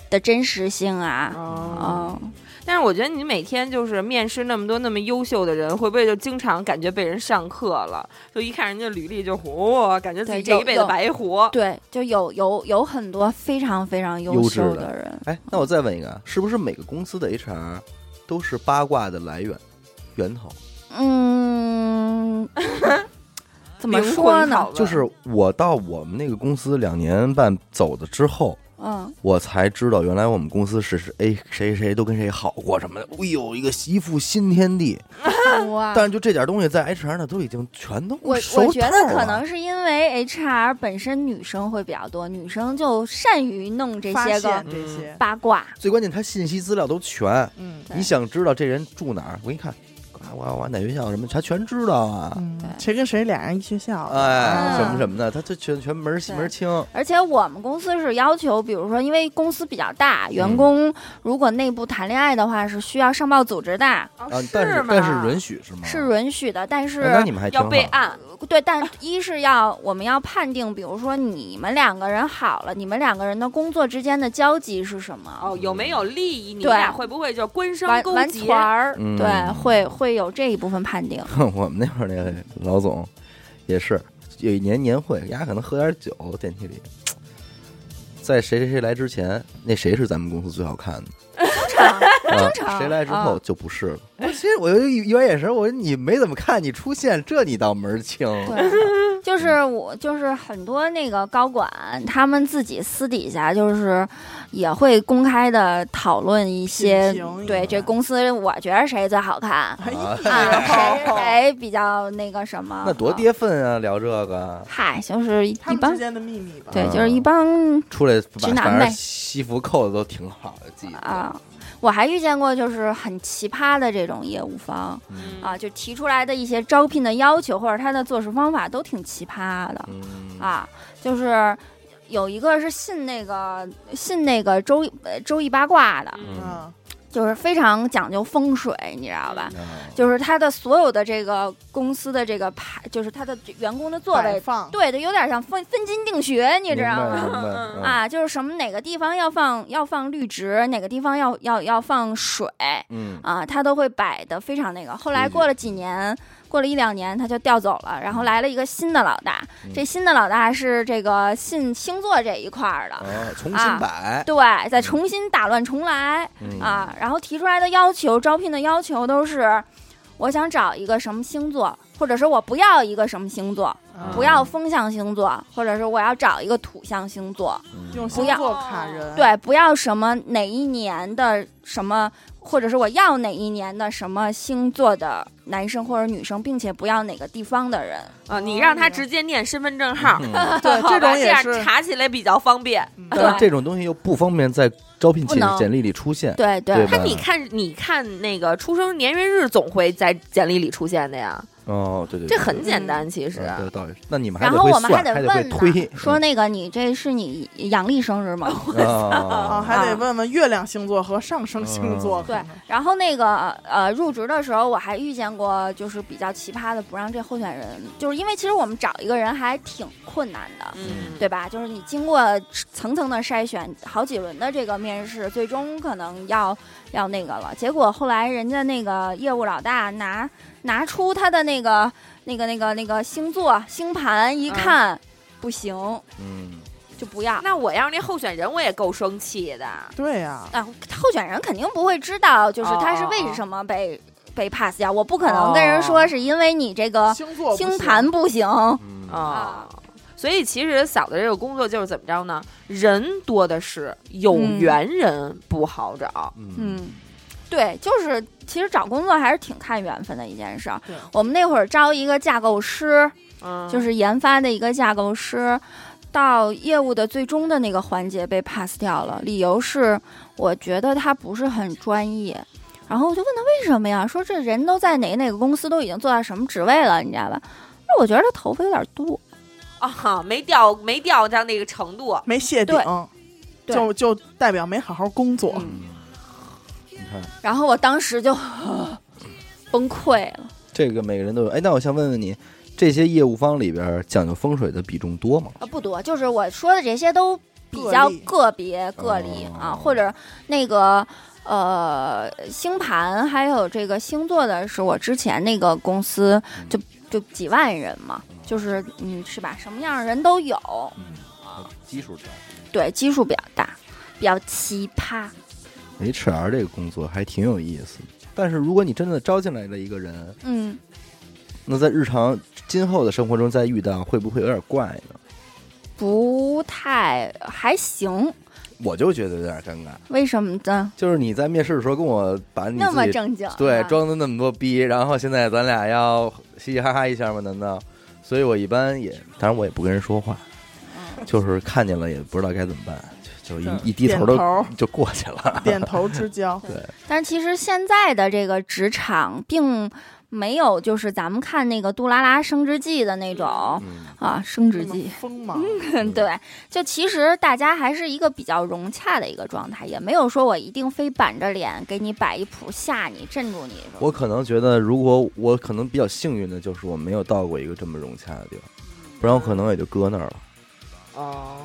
Speaker 3: 的真实性啊，
Speaker 1: 啊，
Speaker 3: 嗯，
Speaker 2: 哦但是我觉得你每天就是面试那么多那么优秀的人，会不会就经常感觉被人上课了？就一看人家履历就嚯、感觉自己
Speaker 3: 对
Speaker 2: 这
Speaker 3: 有
Speaker 2: 一辈子
Speaker 3: 有
Speaker 2: 白活。
Speaker 3: 对，就有有有很多非常非常优
Speaker 4: 优质
Speaker 3: 秀
Speaker 4: 的
Speaker 3: 的人，
Speaker 4: 哎，那我再问一个啊，是不是每个公司的 HR 都是八卦的来源源头？
Speaker 3: 嗯， 怎么
Speaker 2: 灵魂
Speaker 3: 说呢
Speaker 2: 拷？问
Speaker 4: 就是我到我们那个公司两年半走的之后，
Speaker 3: 嗯。
Speaker 4: 我才知道原来我们公司是是哎谁谁都跟谁好过什么的，哎呦一个一副新天地。
Speaker 3: 哇
Speaker 4: 但是就这点东西在 HR 那都已经全都
Speaker 3: 啊我
Speaker 4: 熟
Speaker 3: 我觉
Speaker 4: 透
Speaker 3: 得
Speaker 4: 了
Speaker 3: 可能是因为 HR 本身女生会比较多，女生就善于弄这
Speaker 1: 发
Speaker 3: 些个
Speaker 1: 现这些，
Speaker 3: 八卦。
Speaker 4: 最关键，他信息资料都全。
Speaker 1: 嗯，
Speaker 3: 对
Speaker 4: 你想知道这人住哪儿？我给你看，啊我我哪学校什么，他全知道啊，
Speaker 1: 嗯
Speaker 3: 对
Speaker 1: 谁跟谁俩人一学校的？
Speaker 4: 哎，
Speaker 3: 嗯
Speaker 4: 什么什么的，他这全全门儿
Speaker 3: 对哦
Speaker 4: 门儿清，
Speaker 3: 而且我们公司是要求，比如说，因为公司比较大，
Speaker 4: 嗯
Speaker 3: 员工如果内部谈恋爱的话，是需要上报组织的，
Speaker 4: 啊
Speaker 2: 哦，
Speaker 4: 但
Speaker 2: 是
Speaker 4: 但是允
Speaker 2: 人
Speaker 4: 许是吗？
Speaker 3: 是允许的。但
Speaker 4: 哎那
Speaker 3: 是，
Speaker 4: 你啊们还挺
Speaker 2: 要
Speaker 4: 好
Speaker 2: 备案，
Speaker 3: 对，但一是要我们要判定，比如说你们两个人好了，你们两个人的工作之间的交集是什么？
Speaker 2: 哦，有没有利益？你
Speaker 3: 对
Speaker 2: 们俩会不会就官商
Speaker 3: 玩
Speaker 2: 勾
Speaker 3: 玩
Speaker 2: 结
Speaker 3: 团？儿，
Speaker 4: 嗯
Speaker 3: 对，会会有这一部分判定。
Speaker 4: 我们那会儿那个老总也是有一年年会，人家可能喝点酒，电梯里，在谁谁谁来之前，那谁是咱们公司最好看的，正
Speaker 3: 常
Speaker 4: 嗯
Speaker 3: 啊
Speaker 4: 谁来之后就不是了。我其实我就一一眼眼神，我说你没怎么看，你出现这你倒门儿清。
Speaker 3: 对，就是我，就是很多那个高管，他们自己私底下就是也会公开的讨论一些
Speaker 1: 品评，
Speaker 3: 对
Speaker 1: 一
Speaker 3: 这
Speaker 1: 下
Speaker 3: 公司，我觉得谁最 好看
Speaker 1: 哎
Speaker 4: 啊
Speaker 3: 啊，谁
Speaker 1: 呀，
Speaker 3: 谁比较那个什么？
Speaker 4: 那多！跌份啊！聊这个
Speaker 3: 嗨，就是一
Speaker 1: 他们
Speaker 3: 帮
Speaker 1: 之间的秘密吧。
Speaker 3: 对，
Speaker 4: 嗯
Speaker 3: 就是一帮
Speaker 4: 出来把
Speaker 3: 直男
Speaker 4: 反正
Speaker 3: 呗
Speaker 4: 西服扣的都挺好的，记得
Speaker 3: 啊。我还遇见过就是很奇葩的这种业务方
Speaker 4: 嗯
Speaker 3: 啊，就提出来的一些招聘的要求或者他的做事方法都挺奇葩的。
Speaker 4: 嗯
Speaker 3: 啊，就是有一个是信那个信那个周易呃周易八卦的，
Speaker 2: 嗯
Speaker 4: 嗯
Speaker 1: 嗯，
Speaker 3: 就是非常讲究风水，你知道吧？
Speaker 4: 啊
Speaker 3: 就是他的所有的这个公司的这个排，就是他的员工的座
Speaker 1: 摆
Speaker 3: 位，
Speaker 1: 放
Speaker 3: 对的，有点像分分金定穴，你知道
Speaker 4: 明白
Speaker 3: 吗？
Speaker 4: 明白 嗯
Speaker 3: 啊，就是什么哪个地方要放要放绿植，哪个地方要要要放水
Speaker 4: 嗯
Speaker 3: 啊，他都会摆的非常那个。后来
Speaker 4: 规矩
Speaker 3: 过了几年，过了一两年，他就调走了，然后来了一个新的老大，
Speaker 4: 嗯
Speaker 3: 这新的老大是这个信星座这一块儿的，
Speaker 4: 啊，重
Speaker 3: 啊
Speaker 4: 新摆
Speaker 3: 对，再重新打乱重来
Speaker 4: 嗯
Speaker 3: 啊。然后提出来的要求，招聘的要求都是，我想找一个什么星座，或者是我不要一个什么星座，
Speaker 1: 啊
Speaker 3: 不要风象星座，或者是我要找一个土象星座，
Speaker 4: 嗯
Speaker 1: 用
Speaker 3: 不
Speaker 1: 星
Speaker 3: 要
Speaker 1: 座卡人。，
Speaker 3: 对，不要什么哪一年的什么。或者是我要哪一年的什么星座的男生或者女生，并且不要哪个地方的人，
Speaker 2: 啊，你让他直接念身份证号，
Speaker 4: 嗯
Speaker 1: 对
Speaker 2: 好吧
Speaker 1: 这种也
Speaker 2: 样
Speaker 1: 是
Speaker 2: 查起来比较方便。
Speaker 1: 嗯
Speaker 4: 但是这种东西又不方便在招聘
Speaker 3: 不
Speaker 4: 简
Speaker 3: 能
Speaker 4: 简历里出现。
Speaker 3: 对对
Speaker 4: 对吧
Speaker 2: 他你看，你看那个出生年月日总会在简历里出现的呀，
Speaker 4: 哦，对对，
Speaker 2: 这
Speaker 4: 对
Speaker 2: 很简单，其实。
Speaker 4: 嗯对道理是。那你们还
Speaker 3: 啊然
Speaker 4: 得
Speaker 3: 后
Speaker 4: 会
Speaker 3: 我们还
Speaker 4: 算，
Speaker 3: 得
Speaker 4: 还得会
Speaker 3: 问
Speaker 4: 推嗯
Speaker 3: 呢，，说那个你这是你阳历生日 吗？
Speaker 1: 啊，
Speaker 4: 啊
Speaker 1: 还
Speaker 3: 嗯
Speaker 1: 得问问月亮星座和上升星座。
Speaker 4: 嗯
Speaker 1: 可能，
Speaker 3: 然后那个呃，入职的时候我还遇见过，就是比较奇葩的，不让这候选人，就是因为其实我们找一个人还挺困难的，
Speaker 2: 嗯，
Speaker 3: 对吧？就是你经过层层的筛选，好几轮的这个面试，最终可能要要那个了。结果后来人家那个业务老大拿拿出他的那个那个那个那个星座星盘
Speaker 1: 嗯
Speaker 3: 一看，不行，
Speaker 4: 嗯，
Speaker 3: 就不要。
Speaker 2: 那我要是那候选人，我也够生气的。
Speaker 1: 对呀，
Speaker 3: 啊，候选人肯定不会知道，就是
Speaker 2: 哦
Speaker 3: 他是
Speaker 2: 哦
Speaker 3: 为
Speaker 2: 哦
Speaker 3: 什么被、被 pass 掉。我不可能跟人说是因为你这个
Speaker 1: 哦星座不
Speaker 3: 星
Speaker 1: 行
Speaker 3: 盘不行，
Speaker 4: 嗯
Speaker 2: 啊。所以其实嫂子这个工作就是怎么着呢？人多的是，有
Speaker 3: 嗯
Speaker 2: 缘人不好找。
Speaker 4: 嗯
Speaker 3: 嗯，对，就是其实找工作还是挺看缘分的一件事儿
Speaker 1: 对。
Speaker 3: 我们那会儿招一个架构师，
Speaker 2: 嗯，
Speaker 3: 就是研发的一个架构师，到业务的最终的那个环节被 pass 掉了，理由是我觉得他不是很专业。然后我就问他为什么呀？说这人都在哪哪个公司都已经做到什么职位了，你知道吧？那我觉得他头发有点多，
Speaker 2: 啊，没掉没掉到那个程度。
Speaker 1: 没谢顶，
Speaker 3: 对
Speaker 1: 就就代表没好好工作。
Speaker 3: 嗯
Speaker 4: 你看
Speaker 3: 然后我当时就 崩溃了。
Speaker 4: 这个每个人都有。哎，那我想问问你，这些业务方里边儿讲究风水的比重多吗？
Speaker 3: 啊，不多，就是我说的这些都比较个别个例啊，
Speaker 4: 哦
Speaker 3: 或者那个呃星盘还有这个星座的是我之前那个公司
Speaker 4: 嗯
Speaker 3: 就就几万人嘛，就是嗯是吧？什么样的人都有，
Speaker 4: 嗯，基数高。
Speaker 3: 对，基数比较大，比较奇葩。
Speaker 4: HR 这个工作还挺有意思的，但是如果你真的招进来了一个人，
Speaker 3: 嗯，
Speaker 4: 那在日常今后的生活中再遇到，会不会有点怪呢？
Speaker 3: 不太还行，
Speaker 4: 我就觉得有点尴尬。
Speaker 3: 为什么呢？
Speaker 4: 就是你在面试的时候跟我把你
Speaker 3: 那么
Speaker 4: 自己
Speaker 3: 正经，
Speaker 4: 对，
Speaker 3: 啊
Speaker 4: 装的那么多逼，然后现在咱俩要嘻嘻哈哈一下吗？难道？所以我一般也，当然我也不跟人说话，就是看见了也不知道该怎么办，就就
Speaker 1: 对
Speaker 4: 一一低头都
Speaker 1: 点头
Speaker 4: 就过去了。
Speaker 1: 点头之 交，
Speaker 3: 但是其实现在的这个职场并没有，就是咱们看那个杜拉拉升职记的那种
Speaker 4: 嗯，
Speaker 3: 啊，升职
Speaker 1: 这么
Speaker 3: 记，
Speaker 1: 锋芒，
Speaker 3: 对，就其实大家还是一个比较融洽的一个状态，也没有说我一定非板着脸给你摆一谱吓你镇住你。
Speaker 4: 我可能觉得，如果我可能比较幸运的就是我没有到过一个这么融洽的地方，不然我可能也就搁那儿了，
Speaker 2: 哦，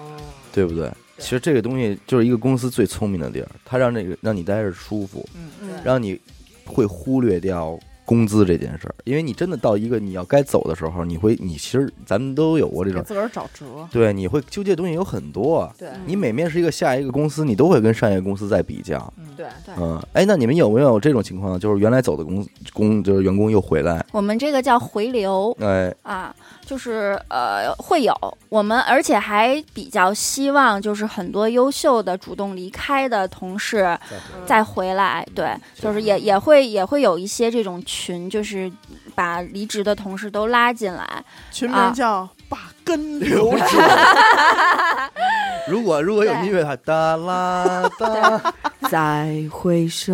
Speaker 4: 对不对？其实这个东西就是一个公司最聪明的地儿，它让这个让你待着舒服，
Speaker 1: 嗯，
Speaker 3: 嗯，
Speaker 4: 让你会忽略掉工资这件事儿，因为你真的到一个你要该走的时候，你会你其实咱们都有过这
Speaker 1: 给
Speaker 4: 种，
Speaker 1: 自个儿找辙，
Speaker 4: 对，你会纠结的东西有很多
Speaker 1: 嗯
Speaker 4: 啊。
Speaker 2: 对
Speaker 4: 你每面试一个下一个公司，你都会跟上一个公司在比较。
Speaker 1: 嗯，
Speaker 2: 对，
Speaker 4: 嗯，哎，那你们有没有这种情况？就是原来走的公工，就是员工又回来，
Speaker 3: 我们这个叫回流
Speaker 4: 哎，
Speaker 3: 啊，就是呃会有我们，而且还比较希望就是很多优秀的主动离开的同事 再回来，对，就是也也会也会有一些这种群，就是把离职的同事都拉进来，
Speaker 1: 群
Speaker 3: 啊
Speaker 1: 名叫把根留住，
Speaker 4: 如果如果有
Speaker 3: 对
Speaker 4: 音乐的话，哒啦哒，
Speaker 2: 再回首，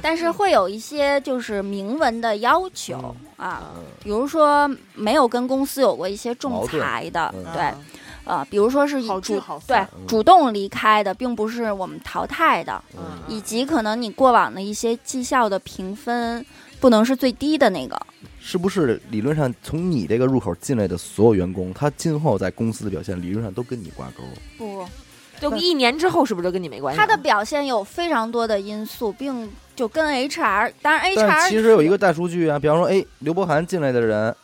Speaker 3: 但
Speaker 4: 嗯
Speaker 3: 是会有一些就是明文的要求
Speaker 4: 嗯
Speaker 3: 啊，比如说没有跟公司有过一些仲
Speaker 4: 矛盾
Speaker 3: 裁的，
Speaker 4: 嗯
Speaker 3: 对
Speaker 1: 啊，，
Speaker 3: 呃，比如说是以
Speaker 1: 好聚
Speaker 3: 主
Speaker 1: 好
Speaker 3: 对
Speaker 1: 散
Speaker 4: 嗯
Speaker 3: 主动离开的，并不是我们淘汰的，
Speaker 4: 嗯
Speaker 3: 以及可能你过往的一些绩效的评分不能是最低的那个，
Speaker 4: 是不是理论上从你这个入口进来的所有员工，他今后在公司的表现理论上都跟你挂钩？
Speaker 3: 不，
Speaker 2: 就一年之后是不是就跟你没关系
Speaker 3: 他
Speaker 2: 了？
Speaker 3: 的表现有非常多的因素，并就跟 HR，当然
Speaker 4: 但
Speaker 3: HR
Speaker 4: 其实有一个大数据啊，比方说，哎，刘伯涵进来的人，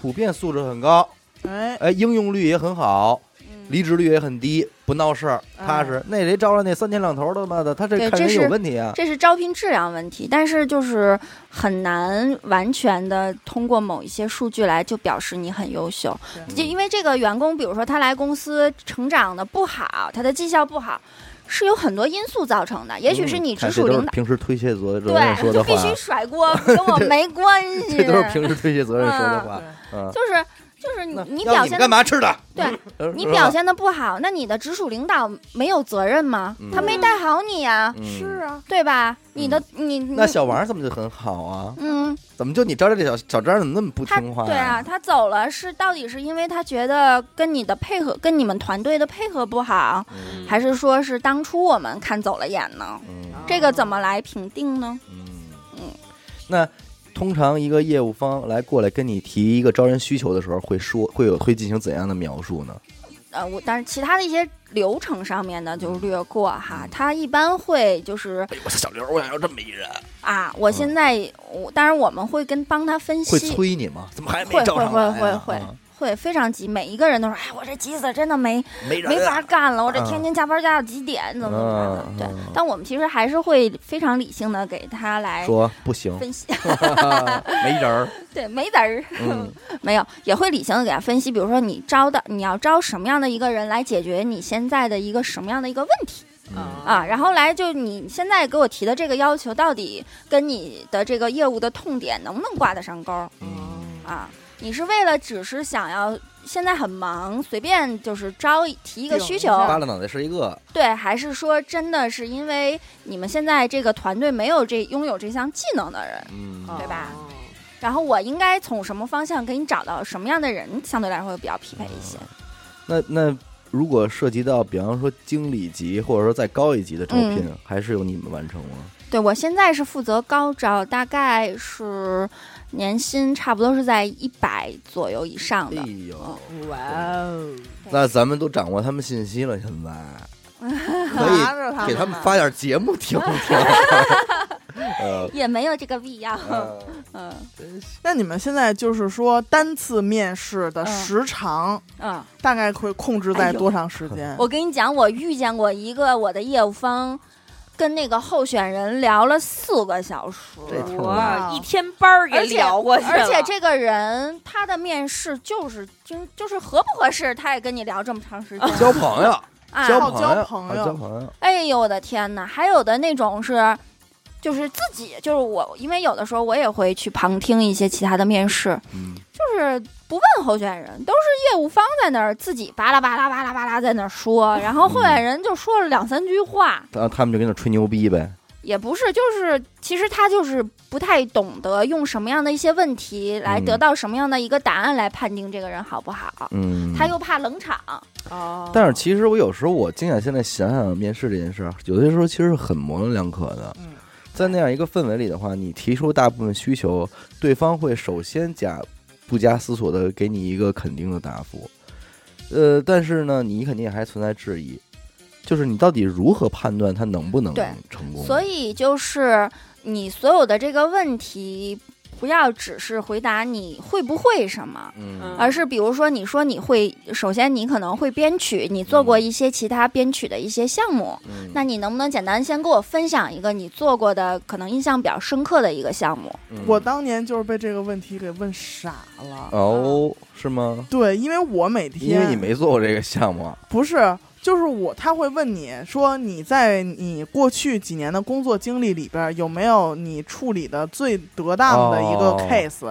Speaker 4: 普遍素质很高，
Speaker 1: 哎，
Speaker 4: 哎，应用率也很好，
Speaker 3: 嗯
Speaker 4: 离职率也很低，不闹事儿，
Speaker 1: 啊
Speaker 4: 踏实。那谁招了那三天两头的妈的，他这
Speaker 3: 对
Speaker 4: 看人
Speaker 3: 这是
Speaker 4: 有问题啊！
Speaker 3: 这是招聘质量问题，但是就是很难完全的通过某一些数据来就表示你很优秀，
Speaker 4: 嗯
Speaker 1: 对
Speaker 3: 就因为这个员工，比如说他来公司成长的不好，他的绩效不好，是有很多因素造成的，也许是你直属
Speaker 4: 嗯看这都
Speaker 3: 领
Speaker 4: 是
Speaker 3: 导。
Speaker 4: 平时推卸责任
Speaker 3: 对，
Speaker 4: 说
Speaker 3: 就
Speaker 4: 的
Speaker 3: 必
Speaker 4: 话，
Speaker 3: 须甩锅，跟我没关系。
Speaker 4: 这都是平时推卸责任说的话。嗯，
Speaker 3: 就是就是你
Speaker 4: 那
Speaker 3: 你表
Speaker 4: 要你们
Speaker 3: 现
Speaker 4: 干
Speaker 3: 的
Speaker 4: 嘛吃的？
Speaker 3: 对
Speaker 4: 呃，
Speaker 3: 你
Speaker 4: 是吧
Speaker 3: 表现的不好，那你的直属领导没有责任吗？
Speaker 4: 嗯
Speaker 3: 他没带好你呀、
Speaker 4: 嗯
Speaker 1: 啊，
Speaker 3: 对吧？你的你你
Speaker 4: 那小王怎么就很好啊？
Speaker 3: 嗯，
Speaker 4: 怎么就你招这小小张怎么那么不
Speaker 3: 他
Speaker 4: 听话？
Speaker 3: 对啊，，他走了是到底是因为他觉得跟你的配合，跟你们团队的配合不好，
Speaker 4: 嗯
Speaker 3: 还是说是当初我们看走了眼呢？
Speaker 4: 嗯
Speaker 3: 这个怎么来评定呢？
Speaker 4: 嗯，那通常一个业务方来过来跟你提一个招人需求的时候，会说会有会进行怎样的描述呢？
Speaker 3: 呃，我但是其他的一些流程上面呢，就略过
Speaker 4: 嗯
Speaker 3: 哈。他一般会就是
Speaker 4: 哎，我说小刘，我想要这么一人，
Speaker 3: 啊，我现在我当然我们会跟帮他分析，
Speaker 4: 嗯会催你吗？怎么还没
Speaker 3: 会
Speaker 4: 招
Speaker 3: 会
Speaker 4: 上
Speaker 3: 会
Speaker 4: 来、啊？
Speaker 3: 会会
Speaker 4: 嗯
Speaker 3: 会非常急，每一个人都说：“哎，我这急死了，真的没
Speaker 4: 没人、啊，
Speaker 3: 没法干了，我这
Speaker 4: 嗯
Speaker 3: 天天加班加到几点，怎么怎么
Speaker 4: 嗯
Speaker 3: 样的。”
Speaker 4: 嗯
Speaker 3: 对，但我们其实还是会非常理性的给他来
Speaker 4: 说不 行，
Speaker 3: 分析，
Speaker 4: 没人儿。
Speaker 3: 对，没人儿
Speaker 4: 嗯，
Speaker 3: 没有，也会理性的给他分析，比如说你招的你要招什么样的一个人来解决你现在的一个什么样的一个问题
Speaker 4: 嗯
Speaker 3: 啊，然后来就你现在给我提的这个要求到底跟你的这个业务的痛点能不能挂得上钩？
Speaker 4: 嗯
Speaker 3: 啊，你是为了只是想要现在很忙，随便就是招一提一个
Speaker 1: 顶
Speaker 3: 需
Speaker 1: 一
Speaker 3: 求，
Speaker 1: 下
Speaker 4: 扒拉脑袋是一个，
Speaker 3: 对，还是说真的是因为你们现在这个团队没有这拥有这项技能的人，
Speaker 4: 嗯，
Speaker 2: 哦
Speaker 3: 对吧？然后我应该从什么方向给你找到什么样的人，相对来说会比较匹配一些。
Speaker 4: 那那如果涉及到，比方说经理级或者说再高一级的招聘，还是由你们完成吗？
Speaker 3: 对我现在是负责高招，大概是年薪差不多是在一百左右以上的
Speaker 4: 哎。呦，
Speaker 2: 哇哦，
Speaker 4: 那咱们都掌握他们信息了，现在可
Speaker 1: 拿
Speaker 4: 以
Speaker 1: 着
Speaker 4: 给他
Speaker 1: 们
Speaker 4: 们
Speaker 1: 吧
Speaker 4: 发点节目听听。嗯呃，
Speaker 3: 也没有这个必要，
Speaker 4: 呃
Speaker 3: 嗯
Speaker 4: 真行
Speaker 1: 那你们现在就是说单次面试的
Speaker 3: 嗯
Speaker 1: 时长
Speaker 3: 嗯，
Speaker 1: 大概会控制在多长时间？
Speaker 3: 我跟你讲，我遇见过一个我的业务方，跟那个候选人聊了四个小时，
Speaker 4: 这挺
Speaker 2: 哇，哦
Speaker 1: 哇
Speaker 2: 一天班儿给
Speaker 3: 而且
Speaker 2: 聊过去了，
Speaker 3: 而且这个人他的面试就是就就是合不合适，他也跟你聊这么长时间
Speaker 4: 交朋友，
Speaker 3: 啊！
Speaker 4: 交
Speaker 1: 好
Speaker 4: 朋
Speaker 1: 交
Speaker 4: 友，
Speaker 1: 朋
Speaker 4: 好
Speaker 1: 友
Speaker 4: 交朋友，
Speaker 3: 哎呦我的天哪！还有的那种是。就是自己，就是我，因为有的时候我也会去旁听一些其他的面试，
Speaker 4: 嗯，
Speaker 3: 就就是不问候选人，都是业务方在那儿自己巴拉巴拉巴拉巴拉在那儿说，然后候选人就说了两三句话，
Speaker 4: 他他们就跟那吹牛逼呗，
Speaker 3: 也不是，就是其实他就是不太懂得用什么样的一些问题来
Speaker 4: 嗯
Speaker 3: 得到什么样的一个答案来判定这个人好不好，
Speaker 4: 嗯，
Speaker 3: 他又怕冷场，
Speaker 1: 哦，
Speaker 4: 但是其实我有时候我惊讶，现在想想面试这件事儿，有的时候其实是很模棱两可的。
Speaker 1: 嗯
Speaker 4: 在那样一个氛围里的话，你提出大部分需求，对方会首先加不加思索的给你一个肯定的答复。呃，但是呢，你肯定还存在质疑，就是你到底如何判断他能不能
Speaker 3: 对
Speaker 4: 成功？
Speaker 3: 所以就是你所有的这个问题，不要只是回答你会不会什么，
Speaker 4: 嗯，
Speaker 3: 而是比如说，你说你会，首先你可能会编曲，你做过一些其他编曲的一些项目，
Speaker 4: 嗯，
Speaker 3: 那你能不能简单先给我分享一个你做过的可能印象比较深刻的一个项目？
Speaker 4: 嗯
Speaker 1: 我当年就是被这个问题给问傻了。
Speaker 4: 哦是吗？
Speaker 1: 对，因为我每天
Speaker 4: 因为你没做过这个项目，
Speaker 1: 不是，就是我，他会问你说你在你过去几年的工作经历里边儿有没有你处理的最得当的一个
Speaker 4: 哦
Speaker 1: case？、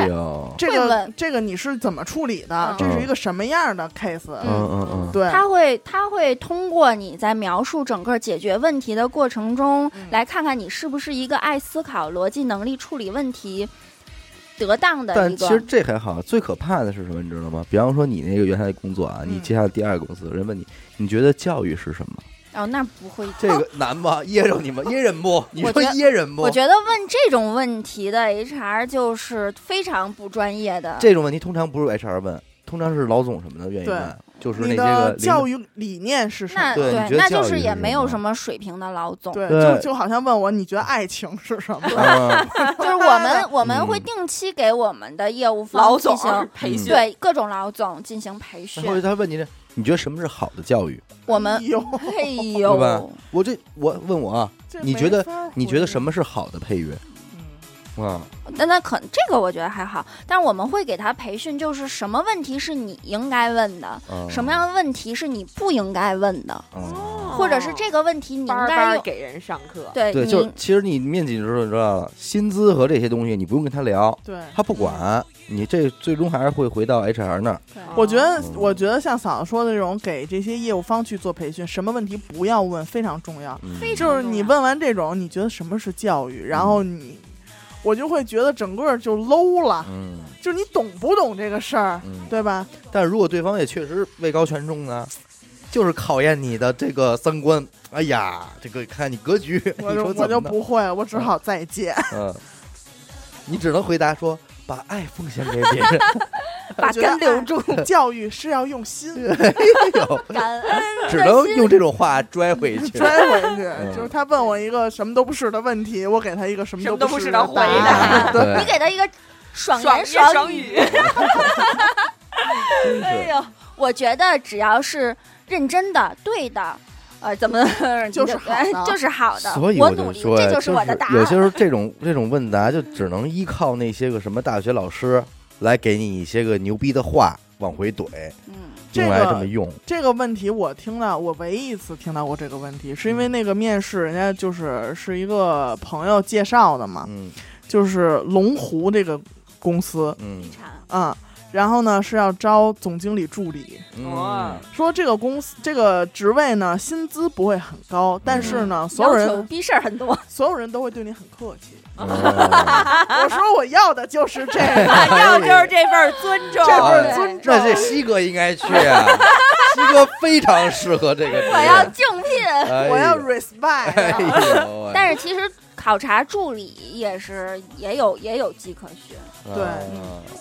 Speaker 4: 哎呦，
Speaker 1: 这
Speaker 3: 会
Speaker 1: 个
Speaker 3: 问
Speaker 1: 这个你是怎么处理的
Speaker 3: 嗯？
Speaker 1: 这是一个什么样的 case？、
Speaker 4: 嗯嗯嗯，
Speaker 1: 对，
Speaker 3: 他会他会通过你在描述整个解决问题的过程中，
Speaker 1: 嗯
Speaker 3: 来看看你是不是一个爱思考、逻辑能力处理问题得当的
Speaker 4: 但
Speaker 3: 一
Speaker 4: 其实
Speaker 3: 个。
Speaker 4: 这还好，最可怕的是什么，你知道吗？比方说你那个原来的工作啊，
Speaker 1: 嗯
Speaker 4: 你接下来第二个公司，人问你，你觉得教育是什么？
Speaker 3: 哦，那不会。
Speaker 4: 这个难吗？ 噎着你吗？噎人不？你
Speaker 3: 我
Speaker 4: 说
Speaker 3: 觉得
Speaker 4: 噎人不？
Speaker 3: 我觉得问这种问题的 HR 就是非常不专业的。
Speaker 4: 这种问题通常不是 HR 问，通常是老总什么的愿意
Speaker 1: 对
Speaker 4: 问，就是那
Speaker 1: 你
Speaker 4: 些个
Speaker 1: 的
Speaker 4: 领
Speaker 1: 教育理念是什
Speaker 3: 那
Speaker 1: 么？
Speaker 4: 对你觉得
Speaker 3: 那
Speaker 4: 教
Speaker 3: 就
Speaker 4: 育是
Speaker 3: 是也
Speaker 4: 什
Speaker 3: 没有
Speaker 4: 么
Speaker 3: 什么水平的老总，
Speaker 1: 对，
Speaker 4: 对
Speaker 1: 就就好像问我你觉得爱情是什么？
Speaker 4: 啊，
Speaker 3: 就是我们我们
Speaker 4: 嗯
Speaker 3: 会定期给我们的业务
Speaker 2: 老
Speaker 3: 方
Speaker 2: 总
Speaker 3: 进行
Speaker 2: 培训，
Speaker 3: 嗯对各种老总进行培
Speaker 4: 然后
Speaker 3: 训。
Speaker 4: 他问你这，你觉得什么是好的教育？
Speaker 3: 我们
Speaker 1: 有，
Speaker 3: 哎
Speaker 4: 对吧
Speaker 3: 呦，
Speaker 4: 我这我问我啊，
Speaker 1: 这
Speaker 4: 你
Speaker 1: 没
Speaker 4: 觉得
Speaker 1: 法儿
Speaker 4: 你觉得什
Speaker 1: 回
Speaker 4: 么是好的配乐？
Speaker 1: 应？嗯
Speaker 4: 啊，
Speaker 3: 那那可这个我觉得还好，但是我们会给他培训，就是什么问题是你应该问的，
Speaker 4: 啊
Speaker 3: 什么？样的问题是你不应该问的，
Speaker 4: 啊
Speaker 3: 或者是这个问题你
Speaker 2: 班
Speaker 3: 应
Speaker 2: 儿
Speaker 1: 哦
Speaker 2: 班
Speaker 3: 该
Speaker 2: 儿
Speaker 3: 用
Speaker 2: 给人上课，
Speaker 3: 对
Speaker 4: 对，就是
Speaker 3: 你
Speaker 4: 其实你面几的时候你知道了，薪资和这些东西你不用跟他聊，
Speaker 1: 对，
Speaker 4: 他不管你，这最终还是会回到 HR 那儿。
Speaker 1: 我觉得
Speaker 4: 哦，
Speaker 1: 我觉得像嫂子说的这种，给这些业务方去做培训，什么问题不要问，非常重要。
Speaker 4: 嗯
Speaker 3: 非常
Speaker 1: 就是你
Speaker 3: 重要
Speaker 1: 问完这种，你觉得什么是教育？然后你，我就会觉得整个就 low 了，
Speaker 4: 嗯
Speaker 1: 就是你懂不懂这个事儿，
Speaker 4: 嗯，
Speaker 1: 对吧？
Speaker 4: 但如果对方也确实位高权重呢，就是考验你的这个三观。哎呀，这个看你格局， 你
Speaker 1: 我就
Speaker 4: 说
Speaker 1: 我
Speaker 4: 怎么
Speaker 1: 就
Speaker 4: 呢？
Speaker 1: 不会，我只好再见。
Speaker 4: 嗯，你只能回答说把爱奉献给别 人。
Speaker 2: 把
Speaker 1: 我 觉得
Speaker 2: 根留住，
Speaker 1: 教育是要用心
Speaker 4: 哎呦，
Speaker 3: 感恩
Speaker 4: 只能用这种话拽回去。
Speaker 1: 拽回去。
Speaker 4: 嗯
Speaker 1: 就是他问我一个什么都不是的问题，我给他一个什么
Speaker 2: 什么
Speaker 1: 都
Speaker 2: 都不
Speaker 1: 是
Speaker 2: 是
Speaker 1: 的
Speaker 2: 的回
Speaker 1: 答案。
Speaker 2: 答，
Speaker 4: 对
Speaker 3: 你，给他一个爽言
Speaker 2: 爽言哦爽
Speaker 3: 语。
Speaker 2: 语，
Speaker 4: 真
Speaker 3: 哎
Speaker 4: 是
Speaker 3: 呦，我觉得只要是认真的、对的，呃，怎么 哎
Speaker 1: 就是好的
Speaker 3: 就是好的。
Speaker 4: 所以
Speaker 3: 我努
Speaker 4: 就
Speaker 3: 力，
Speaker 4: 说呀，
Speaker 3: 这
Speaker 4: 就
Speaker 3: 就是我的答案。
Speaker 4: 有些时候这种这种问答就只能依靠那些个什么大学老师来给你一些个牛逼的话往回怼，
Speaker 3: 嗯，
Speaker 1: 这
Speaker 4: 用来
Speaker 1: 个
Speaker 4: 这么用。
Speaker 1: 这个问题我听到，我唯一一次听到过这个问题，是因
Speaker 4: 嗯
Speaker 1: 为那个面试人家就是是一个朋友介绍的嘛，
Speaker 4: 嗯
Speaker 1: 就是龙湖这个公司，
Speaker 4: 嗯
Speaker 3: 地产
Speaker 1: 嗯，然后呢是要招总经理助理，
Speaker 2: 哇
Speaker 4: 嗯，
Speaker 1: 说这个公司这个职位呢薪资不会很高，但是呢所有
Speaker 3: 嗯要求
Speaker 1: 人
Speaker 3: 逼事儿很多，
Speaker 1: 所有人都会对你很客气。
Speaker 4: 哦
Speaker 1: 我说我要的就是这个，
Speaker 2: 要就是这份儿尊重，
Speaker 1: 这份
Speaker 4: 对
Speaker 1: 儿尊重
Speaker 3: 哎
Speaker 4: 那。这西哥应该去啊，西哥非常适合这个职业。
Speaker 3: 我要竞 聘。
Speaker 4: 哎呦
Speaker 1: 我要 respect，
Speaker 4: 哎呦喂，
Speaker 3: 但是其实考察助理也是也有也有迹可循，
Speaker 1: 对
Speaker 4: 啊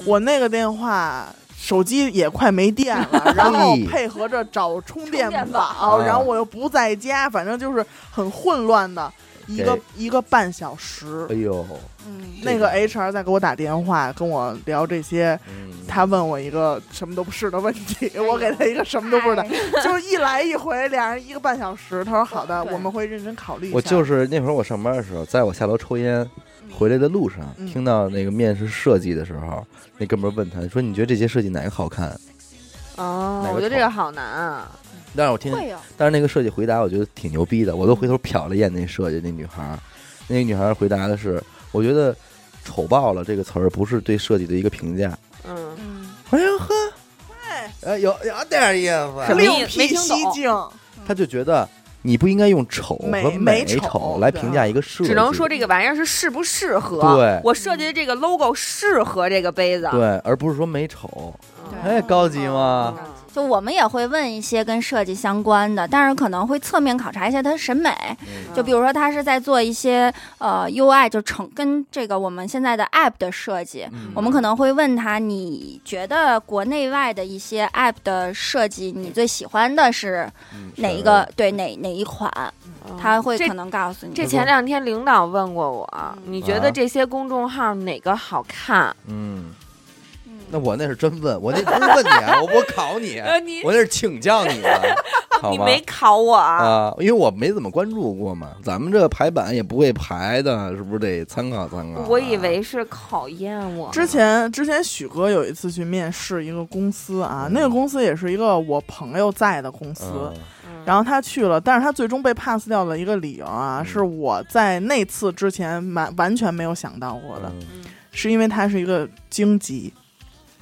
Speaker 1: 我那个电话手机也快没电了，然后配合着找充电
Speaker 3: 充电
Speaker 1: 宝，
Speaker 3: 宝
Speaker 4: 啊
Speaker 1: 然后我又不在家，反正就是很混乱的一个一个半小时
Speaker 4: 哎。呦，
Speaker 3: 嗯，
Speaker 1: 那个 HR 在给我打电话，跟我聊这些。
Speaker 4: 嗯
Speaker 1: 他问我一个什么都不是的问题，
Speaker 3: 哎
Speaker 1: 我给他一个什么都不是的，
Speaker 4: 嗯
Speaker 1: 就是一来一回，俩人一个半小时。他说好的，
Speaker 3: 对
Speaker 1: 我们会认真考虑一下。
Speaker 4: 我就是那会儿我上班的时候，在我下楼抽烟回来的路上，
Speaker 1: 嗯
Speaker 4: 听到那个面试设计的时候，那哥们儿问他说：“你觉得这些设计哪个好看
Speaker 2: 哦
Speaker 4: 哪，个
Speaker 2: 我觉得这个好难啊，？”
Speaker 4: 但是我听，
Speaker 3: 会有
Speaker 4: 但是那个设计回答我觉得挺牛逼的，我都回头瞟了一眼那设计那女孩儿，那个女孩儿回答的是：“我觉得丑爆了”这个词儿不是对设计的一个评价。
Speaker 2: 嗯，
Speaker 3: 嗯，
Speaker 4: 哎呦呵，哎有哎有点意哎
Speaker 2: 什
Speaker 4: 思
Speaker 2: 么
Speaker 1: 另
Speaker 2: 意思没
Speaker 1: 辟
Speaker 2: 听懂
Speaker 1: 蹊径，
Speaker 4: 他就觉得你不应该用丑
Speaker 1: 美
Speaker 4: 和
Speaker 1: 美
Speaker 4: 丑
Speaker 1: 丑
Speaker 4: 来
Speaker 1: 对
Speaker 4: 评价一个设计，
Speaker 2: 只能说这个玩意儿是适不适合。
Speaker 4: 对
Speaker 2: 我设计的这个 logo 适合这个杯子。
Speaker 4: 对，而不是说美丑。
Speaker 2: 嗯
Speaker 3: 对
Speaker 4: 哎，高级吗？
Speaker 2: 嗯
Speaker 3: 就我们也会问一些跟设计相关的，但是可能会侧面考察一下他的审美，
Speaker 2: 嗯
Speaker 3: 就比如说他是在做一些呃 UI，就成跟这个我们现在的 App 的设计，
Speaker 4: 嗯
Speaker 3: 我们可能会问他，你觉得国内外的一些 App 的设计，你最喜欢的是
Speaker 4: 嗯
Speaker 3: 哪一个？？对，哪哪一款？
Speaker 2: 嗯
Speaker 3: 他会
Speaker 2: 这
Speaker 3: 可能嗯告诉你。
Speaker 2: 这前两天领导问过我，你觉得
Speaker 4: 啊
Speaker 2: 这些公众号哪个好看？
Speaker 4: 嗯，
Speaker 3: 嗯
Speaker 4: 那我那是真问，我那不是问你啊，我我考你，
Speaker 2: 呃，你
Speaker 4: 我那是请教你啊，好
Speaker 2: 你
Speaker 4: 吗？
Speaker 2: 没考我啊？
Speaker 4: 啊，因为我没怎么关注过嘛，咱们这排版也不会排的，是不是得参考参考啊？
Speaker 2: 我以为是考验我。
Speaker 1: 之前之前许哥有一次去面试一个公司啊，
Speaker 4: 嗯
Speaker 1: 那个公司也是一个我朋友在的公司，
Speaker 4: 嗯，
Speaker 2: 嗯
Speaker 1: 然后他去了，但是他最终被 pass 掉的一个理由啊，
Speaker 4: 嗯
Speaker 1: 是我在那次之前完完全没有想到过的，
Speaker 4: 嗯
Speaker 2: 嗯
Speaker 1: 是因为他是一个经济，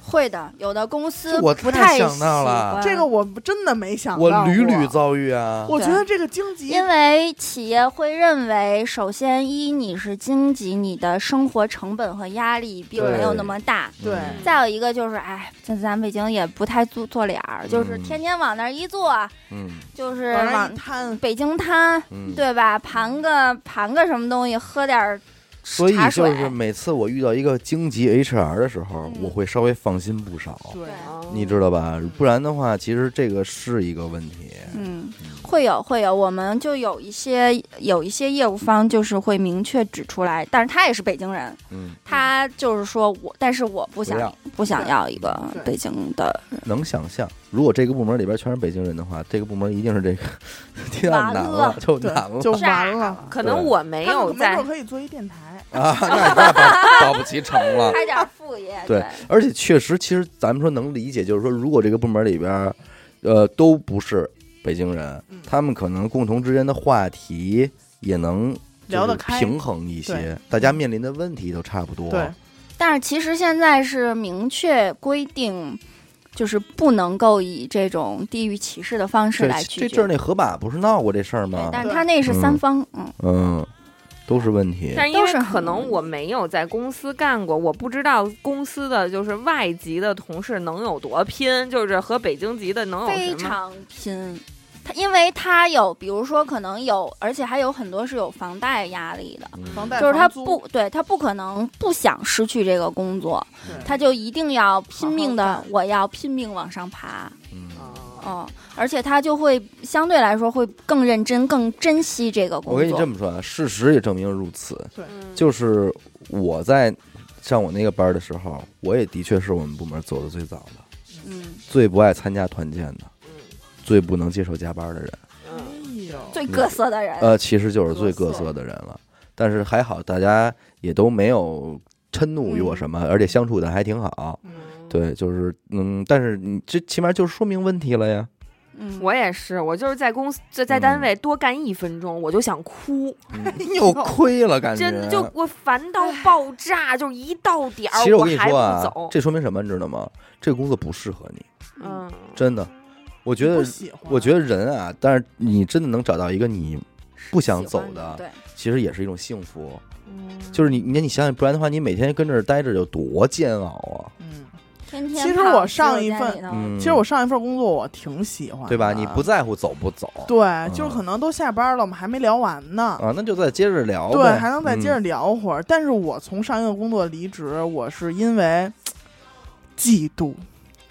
Speaker 3: 会的，有的公司
Speaker 4: 这我
Speaker 3: 不
Speaker 4: 太想
Speaker 3: 喜
Speaker 4: 到了
Speaker 3: 欢
Speaker 1: 这个我真的没想到
Speaker 4: 我
Speaker 1: 过
Speaker 4: 屡屡遭遇啊。
Speaker 1: 我觉得这个经济
Speaker 3: 因为企业会认为，首先一你是经济，你的生活成本和压力并没有那么大。
Speaker 1: 对
Speaker 4: 嗯
Speaker 3: 再有一个就是，哎，这咱北京也不太做做脸儿，就是
Speaker 4: 嗯
Speaker 3: 天天往那儿一坐，
Speaker 4: 嗯
Speaker 3: 就是
Speaker 1: 往那
Speaker 3: 往
Speaker 1: 一摊，
Speaker 3: 北京摊，
Speaker 4: 嗯，
Speaker 3: 对吧？盘个盘个什么东西，喝点儿
Speaker 4: 所以
Speaker 3: 茶
Speaker 4: 就
Speaker 3: 水。啊
Speaker 4: 是每次我遇到一个经济 HR 的时候，
Speaker 3: 嗯
Speaker 4: 我会稍微放心不少，
Speaker 2: 嗯
Speaker 1: 对
Speaker 2: 啊
Speaker 4: 你知道吧？不然的话，其实这个是一个问题。
Speaker 3: 嗯，会有会有，我们就有一些有一些业务方就是会明确指出来，但是他也是北京人，
Speaker 4: 嗯，
Speaker 3: 他就是说我，但是我不想
Speaker 4: 不
Speaker 3: 不
Speaker 4: 要
Speaker 3: 想要一个
Speaker 1: 对
Speaker 3: 北京的，
Speaker 4: 能想象，如果这个部门里边全是北京人的话，这个部门一定是这个 提案
Speaker 3: 完
Speaker 4: 难了
Speaker 3: 了，
Speaker 4: 就
Speaker 1: 对
Speaker 4: 难了
Speaker 1: 就
Speaker 2: 炸
Speaker 1: 完了。
Speaker 2: 可能我没
Speaker 1: 没
Speaker 2: 有
Speaker 1: 没
Speaker 2: 在
Speaker 1: 准可以做一电台，
Speaker 4: 啊！那你那保保不齐成了。
Speaker 3: 开点副业，
Speaker 4: 对，而且确实，其实咱们说能理解，就是说，如果这个部门里边儿，呃，都不是北京人，
Speaker 1: 嗯
Speaker 4: 他们可能共同之间的话题也能就
Speaker 1: 聊得
Speaker 4: 是
Speaker 1: 开
Speaker 4: 平衡一些
Speaker 1: 对，
Speaker 4: 大家面临的问题都差不多。
Speaker 1: 对，
Speaker 3: 但是其实现在是明确规定，就是不能够以这种地域歧视的方式
Speaker 4: 这
Speaker 3: 来拒
Speaker 4: 这
Speaker 3: 绝。哎
Speaker 4: 阵儿那河马不是闹过这事儿
Speaker 3: 对
Speaker 4: 吗，？
Speaker 3: 但是他那是三方，嗯，
Speaker 4: 嗯，都是问题。
Speaker 2: 但是因
Speaker 3: 都
Speaker 2: 为
Speaker 3: 是
Speaker 2: 可
Speaker 3: 很
Speaker 2: 能我没有在公司干过，我不知道公司的就是外籍的同事能有多拼，就是和北京籍的
Speaker 1: 哦
Speaker 2: 能有
Speaker 3: 非
Speaker 2: 什么？
Speaker 3: 常拼。他因为他有，比如说可能有，而且还有很多是有房贷压力的，
Speaker 4: 嗯
Speaker 1: 房贷
Speaker 3: 就是他
Speaker 1: 房租
Speaker 3: 不对，他不可能不想失去这个工作，
Speaker 1: 对
Speaker 3: 他就一定要拼命
Speaker 1: 好好
Speaker 3: 的
Speaker 1: 干，
Speaker 3: 我要拼命往上爬。
Speaker 4: 嗯
Speaker 1: 哦啊
Speaker 3: 嗯，而且他就会相对来说会更认真、更珍惜这个工作。
Speaker 4: 我跟你这么说啊，事实也证明如此。
Speaker 2: 嗯
Speaker 4: 就是我在上我那个班儿的时候，我也的确是我们部门走的最早的，
Speaker 3: 嗯，
Speaker 4: 最不爱参加团建的，
Speaker 2: 嗯
Speaker 4: 最不能接受加班的人。
Speaker 1: 哎
Speaker 2: 嗯
Speaker 1: 呦，
Speaker 3: 最各色的
Speaker 2: 哎
Speaker 3: 人，
Speaker 4: 呃，其实就是最
Speaker 2: 各
Speaker 4: 各
Speaker 2: 色
Speaker 4: 色的人了。但是还好，大家也都没有嗔怒于我什么，而且相处的还挺好。
Speaker 2: 嗯，
Speaker 4: 对，就是嗯，但是你这起码就是说明问题 了呀。
Speaker 3: 嗯，
Speaker 2: 我也是，我就是在公司在在单
Speaker 4: 嗯
Speaker 2: 位多干一分钟，我就想哭，
Speaker 4: 又亏了，感觉
Speaker 2: 哎真的就我烦到爆炸，就是一到点儿
Speaker 4: 其实我跟你
Speaker 2: 还
Speaker 4: 说
Speaker 2: 不
Speaker 4: 啊
Speaker 2: 走，，
Speaker 4: 这说明什么，你知道吗？这个工作不适合你，
Speaker 2: 嗯，
Speaker 4: 真的。我觉得
Speaker 1: 不，喜欢，
Speaker 4: 我觉得人啊，但是你真的能找到一个你不想
Speaker 3: 喜欢
Speaker 4: 走的，
Speaker 3: 对，
Speaker 4: 其实也是一种幸福。
Speaker 2: 嗯
Speaker 4: 就是你，你你想想，不然的话，你每天跟这儿待着有多煎熬啊！
Speaker 1: 嗯，
Speaker 3: 天天
Speaker 1: 其实
Speaker 3: 躺
Speaker 1: 我上一
Speaker 3: 在
Speaker 1: 份
Speaker 3: 里头
Speaker 4: 嗯，
Speaker 1: 其实我上一份工作我挺喜欢的，
Speaker 4: 对吧？你不嗯在乎走不走？
Speaker 1: 对，就是可能都下班了，我们还没聊完呢。
Speaker 4: 啊，那就再接着聊呗。
Speaker 1: 对，还能再接着
Speaker 4: 嗯
Speaker 1: 聊会儿。但是我从上一个工作离职，我是因为嫉妒，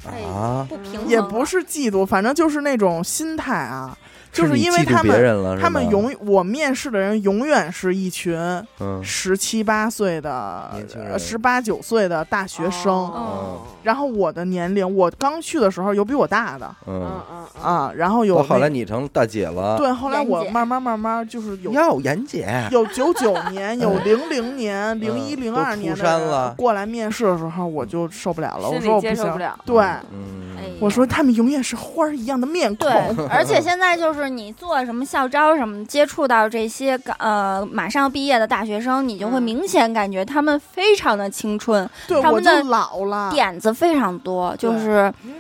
Speaker 4: 啊，
Speaker 3: 不平衡，
Speaker 1: 也不，是嫉妒，反正就是那种心态啊，就是是
Speaker 4: 你
Speaker 1: 因为
Speaker 4: 嫉妒
Speaker 1: 他
Speaker 4: 别
Speaker 1: 们。
Speaker 4: 人了，是
Speaker 1: 他们
Speaker 4: 吗
Speaker 1: 永我面试的人永远是一群
Speaker 4: 嗯
Speaker 1: 十七八岁的呃
Speaker 4: 年轻人、
Speaker 1: 十八九岁的大学生，
Speaker 2: 哦
Speaker 1: 然后我的年龄，我刚去的时候有比我大的
Speaker 4: 嗯，
Speaker 2: 嗯嗯嗯，
Speaker 1: 啊，然后有
Speaker 4: 到后
Speaker 1: 那
Speaker 4: 来你成大姐了，嗯
Speaker 1: 对，后来
Speaker 3: 严
Speaker 1: 我
Speaker 3: 姐
Speaker 1: 慢慢慢慢就是有
Speaker 4: 哟，妍姐，
Speaker 1: 有九九年，有
Speaker 4: 嗯
Speaker 1: 零零年、零一、
Speaker 4: 嗯
Speaker 1: 零
Speaker 4: 都
Speaker 1: 二年
Speaker 4: 出
Speaker 1: 的
Speaker 4: 山了
Speaker 1: 人过来面试的时候，我就受不了了。我
Speaker 2: 心
Speaker 1: 说
Speaker 2: 里
Speaker 1: 我
Speaker 2: 接
Speaker 1: 不
Speaker 2: 受不
Speaker 1: 行，
Speaker 2: 了，
Speaker 1: 对，
Speaker 4: 嗯，
Speaker 3: 哎
Speaker 1: 我说他们永远是花儿一样的面孔
Speaker 3: 对，而且现在就是你做什么校招什么，接触到这些个呃马上毕业的大学生，你就会
Speaker 2: 嗯
Speaker 3: 明显感觉他们非常的青春，
Speaker 1: 对，
Speaker 3: 他
Speaker 1: 我
Speaker 3: 们
Speaker 1: 就
Speaker 3: 的
Speaker 1: 老了。
Speaker 3: 点子非常多，就
Speaker 1: 对
Speaker 3: 是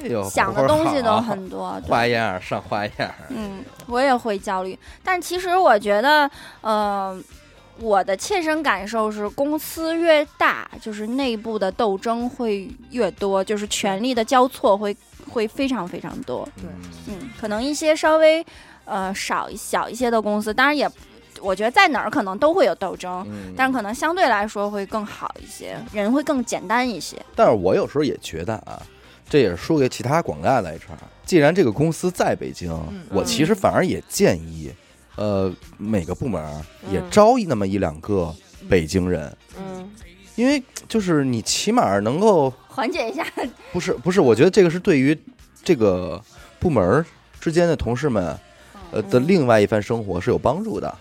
Speaker 4: 哎呦
Speaker 3: 想的东西都
Speaker 4: 啊
Speaker 3: 很多。对
Speaker 4: 花样儿上花样儿，
Speaker 3: 嗯，我也会焦虑，但其实我觉得，呃，我的切身感受是，公司越大，就是内部的斗争会越多，就是权力的交错会会非常非常多。
Speaker 1: 对
Speaker 4: 嗯
Speaker 3: 嗯，可能一些稍微呃少一小一些的公司，当然也，我觉得在哪儿可能都会有斗争，
Speaker 4: 嗯
Speaker 3: 但是可能相对来说会更好一些，人会更简单一些。
Speaker 4: 但是我有时候也觉得啊，这也是说给其他广大来茬儿。既然这个公司在北京，
Speaker 1: 嗯
Speaker 4: 我其实反而也建议，呃，每个部门儿也
Speaker 2: 嗯
Speaker 4: 招一那么一两个北京人，
Speaker 2: 嗯
Speaker 4: 因为就是你起码能够
Speaker 3: 缓解一下，
Speaker 4: 不是不是，我觉得这个是对于这个部门儿之间的同事们，呃
Speaker 1: 嗯
Speaker 4: 的另外一番生活是有帮助的。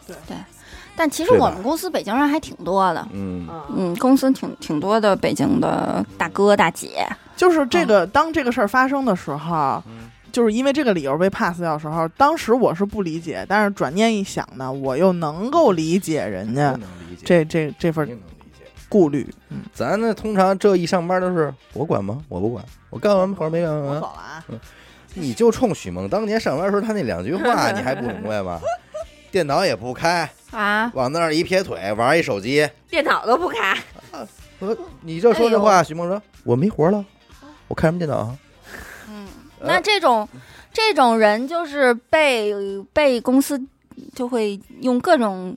Speaker 3: 但其实
Speaker 4: 对吧
Speaker 3: 我们公司北京人还挺多的，
Speaker 4: 嗯，
Speaker 2: 嗯
Speaker 3: 嗯，公司挺挺多的北京的大哥大姐，
Speaker 1: 就是这个，当这个事儿发生的时候，
Speaker 4: 嗯
Speaker 1: 就是因为这个理由被 pass 掉的时候，当时我是不理解，但是转念一想呢，我又能够理解人家
Speaker 4: 嗯能理解，嗯
Speaker 1: 这这这
Speaker 4: 肯
Speaker 1: 份
Speaker 4: 定能理解。
Speaker 1: 顾虑。嗯，
Speaker 4: 咱呢，通常这一上班都是我管吗？我不管，我干完活没干
Speaker 1: 我
Speaker 4: 完
Speaker 1: 走。了啊。
Speaker 4: 嗯你就冲许梦当年上班时候他那两 句话，你还不明白吗？电脑也不开，
Speaker 3: 啊，
Speaker 4: 往那儿一撇腿，玩一手机。
Speaker 2: 电脑都不开，
Speaker 4: 我说你这说这
Speaker 3: 哎
Speaker 4: 话，许梦说我没活了，我看什么电脑啊？
Speaker 3: 嗯，
Speaker 4: 呃
Speaker 3: 那这种这种人就是被被公司就会用各种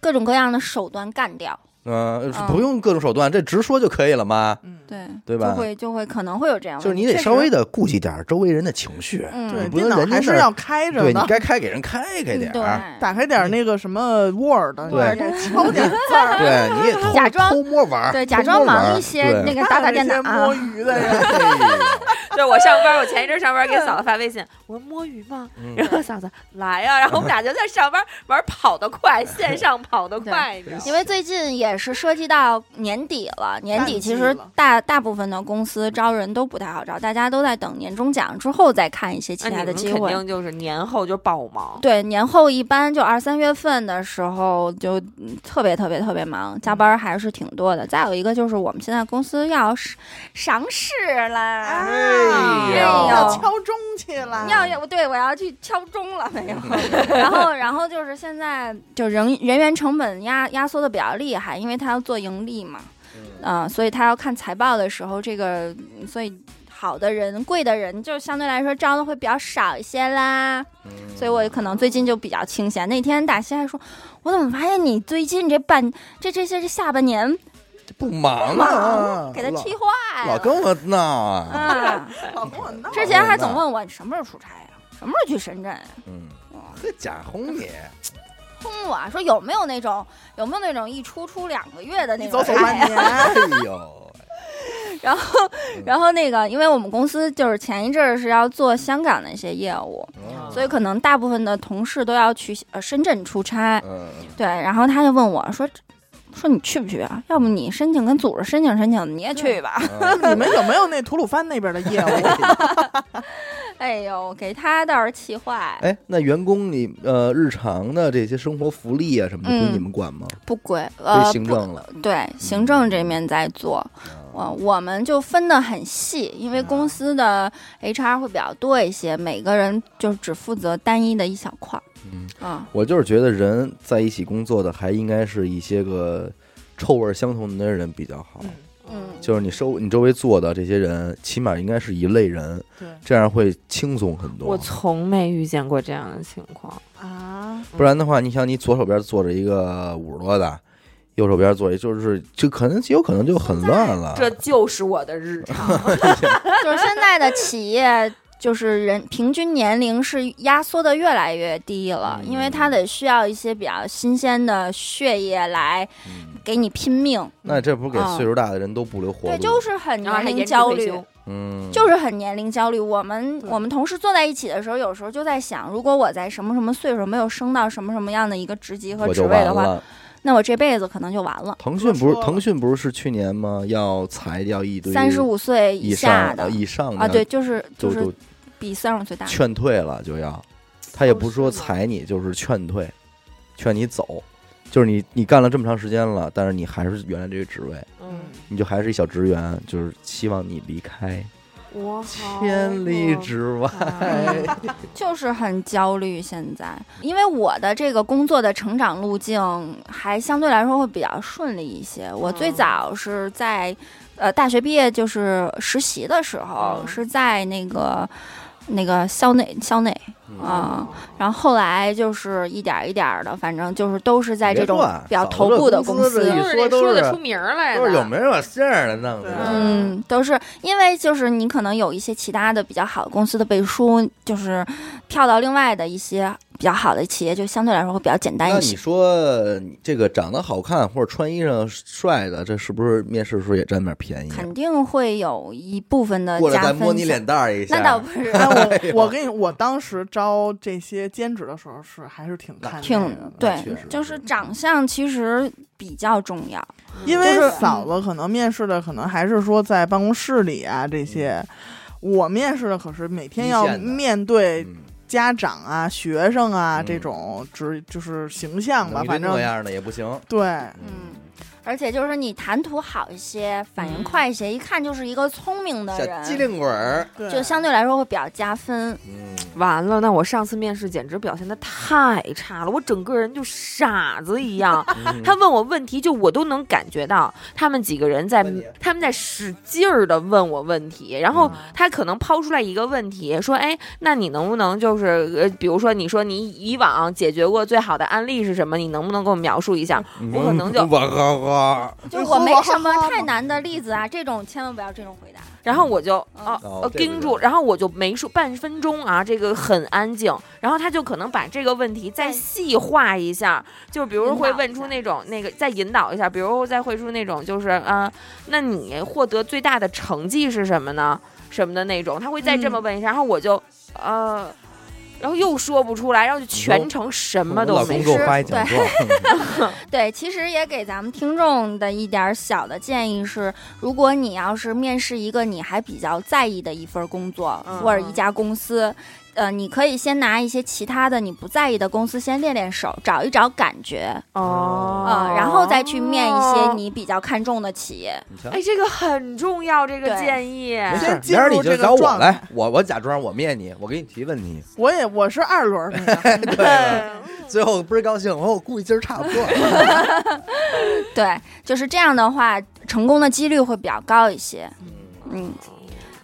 Speaker 3: 各种各样的手段干掉，
Speaker 4: 嗯、
Speaker 3: 嗯
Speaker 4: 不用各种手段，这直说就可以了吗？
Speaker 1: 嗯，
Speaker 3: 对
Speaker 4: 对吧
Speaker 3: 就会就会可能会有这样的
Speaker 4: 就
Speaker 3: 问
Speaker 4: 是
Speaker 3: 题，
Speaker 4: 你得稍微
Speaker 3: 的，
Speaker 4: 的顾及点儿周围人的情绪，
Speaker 1: 对，
Speaker 4: 你
Speaker 3: 嗯，
Speaker 4: 不
Speaker 1: 电
Speaker 4: 能
Speaker 1: 脑
Speaker 4: 人家
Speaker 1: 还是
Speaker 4: 那儿
Speaker 1: 要开着
Speaker 4: 对你
Speaker 1: 呢，
Speaker 4: 该开给人开开点儿，
Speaker 3: 对，
Speaker 1: 打开点那个什么 Word，
Speaker 4: 对
Speaker 1: 敲点字儿，
Speaker 4: 对，你也偷
Speaker 3: 嗯假装
Speaker 4: 偷摸玩儿，
Speaker 3: 对，
Speaker 4: 偷
Speaker 3: 假
Speaker 4: 摸
Speaker 3: 装
Speaker 4: 玩
Speaker 3: 忙
Speaker 4: 儿
Speaker 3: 一些，那
Speaker 4: 对
Speaker 3: 个打打电脑啊
Speaker 1: 看看那些摸鱼的人，
Speaker 2: 对我上班，我前一阵上班给嫂子发微信，我说摸鱼吗？
Speaker 4: 嗯
Speaker 2: 然后嫂子来啊 呀、然后我们俩就在上班玩跑得 快，线上跑得快，你知道吗
Speaker 3: 因为最近也是涉及到年底了，年底
Speaker 1: 淡季
Speaker 3: 其实
Speaker 1: 了
Speaker 3: 大大部分的公司招人都不太好招，大家都在等年终奖之后再看一些其
Speaker 2: 那
Speaker 3: 他
Speaker 2: 你
Speaker 3: 的
Speaker 2: 们
Speaker 3: 机
Speaker 2: 肯
Speaker 3: 会。
Speaker 2: 定就是年后就爆忙，
Speaker 3: 对，年后一般就二三月份的时候就嗯特别特别特别忙，加班还是挺多的。再有一个就是我们现在公司要是上市啦，
Speaker 1: 啊
Speaker 4: 哎
Speaker 3: 呦
Speaker 1: 要敲钟去了，
Speaker 3: 要要对我要去敲钟了没有？ 然后然后就是现在就人人员成本压压缩的比较厉害，因为他要做盈利嘛，
Speaker 4: 嗯
Speaker 3: 啊、所以他要看财报的时候，这个嗯所以好的人、贵的人就相对来说招的会比较少一些啦。
Speaker 4: 嗯
Speaker 3: 所以我可能最近就比较清闲。那天大西还说，我怎么发现你最近这半这这些这下半年
Speaker 4: 不忙啊，
Speaker 3: 给他气
Speaker 4: 老
Speaker 3: 坏
Speaker 4: 老
Speaker 3: 了
Speaker 4: 跟我闹啊，
Speaker 3: 啊！
Speaker 1: 老跟我闹。
Speaker 3: 之前还总问我你什么时候出差呀、什么时候去深圳呀、
Speaker 4: 嗯，这假哄你，
Speaker 3: 轰我啊说有没有那种有没有那种一出出两个月的那
Speaker 1: 一
Speaker 3: 种
Speaker 1: 走走
Speaker 3: 差
Speaker 1: 半年，
Speaker 4: 哎呦，
Speaker 3: 然后， 然后那个，因为我们公司就是前一阵儿是要做香港的一些业务，
Speaker 4: 嗯
Speaker 3: 所以可能大部分的同事都要去呃深圳出差。
Speaker 4: 嗯，
Speaker 3: 对，然后他就问我说：“说你去不去啊？要不你申请跟组织申请申请，你也去吧。
Speaker 4: 嗯
Speaker 1: 你们有没有那吐鲁番那边的 业务？
Speaker 3: 哎呦，给他倒是气坏，
Speaker 4: 哎，那员工你呃日常的这些生活福利啊什么的，归
Speaker 3: 嗯
Speaker 4: 你们管吗？
Speaker 3: 不归呃
Speaker 4: 归行政了，嗯
Speaker 3: 不对行政这面在做，我、我们就分得很细，因为公司的 HR 会比较多一些，每个人就只负责单一的一小块儿。
Speaker 4: 嗯
Speaker 3: 啊，
Speaker 4: 我就是觉得人在一起工作的，还应该是一些个臭味相同的人比较好。
Speaker 3: 嗯
Speaker 4: 就是你周你周围坐的这些人，起码应该是一类人，
Speaker 1: 对
Speaker 4: 这样会轻松很多
Speaker 2: 我。从没遇见过这样的情况，
Speaker 1: 啊，
Speaker 4: 不然的话，你想你左手边坐着一个五十多的，右手边坐一就是就可能有可能就很乱了。
Speaker 2: 这就是我的日常。
Speaker 3: 就是现在的企业，就是人平均年龄是压缩的越来越低
Speaker 4: 嗯
Speaker 3: 了，因为它得需要一些比较新鲜的血液来
Speaker 4: 嗯
Speaker 3: 给你拼命，
Speaker 4: 那这不是给
Speaker 3: 啊
Speaker 4: 岁数大的人都不留活路？
Speaker 3: 对，就是很
Speaker 2: 然后
Speaker 3: 年
Speaker 2: 还
Speaker 3: 龄
Speaker 2: 延迟
Speaker 3: 焦
Speaker 2: 退
Speaker 3: 虑
Speaker 2: 休。，
Speaker 4: 嗯，
Speaker 3: 就是很年龄焦虑。我们
Speaker 1: 对
Speaker 3: 我们同事坐在一起的时候，有时候就在想，如果我在什么什么岁数没有升到什么什么样的一个职级和
Speaker 4: 我
Speaker 3: 职
Speaker 4: 就
Speaker 3: 位
Speaker 4: 完
Speaker 3: 的话，
Speaker 4: 了。
Speaker 3: 那我这辈子可能就完了。
Speaker 4: 腾讯不是
Speaker 1: 说了
Speaker 4: 腾讯不是去年吗？要裁掉一堆
Speaker 3: 三十五岁
Speaker 4: 以
Speaker 3: 下
Speaker 4: 上
Speaker 3: 的
Speaker 4: 呃以上的
Speaker 3: 啊，对，，就是啊就
Speaker 4: 就是就
Speaker 3: 比三十岁大的，
Speaker 4: 劝退了就要，他也不是说
Speaker 1: 哦是吗
Speaker 4: 裁你，就是劝退，劝你走，就是你你干了这么长时间了，但是你还是原来这个职位，
Speaker 2: 嗯，
Speaker 4: 你就还是一小职员，就是希望你离开
Speaker 2: 我好
Speaker 4: 千里之外。
Speaker 2: 哎
Speaker 3: 就是很焦虑。现在，因为我的这个工作的成长路径还相对来说会比较顺利一些。我最
Speaker 2: 嗯
Speaker 3: 早是在呃大学毕业就是实习的时候，
Speaker 2: 嗯
Speaker 3: 是在那个那个校内校内啊、然后后来就是一点儿一点儿的，反正就是都是在
Speaker 4: 别
Speaker 3: 这种
Speaker 4: 乱
Speaker 3: 比较
Speaker 4: 早
Speaker 3: 头
Speaker 4: 这
Speaker 3: 部的
Speaker 4: 公
Speaker 3: 公
Speaker 4: 司
Speaker 3: 司
Speaker 4: 这一。
Speaker 2: 就是
Speaker 4: 说都
Speaker 2: 说
Speaker 4: 是
Speaker 2: 的出名儿来
Speaker 4: 都
Speaker 2: 的，
Speaker 4: 是有没有这样的弄的？
Speaker 1: 对
Speaker 4: 啊
Speaker 3: 嗯，都是因为就是你可能有一些其他的比较好的公司的背书，就是跳到另外的一些比较好的企业，就相对来说会比较简单
Speaker 4: 那
Speaker 3: 一
Speaker 4: 你
Speaker 3: 些。
Speaker 4: 说你这个长得好看或者穿衣裳帅的，这是不是面试的时候也占点便宜啊？
Speaker 3: 肯定会有一部分的
Speaker 4: 过来
Speaker 3: 加
Speaker 4: 再
Speaker 3: 分项。
Speaker 4: 摸你脸蛋儿一下，
Speaker 3: 那倒不 是，
Speaker 1: 但
Speaker 4: 呦
Speaker 1: 哎我我跟你，我当时招这些兼职的时候是还是挺看
Speaker 3: 挺
Speaker 1: 那个的
Speaker 3: 对
Speaker 4: 确实，
Speaker 3: 就是长相其实比较重要。
Speaker 2: 嗯
Speaker 1: 因
Speaker 3: 就
Speaker 1: 为
Speaker 3: 是
Speaker 1: 嫂子可能面试的可能还是说在办公室里啊这些，我面试的可是每天
Speaker 4: 一
Speaker 1: 要
Speaker 4: 线的
Speaker 1: 面对
Speaker 4: 嗯
Speaker 1: 家长啊、学生啊
Speaker 4: 嗯
Speaker 1: 这种职就是形象吧，
Speaker 4: 弄一堆
Speaker 1: 反正
Speaker 4: 那样的也不行。
Speaker 1: 对，
Speaker 3: 嗯，而且就是你谈吐好一些，反应快一些，一看就是一个聪明的
Speaker 4: 嗯小机
Speaker 3: 人，
Speaker 4: 灵鬼儿，
Speaker 1: 对
Speaker 3: 就相对来说会比较加分。
Speaker 4: 嗯，
Speaker 2: 完了，那我上次面试简直表现的太差了，我整个人就傻子一样。
Speaker 4: 嗯
Speaker 2: 他问我问题，就我都能感觉到他们几个人在
Speaker 4: 问你
Speaker 2: 他们在使劲儿的问我问题，然后
Speaker 1: 嗯
Speaker 2: 他可能抛出来一个问题，说：“哎，那你能不能就是呃，比如说你说你以往解决过最好的案例是什么？你能不能给我描述一下？”我可能就
Speaker 4: 嗯我呵呵，
Speaker 3: 就是我没什么太难的例子啊，这种千万不要这种回答。
Speaker 2: 然后我就哦
Speaker 3: 嗯
Speaker 4: 哦
Speaker 2: 呃
Speaker 4: 这个
Speaker 2: 盯
Speaker 4: 就
Speaker 2: 住，然后我就没说半分钟啊，这个很安静。然后他就可能把这个问题再
Speaker 3: 再
Speaker 2: 细化一下，就比如
Speaker 3: 引
Speaker 2: 会
Speaker 3: 导
Speaker 2: 问
Speaker 3: 一
Speaker 2: 出
Speaker 3: 下
Speaker 2: 那种那个再引导一下，比如再会出那种就是啊、呃那你获得最大的成绩是什么呢？什么的那种，他会再这么
Speaker 3: 嗯
Speaker 2: 问一下，然后我就呃，然后又说不出来，然后就全程什么都
Speaker 4: 老
Speaker 2: 没
Speaker 3: 公
Speaker 4: 公给
Speaker 2: 说。
Speaker 3: 给我
Speaker 4: 我发
Speaker 3: 发
Speaker 4: 一
Speaker 3: 一
Speaker 4: 奖
Speaker 3: 奖
Speaker 4: 状，
Speaker 3: 对，其实也给咱们听众的一点儿小的建议是，如果你要是面试一个你还比较在意的一份工作、
Speaker 2: 嗯
Speaker 3: 或者一家公司，呃，你可以先拿一些其他的你不在意的公司先练练手，找一找感觉
Speaker 2: 哦
Speaker 3: 啊、然后再去面一些。你比较看重的企业。
Speaker 4: 你瞧
Speaker 2: 哎，这个很重要，这个
Speaker 3: 对
Speaker 2: 建议。
Speaker 4: 没事
Speaker 1: 先
Speaker 4: 儿，明
Speaker 1: 进
Speaker 4: 儿
Speaker 1: 入
Speaker 4: 你
Speaker 1: 这
Speaker 4: 就
Speaker 1: 个
Speaker 4: 找我
Speaker 1: 状
Speaker 4: 来
Speaker 1: 态，
Speaker 4: 我我假装我面你，我给你提问题。
Speaker 1: 我也我是二轮儿那个，
Speaker 4: 对啊了，最后不是高兴，我说我估计今儿差不多了。
Speaker 3: 对，就是这样的话，成功的几率会比较高一些。嗯，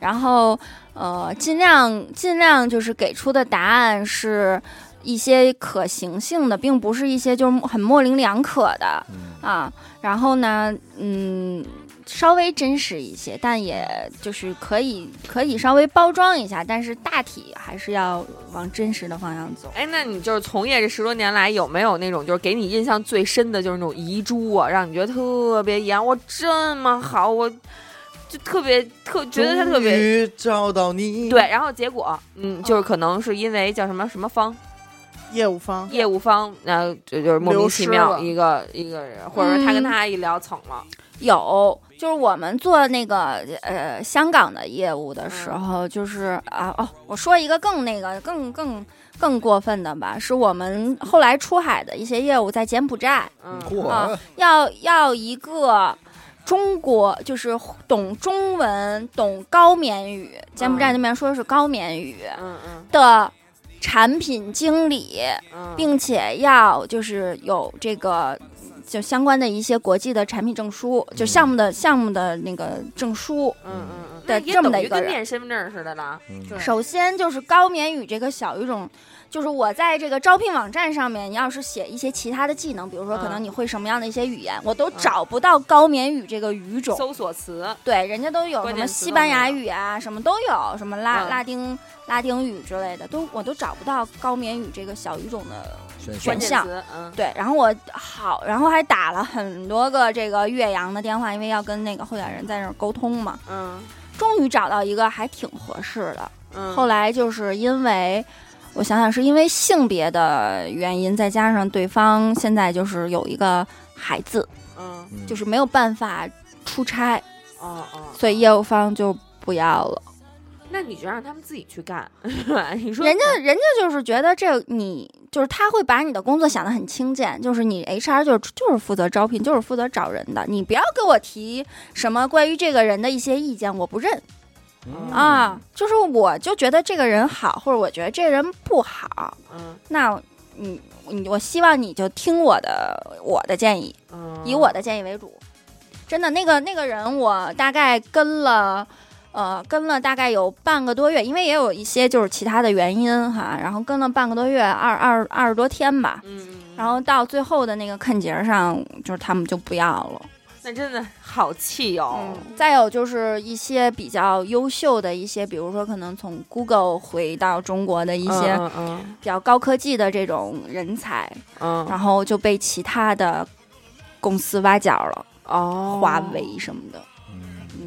Speaker 3: 然后呃，尽量尽量就是给出的答案是一些可行性的，并不是一些就是很模棱两可的
Speaker 4: 嗯
Speaker 3: 啊。然后呢，嗯，稍微真实一些，但也就是可以可以稍微包装一下，但是大体还是要往真实的方向走。
Speaker 2: 哎，那你就是从业这十多年来，有没有那种就是给你印象最深的，就是那种遗珠啊，让你觉得特别遗憾？我这么好，我就特别特觉得他特
Speaker 4: 终
Speaker 2: 别
Speaker 4: 于找到你，
Speaker 2: 对，，然后结果嗯，就是可能是因为叫什么什么方
Speaker 1: 业务方
Speaker 2: 业务方，然后就就是莫名
Speaker 1: 流
Speaker 2: 其
Speaker 1: 失
Speaker 2: 妙
Speaker 1: 了
Speaker 2: 一个一个人，或者说他
Speaker 3: 嗯
Speaker 2: 跟他一聊蹭了，
Speaker 3: 有，就是我们做那个呃香港的业务的时候，就是啊哦，我说一个更那个更更更过分的吧，是我们后来出海的一些业务在柬埔寨，
Speaker 2: 嗯，
Speaker 4: 嚯
Speaker 3: 啊，要要一个。中国就是懂中文、懂高棉语，柬埔寨那边说是高棉语
Speaker 2: 嗯嗯
Speaker 3: 的产品经理，
Speaker 2: 嗯，
Speaker 3: 并且要就是有这个就相关的一些国际的产品证书，就项目的项目的那个证书。
Speaker 2: 嗯嗯嗯，
Speaker 3: 对
Speaker 2: 那也
Speaker 3: 这么
Speaker 2: 等
Speaker 3: 的
Speaker 2: 于
Speaker 3: 一个
Speaker 2: 跟
Speaker 3: 人
Speaker 2: 面身份证似的了，
Speaker 4: 嗯
Speaker 1: 对
Speaker 3: 首先啊就是高棉语这个小语种，就是我在这个招聘网站上面，你要是写一些其他的技能，比如说可能
Speaker 2: 嗯
Speaker 3: 你会什么样的一些语言，我都找不到高棉语这个语种。
Speaker 2: 搜索词，
Speaker 3: 对，人家都有
Speaker 2: 关
Speaker 3: 什
Speaker 2: 键
Speaker 3: 么
Speaker 2: 词
Speaker 3: 西
Speaker 2: 都
Speaker 3: 班
Speaker 2: 没
Speaker 3: 牙
Speaker 2: 有
Speaker 3: 语啊，什么都有，什么拉、
Speaker 2: 嗯
Speaker 3: 拉丁拉丁语之类的，都我都找不到高棉语这个小语种的
Speaker 4: 选
Speaker 2: 关
Speaker 4: 选
Speaker 2: 键
Speaker 3: 项
Speaker 2: 词，嗯，
Speaker 3: 对，然后我好，然后还打了很多个这个岳阳的电话，因为要跟那个候选人在那儿沟通嘛。
Speaker 2: 嗯
Speaker 3: 终于找到一个还挺合适的。
Speaker 2: 嗯，
Speaker 3: 后来就是因为，我想想是因为性别的原因，再加上对方现在就是有一个孩子，
Speaker 2: 嗯，
Speaker 4: 嗯
Speaker 3: 就是没有办法出差，
Speaker 2: 哦哦，
Speaker 3: 所以业务方就不要了。
Speaker 2: 那你就让他们自己去干， 是吧？你说哎
Speaker 3: 人家人家就是觉得这你就是他会把你的工作想得很轻贱，就是你 HR 就是就是负责招聘，就是负责找人的，你不要给我提什么关于这个人的一些意见，我不认
Speaker 2: 嗯
Speaker 3: 啊。就是我就觉得这个人好，或者我觉得这个人不好，
Speaker 2: 嗯
Speaker 3: 那你你我希望你就听我的我的建议，
Speaker 2: 嗯，
Speaker 3: 以我的建议为主。真的，那个那个人，我大概跟了，呃，跟了大概有半个多月，因为也有一些就是其他的原因哈，然后跟了半个多月，二二二十多天吧。
Speaker 2: 嗯，嗯，
Speaker 3: 然后到最后的那个看节上，就是他们就不要了。
Speaker 2: 那真的好气哦，
Speaker 3: 嗯，再有就是一些比较优秀的一些，比如说可能从 Google 回到中国的一
Speaker 2: 一
Speaker 3: 些
Speaker 2: 嗯
Speaker 3: 比较高科技的这种人才，
Speaker 2: 嗯
Speaker 3: 然后就被其他的公司挖角了，
Speaker 2: 哦，
Speaker 3: 华为什么的。
Speaker 4: 嗯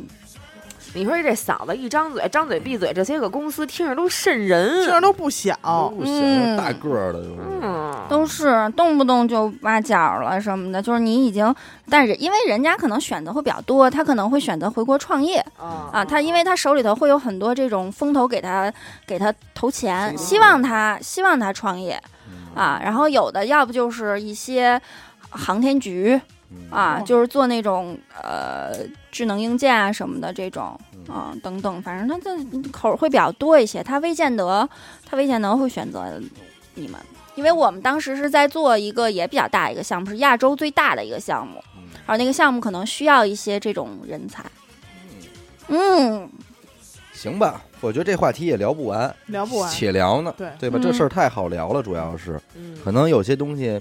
Speaker 2: 你说这嫂子一张嘴，张嘴闭嘴，这些个公司听着都瘆人，
Speaker 1: 听着都不小，
Speaker 3: 哦
Speaker 4: 不
Speaker 3: 嗯
Speaker 4: 行，大个儿的，就是
Speaker 2: 嗯，
Speaker 3: 都是动不动就挖角了什么的，就是你已经，但是因为人家可能选择会比较多，他可能会选择回国创业啊，
Speaker 2: 啊
Speaker 3: 他因为他手里头会有很多这种风投给他给他投钱，
Speaker 4: 嗯
Speaker 3: 希望他希望他创业啊，然后有的要不就是一些航天局啊，
Speaker 1: 嗯
Speaker 3: 就是做那种呃智能硬件啊什么的这种啊等等，反正他的口儿会比较多一些，他未见得他未见得会选择你们。因为我们当时是在做一个也比较大一个项目，是亚洲最大的一个项目，
Speaker 4: 嗯
Speaker 3: 然后那个项目可能需要一些这种人才。嗯，
Speaker 4: 行吧，我觉得这话题也聊不完，
Speaker 1: 聊不完。
Speaker 4: 且聊呢，
Speaker 1: 对
Speaker 4: 对吧？
Speaker 3: 嗯
Speaker 4: 这事儿太好聊了，主要是
Speaker 2: 嗯
Speaker 4: 可能有些东西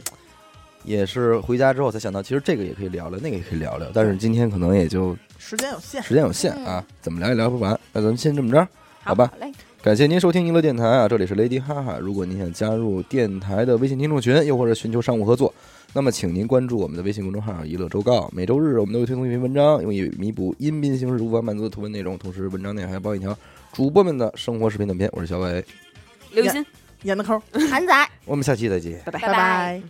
Speaker 4: 也是回家之后才想到，其实这个也可以聊聊，那个也可以聊聊，但是今天可能也就
Speaker 1: 时间有限，
Speaker 4: 时间有限啊，
Speaker 3: 嗯
Speaker 4: 怎么聊也聊不完。那咱们先这么着，好吧？
Speaker 3: 嘞，
Speaker 4: 感谢您收听娱乐电台啊，这里是雷迪哈哈。如果您想加入电台的微信听众群，又或者寻求商务合作，那么请您关注我们的微信公众号“娱乐周告”，每周日我们都会推送一篇文章，用以弥补音频形式无法满足的图文内容。同时，文章内还包一条主播们的生活视频短片。我是小伟，
Speaker 2: 刘鑫。
Speaker 1: 严的抠，
Speaker 3: 韩仔，
Speaker 4: 我们下期再见。
Speaker 2: 拜拜
Speaker 1: 拜
Speaker 3: 拜
Speaker 1: 拜。